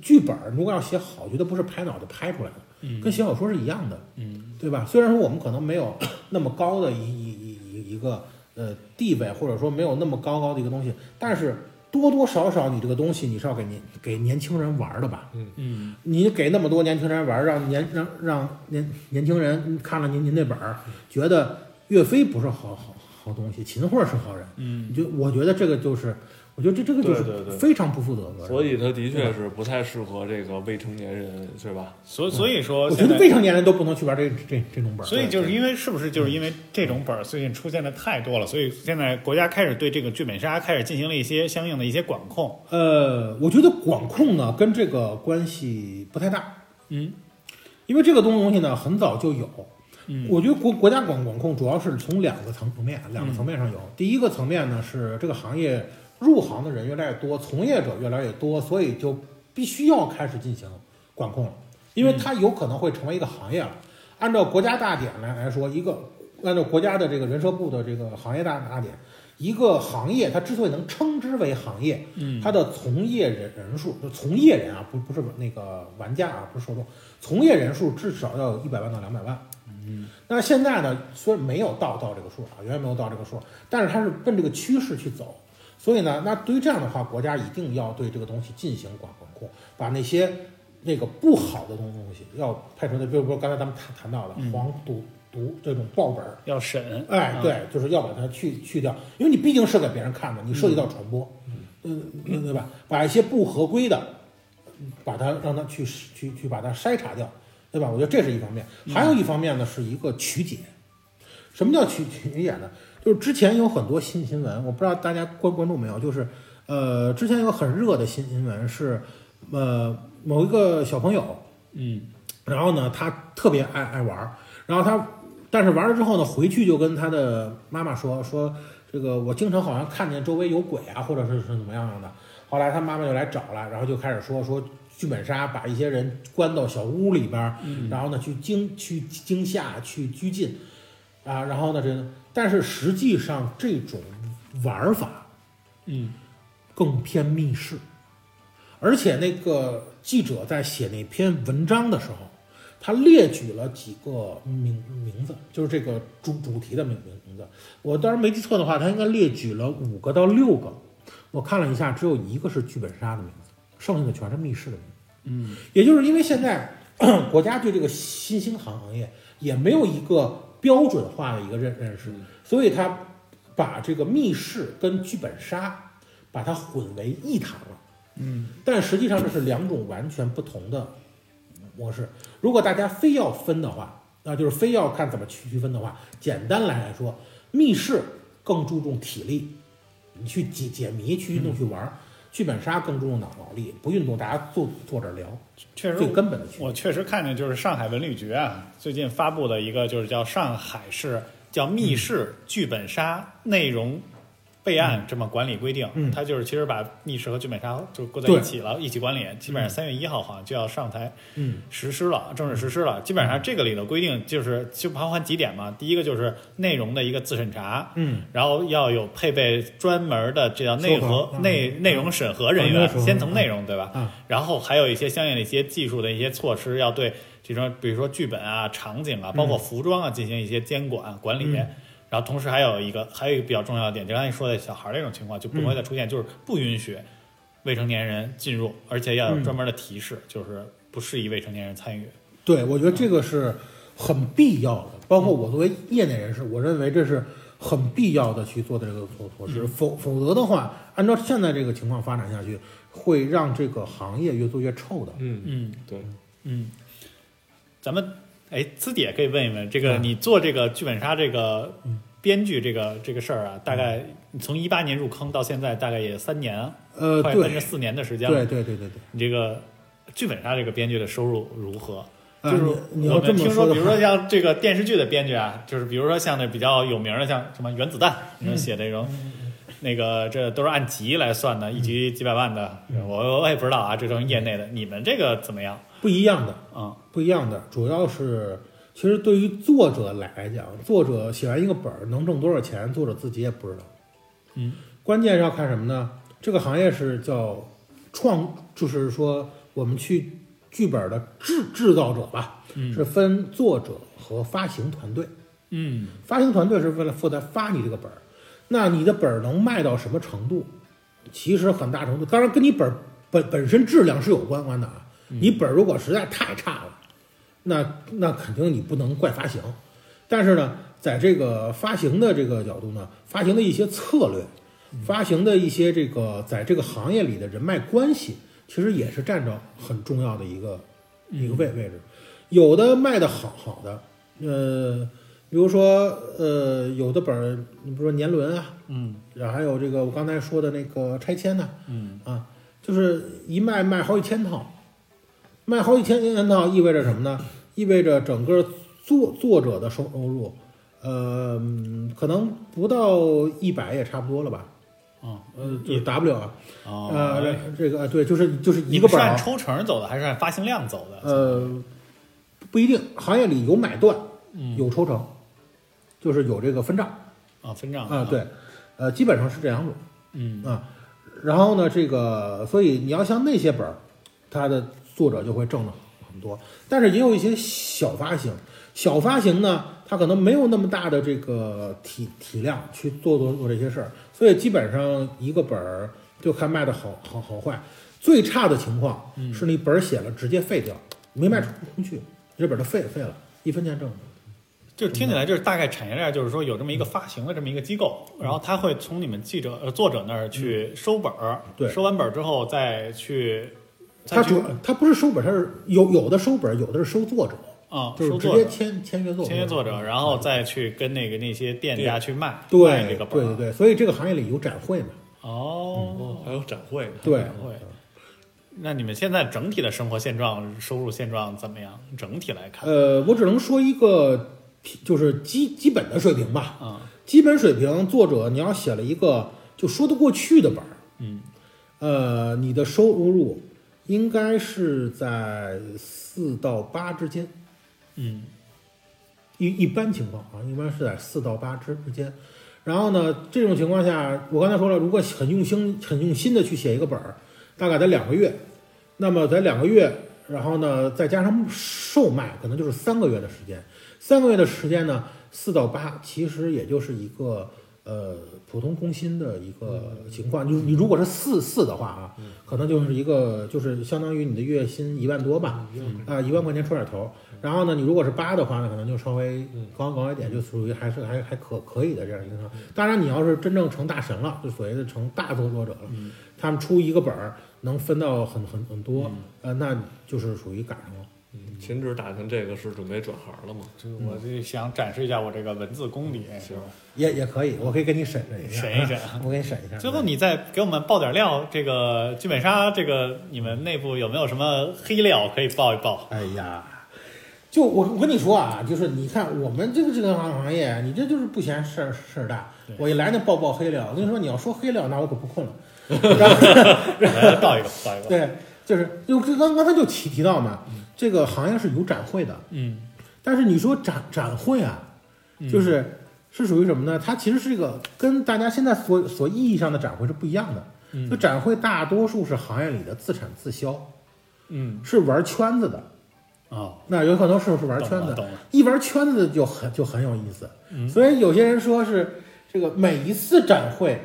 Speaker 3: 剧本儿如果要写好，我觉得不是拍脑袋拍出来的，
Speaker 2: 嗯
Speaker 3: 跟写小说是一样的，
Speaker 1: 嗯
Speaker 3: 对吧？虽然说我们可能没有那么高的一一一一一个呃地位，或者说没有那么高高的一个东西，但是多多少少你这个东西你是要给年给年轻人玩儿的吧？
Speaker 1: 嗯
Speaker 3: 你给那么多年轻人玩儿，让年让让年年轻人看了您您那本儿，
Speaker 2: 嗯
Speaker 3: 觉得岳飞不是好好好东西，秦桧是好人，
Speaker 1: 嗯，
Speaker 3: 你就我觉得这个就是，我觉得这这个就
Speaker 2: 对对
Speaker 3: 是
Speaker 2: 对
Speaker 3: 非常不负责任。
Speaker 2: 所以他的确是不太适合这个未成年人，是吧？
Speaker 1: 所所以说
Speaker 3: 嗯我
Speaker 1: 现
Speaker 3: 觉得
Speaker 1: 在，
Speaker 3: 未成年人都不能去玩这这这种本儿。
Speaker 1: 所以就是因为是不是
Speaker 3: 嗯
Speaker 1: 就是因为这种本儿最近出现的太多了，所以现在国家开始对这个剧本杀开始进行了一些相应的一些管控。
Speaker 3: 呃，我觉得管控呢跟这个关系不太大，
Speaker 1: 嗯
Speaker 3: 因为这个东东西呢很早就有。
Speaker 1: 嗯
Speaker 3: 我觉得国国家管管控主要是从两个层面，两个层面
Speaker 1: 嗯
Speaker 3: 上有。第一个层面呢是这个行业入行的人越来越多，从业者越来越多，所以就必须要开始进行管控了，
Speaker 1: 嗯
Speaker 3: 因为它有可能会成为一个行业了。按照国家大典来来说，一个按照国家的这个人社部的这个行业大大典，一个行业它之所以能称之为行业，
Speaker 1: 嗯
Speaker 3: 它的从业人人数，就从业人啊，不不是那个玩家啊，不是受众，从业人数至少要有一百万到两百万。嗯，那现在呢，虽然没有到到这个数啊，远远没有到这个数，但是它是奔这个趋势去走。所以呢，那对于这样的话，国家一定要对这个东西进行管管控，把那些那个不好的东东西要排除的，比如说刚才咱们谈谈到的
Speaker 1: 嗯
Speaker 3: 黄赌毒这种爆本儿，
Speaker 1: 要审，
Speaker 3: 哎
Speaker 1: 啊，
Speaker 3: 对，就是要把它去去掉，因为你毕竟是给别人看的，你涉及到传播，嗯，对对吧？把一些不合规的，把它让它去去去把它筛查掉，对吧？我觉得这是一方面，还有一方面呢是一个曲解。什么叫曲曲解呢？就是之前有很多新新闻，我不知道大家关关注没有，就是呃，之前有很热的新新闻是，呃，某一个小朋友，
Speaker 1: 嗯
Speaker 3: 然后呢，他特别爱爱玩儿，然后他但是玩了之后呢，回去就跟他的妈妈说说这个我经常好像看见周围有鬼啊，或者是是怎么样的。后来他妈妈就来找了，然后就开始说说剧本杀把一些人关到小屋里边儿，然后呢去惊去惊吓去拘禁啊，然后呢这但是实际上这种玩儿法
Speaker 1: 嗯
Speaker 3: 更偏密室。而且那个记者在写那篇文章的时候，他列举了几个名名字，就是这个主主题的名名名字。我当然没记错的话，他应该列举了五个到六个。我看了一下，只有一个是剧本杀的名字，剩下的全是密室的名
Speaker 1: 嗯
Speaker 3: 字。也就是因为现在国家对这个新兴行业也没有一个标准化的一个认认识
Speaker 2: 嗯，
Speaker 3: 所以他把这个密室跟剧本杀把它混为一谈了。
Speaker 1: 嗯
Speaker 3: 但实际上这是两种完全不同的模式。如果大家非要分的话，那就是非要看怎么区区分的话，简单来来说，密室更注重体力，你去解解谜、去运动、去玩儿；剧本杀更注重脑脑力，不运动，大家坐坐这儿聊，
Speaker 1: 确实
Speaker 3: 最根本的区别。
Speaker 1: 我确实看见，就是上海文旅局啊，最近发布的一个就是叫上海市叫密室剧本杀内容备案这么管理规定，
Speaker 3: 嗯
Speaker 1: 它就是其实把密室和剧本杀就搁在一起了，一起管理，基本上三月一号好像就要上台
Speaker 3: 嗯
Speaker 1: 实施了，正式实施了。基本上这个里的规定就是就包含几点嘛，第一个就是内容的一个自审查。
Speaker 3: 嗯
Speaker 1: 然后要有配备专门的这叫内
Speaker 3: 搜
Speaker 1: 核
Speaker 3: 核嗯
Speaker 1: 内内容审核人
Speaker 3: 啊内
Speaker 1: 员
Speaker 3: 容审，核
Speaker 1: 先从内容对吧？
Speaker 3: 啊，
Speaker 1: 然后还有一些相应的一些技术的一些措施，要对这种比如说剧本啊、场景啊，包括服装啊进行一些监管管理。
Speaker 3: 嗯
Speaker 1: 然后同时还有一个还有一个比较重要的点，就刚才你说的小孩儿那种情况就不会再出现，就是不允许未成年人进入，而且要有专门的提示，就是不适宜未成年人参与。
Speaker 3: 对，我觉得这个是很必要的。包括我作为业内人士，我认为这是很必要的去做的这个措措
Speaker 1: 嗯
Speaker 3: 施，否否则的话，按照现在这个情况发展下去，会让这个行业越做越臭的。
Speaker 2: 嗯，
Speaker 1: 嗯
Speaker 2: 对，
Speaker 1: 嗯，咱们哎，自己也可以问一问，这个你做这个剧本杀这个编剧这个这个事儿啊，大概你从一八年入坑到现在，大概也三年啊，
Speaker 3: 呃，
Speaker 1: 快
Speaker 3: 对
Speaker 1: 奔着，四年的时间
Speaker 3: 对
Speaker 1: 了。
Speaker 3: 对对对对。
Speaker 1: 你这个剧本杀这个编剧的收入如何？
Speaker 3: 啊
Speaker 1: 就是
Speaker 3: 你你
Speaker 1: 我
Speaker 3: 要
Speaker 1: 们
Speaker 3: 这么
Speaker 1: 听说，
Speaker 3: 的
Speaker 1: 比如说
Speaker 3: 话，
Speaker 1: 像这个电视剧的编剧啊，就是比如说像那比较有名的，像什么《原子弹》，你们写那
Speaker 3: 嗯
Speaker 1: 种，那个这都是按集来算的，一集几百万的，
Speaker 3: 嗯
Speaker 1: 我我也不知道啊，这都是业内的。你们这个怎么样
Speaker 3: 不一样的，
Speaker 1: 啊？
Speaker 3: 不一样的，主要是其实对于作者来讲，作者写完一个本儿能挣多少钱，作者自己也不知道。
Speaker 1: 嗯，
Speaker 3: 关键是要看什么呢？这个行业是叫创，就是说我们去剧本的制制造者吧，是分作者和发行团队。
Speaker 1: 嗯
Speaker 3: 发行团队是为了负责发你这个本儿，那你的本儿能卖到什么程度？其实很大程度，当然跟你本儿本本身质量是有关关的啊。你本儿如果实在太差了，那那肯定你不能怪发行。但是呢，在这个发行的这个角度呢，发行的一些策略，发行的一些这个在这个行业里的人脉关系，其实也是占着很重要的一个一个位
Speaker 1: 嗯
Speaker 3: 位置。有的卖的好好的，呃，比如说呃，有的本儿，你比如说年轮啊，
Speaker 1: 嗯
Speaker 3: 然后还有这个我刚才说的那个拆迁呢、
Speaker 1: 嗯
Speaker 3: 啊，就是一卖卖好几千套，卖好几千套意味着什么呢？意味着整个作作者的收入，呃，嗯可能不到一百也差不多了吧，
Speaker 1: 啊
Speaker 3: 呃，就是 W 啊，呃
Speaker 1: 哦，，
Speaker 3: 这个呃对，就是就是
Speaker 1: 你
Speaker 3: 一个
Speaker 1: 们是
Speaker 3: 本儿
Speaker 1: 按
Speaker 3: 啊，
Speaker 1: 抽成走的，还是按发行量走的？
Speaker 3: 呃，不一定，行业里有买断，
Speaker 1: 嗯，
Speaker 3: 有抽成，就是有这个分账
Speaker 1: 啊分账
Speaker 3: 啊，，对，呃，基本上是这两种。
Speaker 1: 嗯
Speaker 3: 啊，然后呢，这个所以你要像那些本儿，它的作者就会挣了很多，但是也有一些小发行，小发行呢，它可能没有那么大的这个体体量去做做做这些事儿，所以基本上一个本儿就看卖的好好好坏，最差的情况
Speaker 1: 嗯
Speaker 3: 是你本儿写了直接废掉，没卖出出去，你这本儿就废废了，一分钱挣不了。
Speaker 1: 就是听
Speaker 3: 嗯
Speaker 1: 起来就是大概产业链就是说有这么一个发行的这么一个机构，然后他会从你们记者呃作者那儿去收本儿，
Speaker 3: 嗯对
Speaker 1: 收完本儿之后再去，再
Speaker 3: 它
Speaker 1: 去
Speaker 3: 主它不是收本儿，它是有有的收本儿，有的是收作者。
Speaker 1: 啊
Speaker 3: 就是
Speaker 1: 收
Speaker 3: 直
Speaker 1: 作
Speaker 3: 接
Speaker 1: 者
Speaker 3: 签签约作
Speaker 1: 签约作者，然后再去跟那个那些店家去卖卖这
Speaker 3: 对
Speaker 1: 个
Speaker 3: 对
Speaker 1: 本
Speaker 3: 对
Speaker 1: 儿，
Speaker 3: 对，所以这个行业里有展会嘛？
Speaker 1: 哦，
Speaker 2: 哦，还有展会，
Speaker 3: 对，
Speaker 1: 会。那你们现在整体的生活现状、收入现状怎么样？整体来看，
Speaker 3: 呃，我只能说一个就是基基本的水平吧，
Speaker 1: 啊，
Speaker 3: 基本水平。作者你要写了一个就说得过去的本儿，
Speaker 1: 嗯，
Speaker 3: 呃，你的收入应该是在四到八之间，
Speaker 1: 嗯
Speaker 3: 一一般情况啊，一般是在四到八之之间。然后呢，这种情况下，我刚才说了，如果很用心、很用心的去写一个本儿，大概得两个月。那么在两个月，然后呢，再加上售卖，可能就是三个月的时间。三个月的时间呢，四到八其实也就是一个呃普通工薪的一个情况。你你如果是四四的话啊，可能就是一个就是相当于你的月薪一万多吧。啊，一万块钱出嗯点头。然后呢，你如果是八的话呢，可能就稍微高高一点，就属于还是还还可可以的这样一个情况。当然，你要是真正成大神了，就所谓的成大作作者了，他们出一个本儿能分到很很很多，
Speaker 1: 嗯
Speaker 3: 呃，那就是属于赶上了。
Speaker 2: 秦指打听这个是准备转行了吗？
Speaker 1: 这
Speaker 3: 嗯
Speaker 1: 我就想展示一下我这个文字功底，
Speaker 2: 行，
Speaker 3: 也也可以，我可以给你审审一下，
Speaker 1: 审一审。
Speaker 3: *laughs* 我给你审一下。
Speaker 1: 最后，你再给我们爆点料，这个剧本杀，这个你们内部有没有什么黑料可以爆一爆？
Speaker 3: 哎呀，就我我跟你说啊，就是你看我们这个这个行行业，你这就是不嫌事儿事儿大
Speaker 1: 对。
Speaker 3: 我一来那爆爆黑料，我跟你说，你要说黑料，那我可不困了。
Speaker 1: 来爆一个，爆一个。
Speaker 3: 对，就是就刚刚刚才就提提到嘛，这个行业是有展会的，
Speaker 1: 嗯
Speaker 3: 但是你说展展会啊，
Speaker 1: 嗯
Speaker 3: 就是、是属于什么呢？它其实是一个跟大家现在所所意义上的展会是不一样的。
Speaker 1: 嗯
Speaker 3: 就展会大多数是行业里的自产自销，
Speaker 1: 嗯，
Speaker 3: 是玩圈子的。
Speaker 1: 哦，
Speaker 3: 那有很多时候是玩
Speaker 1: 懂
Speaker 3: 圈
Speaker 1: 了嗯
Speaker 3: 子，
Speaker 1: 懂了。
Speaker 3: 一玩圈子就很就很有意思。所以有些人说是这个每一次展会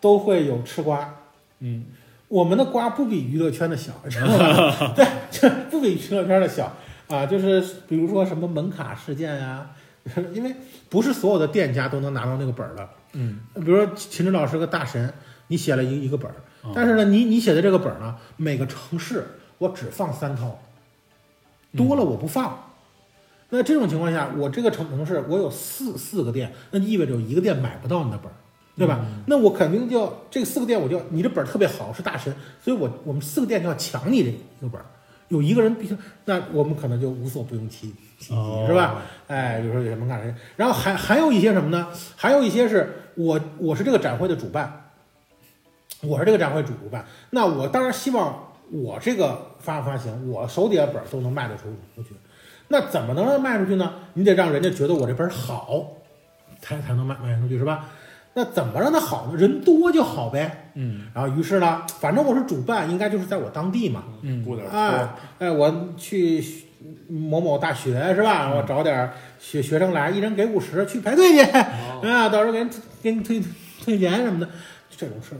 Speaker 3: 都会有吃瓜，
Speaker 1: 嗯
Speaker 3: 我们的瓜不比娱乐圈的小，你知道吗？ *laughs* 对，这不比娱乐圈的小啊，就是比如说什么门卡事件呀、 *laughs* 因为不是所有的店家都能拿到那个本儿的。
Speaker 4: 嗯，
Speaker 3: 比如说秦指导是个大神，你写了一一个本儿
Speaker 1: 哦，
Speaker 3: 但是呢，你你写的这个本儿呢，每个城市我只放三套，多了我不放。那这种情况下，我这个城城市我有四四个店，那意味着有一个店买不到你的本儿，对吧？那我肯定就要这四个店，我就要你这本儿特别好，是大神，所以我我们四个店就要抢你这一个本儿。有一个人必须，那我们可能就无所不用其其极，
Speaker 1: 哦
Speaker 3: 是吧？哎，比如说有什么干什么，然后还还有一些什么呢？还有一些是我我是这个展会的主办，我是这个展会主办，那我当然希望我这个发发行，我手底下本儿都能卖得出出去。那怎么能让卖出去呢？你得让人家觉得我这本儿好，才才能卖卖出去，是吧？那怎么让它好呢？人多就好呗。
Speaker 4: 嗯
Speaker 3: 然后于是呢，反正我是主办，应该就是在我当地嘛。
Speaker 4: 嗯，
Speaker 2: 雇点托
Speaker 3: 哎
Speaker 2: 儿，
Speaker 3: 哎，我去某某大学是吧？
Speaker 4: 嗯
Speaker 3: 我找点学学生来，一人给五十，去排队去
Speaker 1: 哦
Speaker 2: 哦
Speaker 3: 啊，到时候给人给你退退钱什么的，这种事儿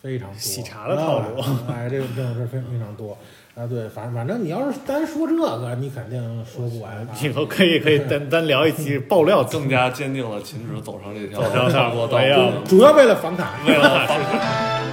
Speaker 3: 非常多。
Speaker 1: 喜茶的套路
Speaker 3: 啊，哎，这种这种事儿非非常多啊。对，反反正你要是单说这个，你肯定说不完。啊
Speaker 1: 嗯以后可以可以单单聊一期爆料
Speaker 2: 更加坚定了秦纸走上这条
Speaker 1: 走上
Speaker 2: 差不多道
Speaker 1: 哎呀
Speaker 2: 路。
Speaker 3: 主要为了房卡。
Speaker 2: 为了防止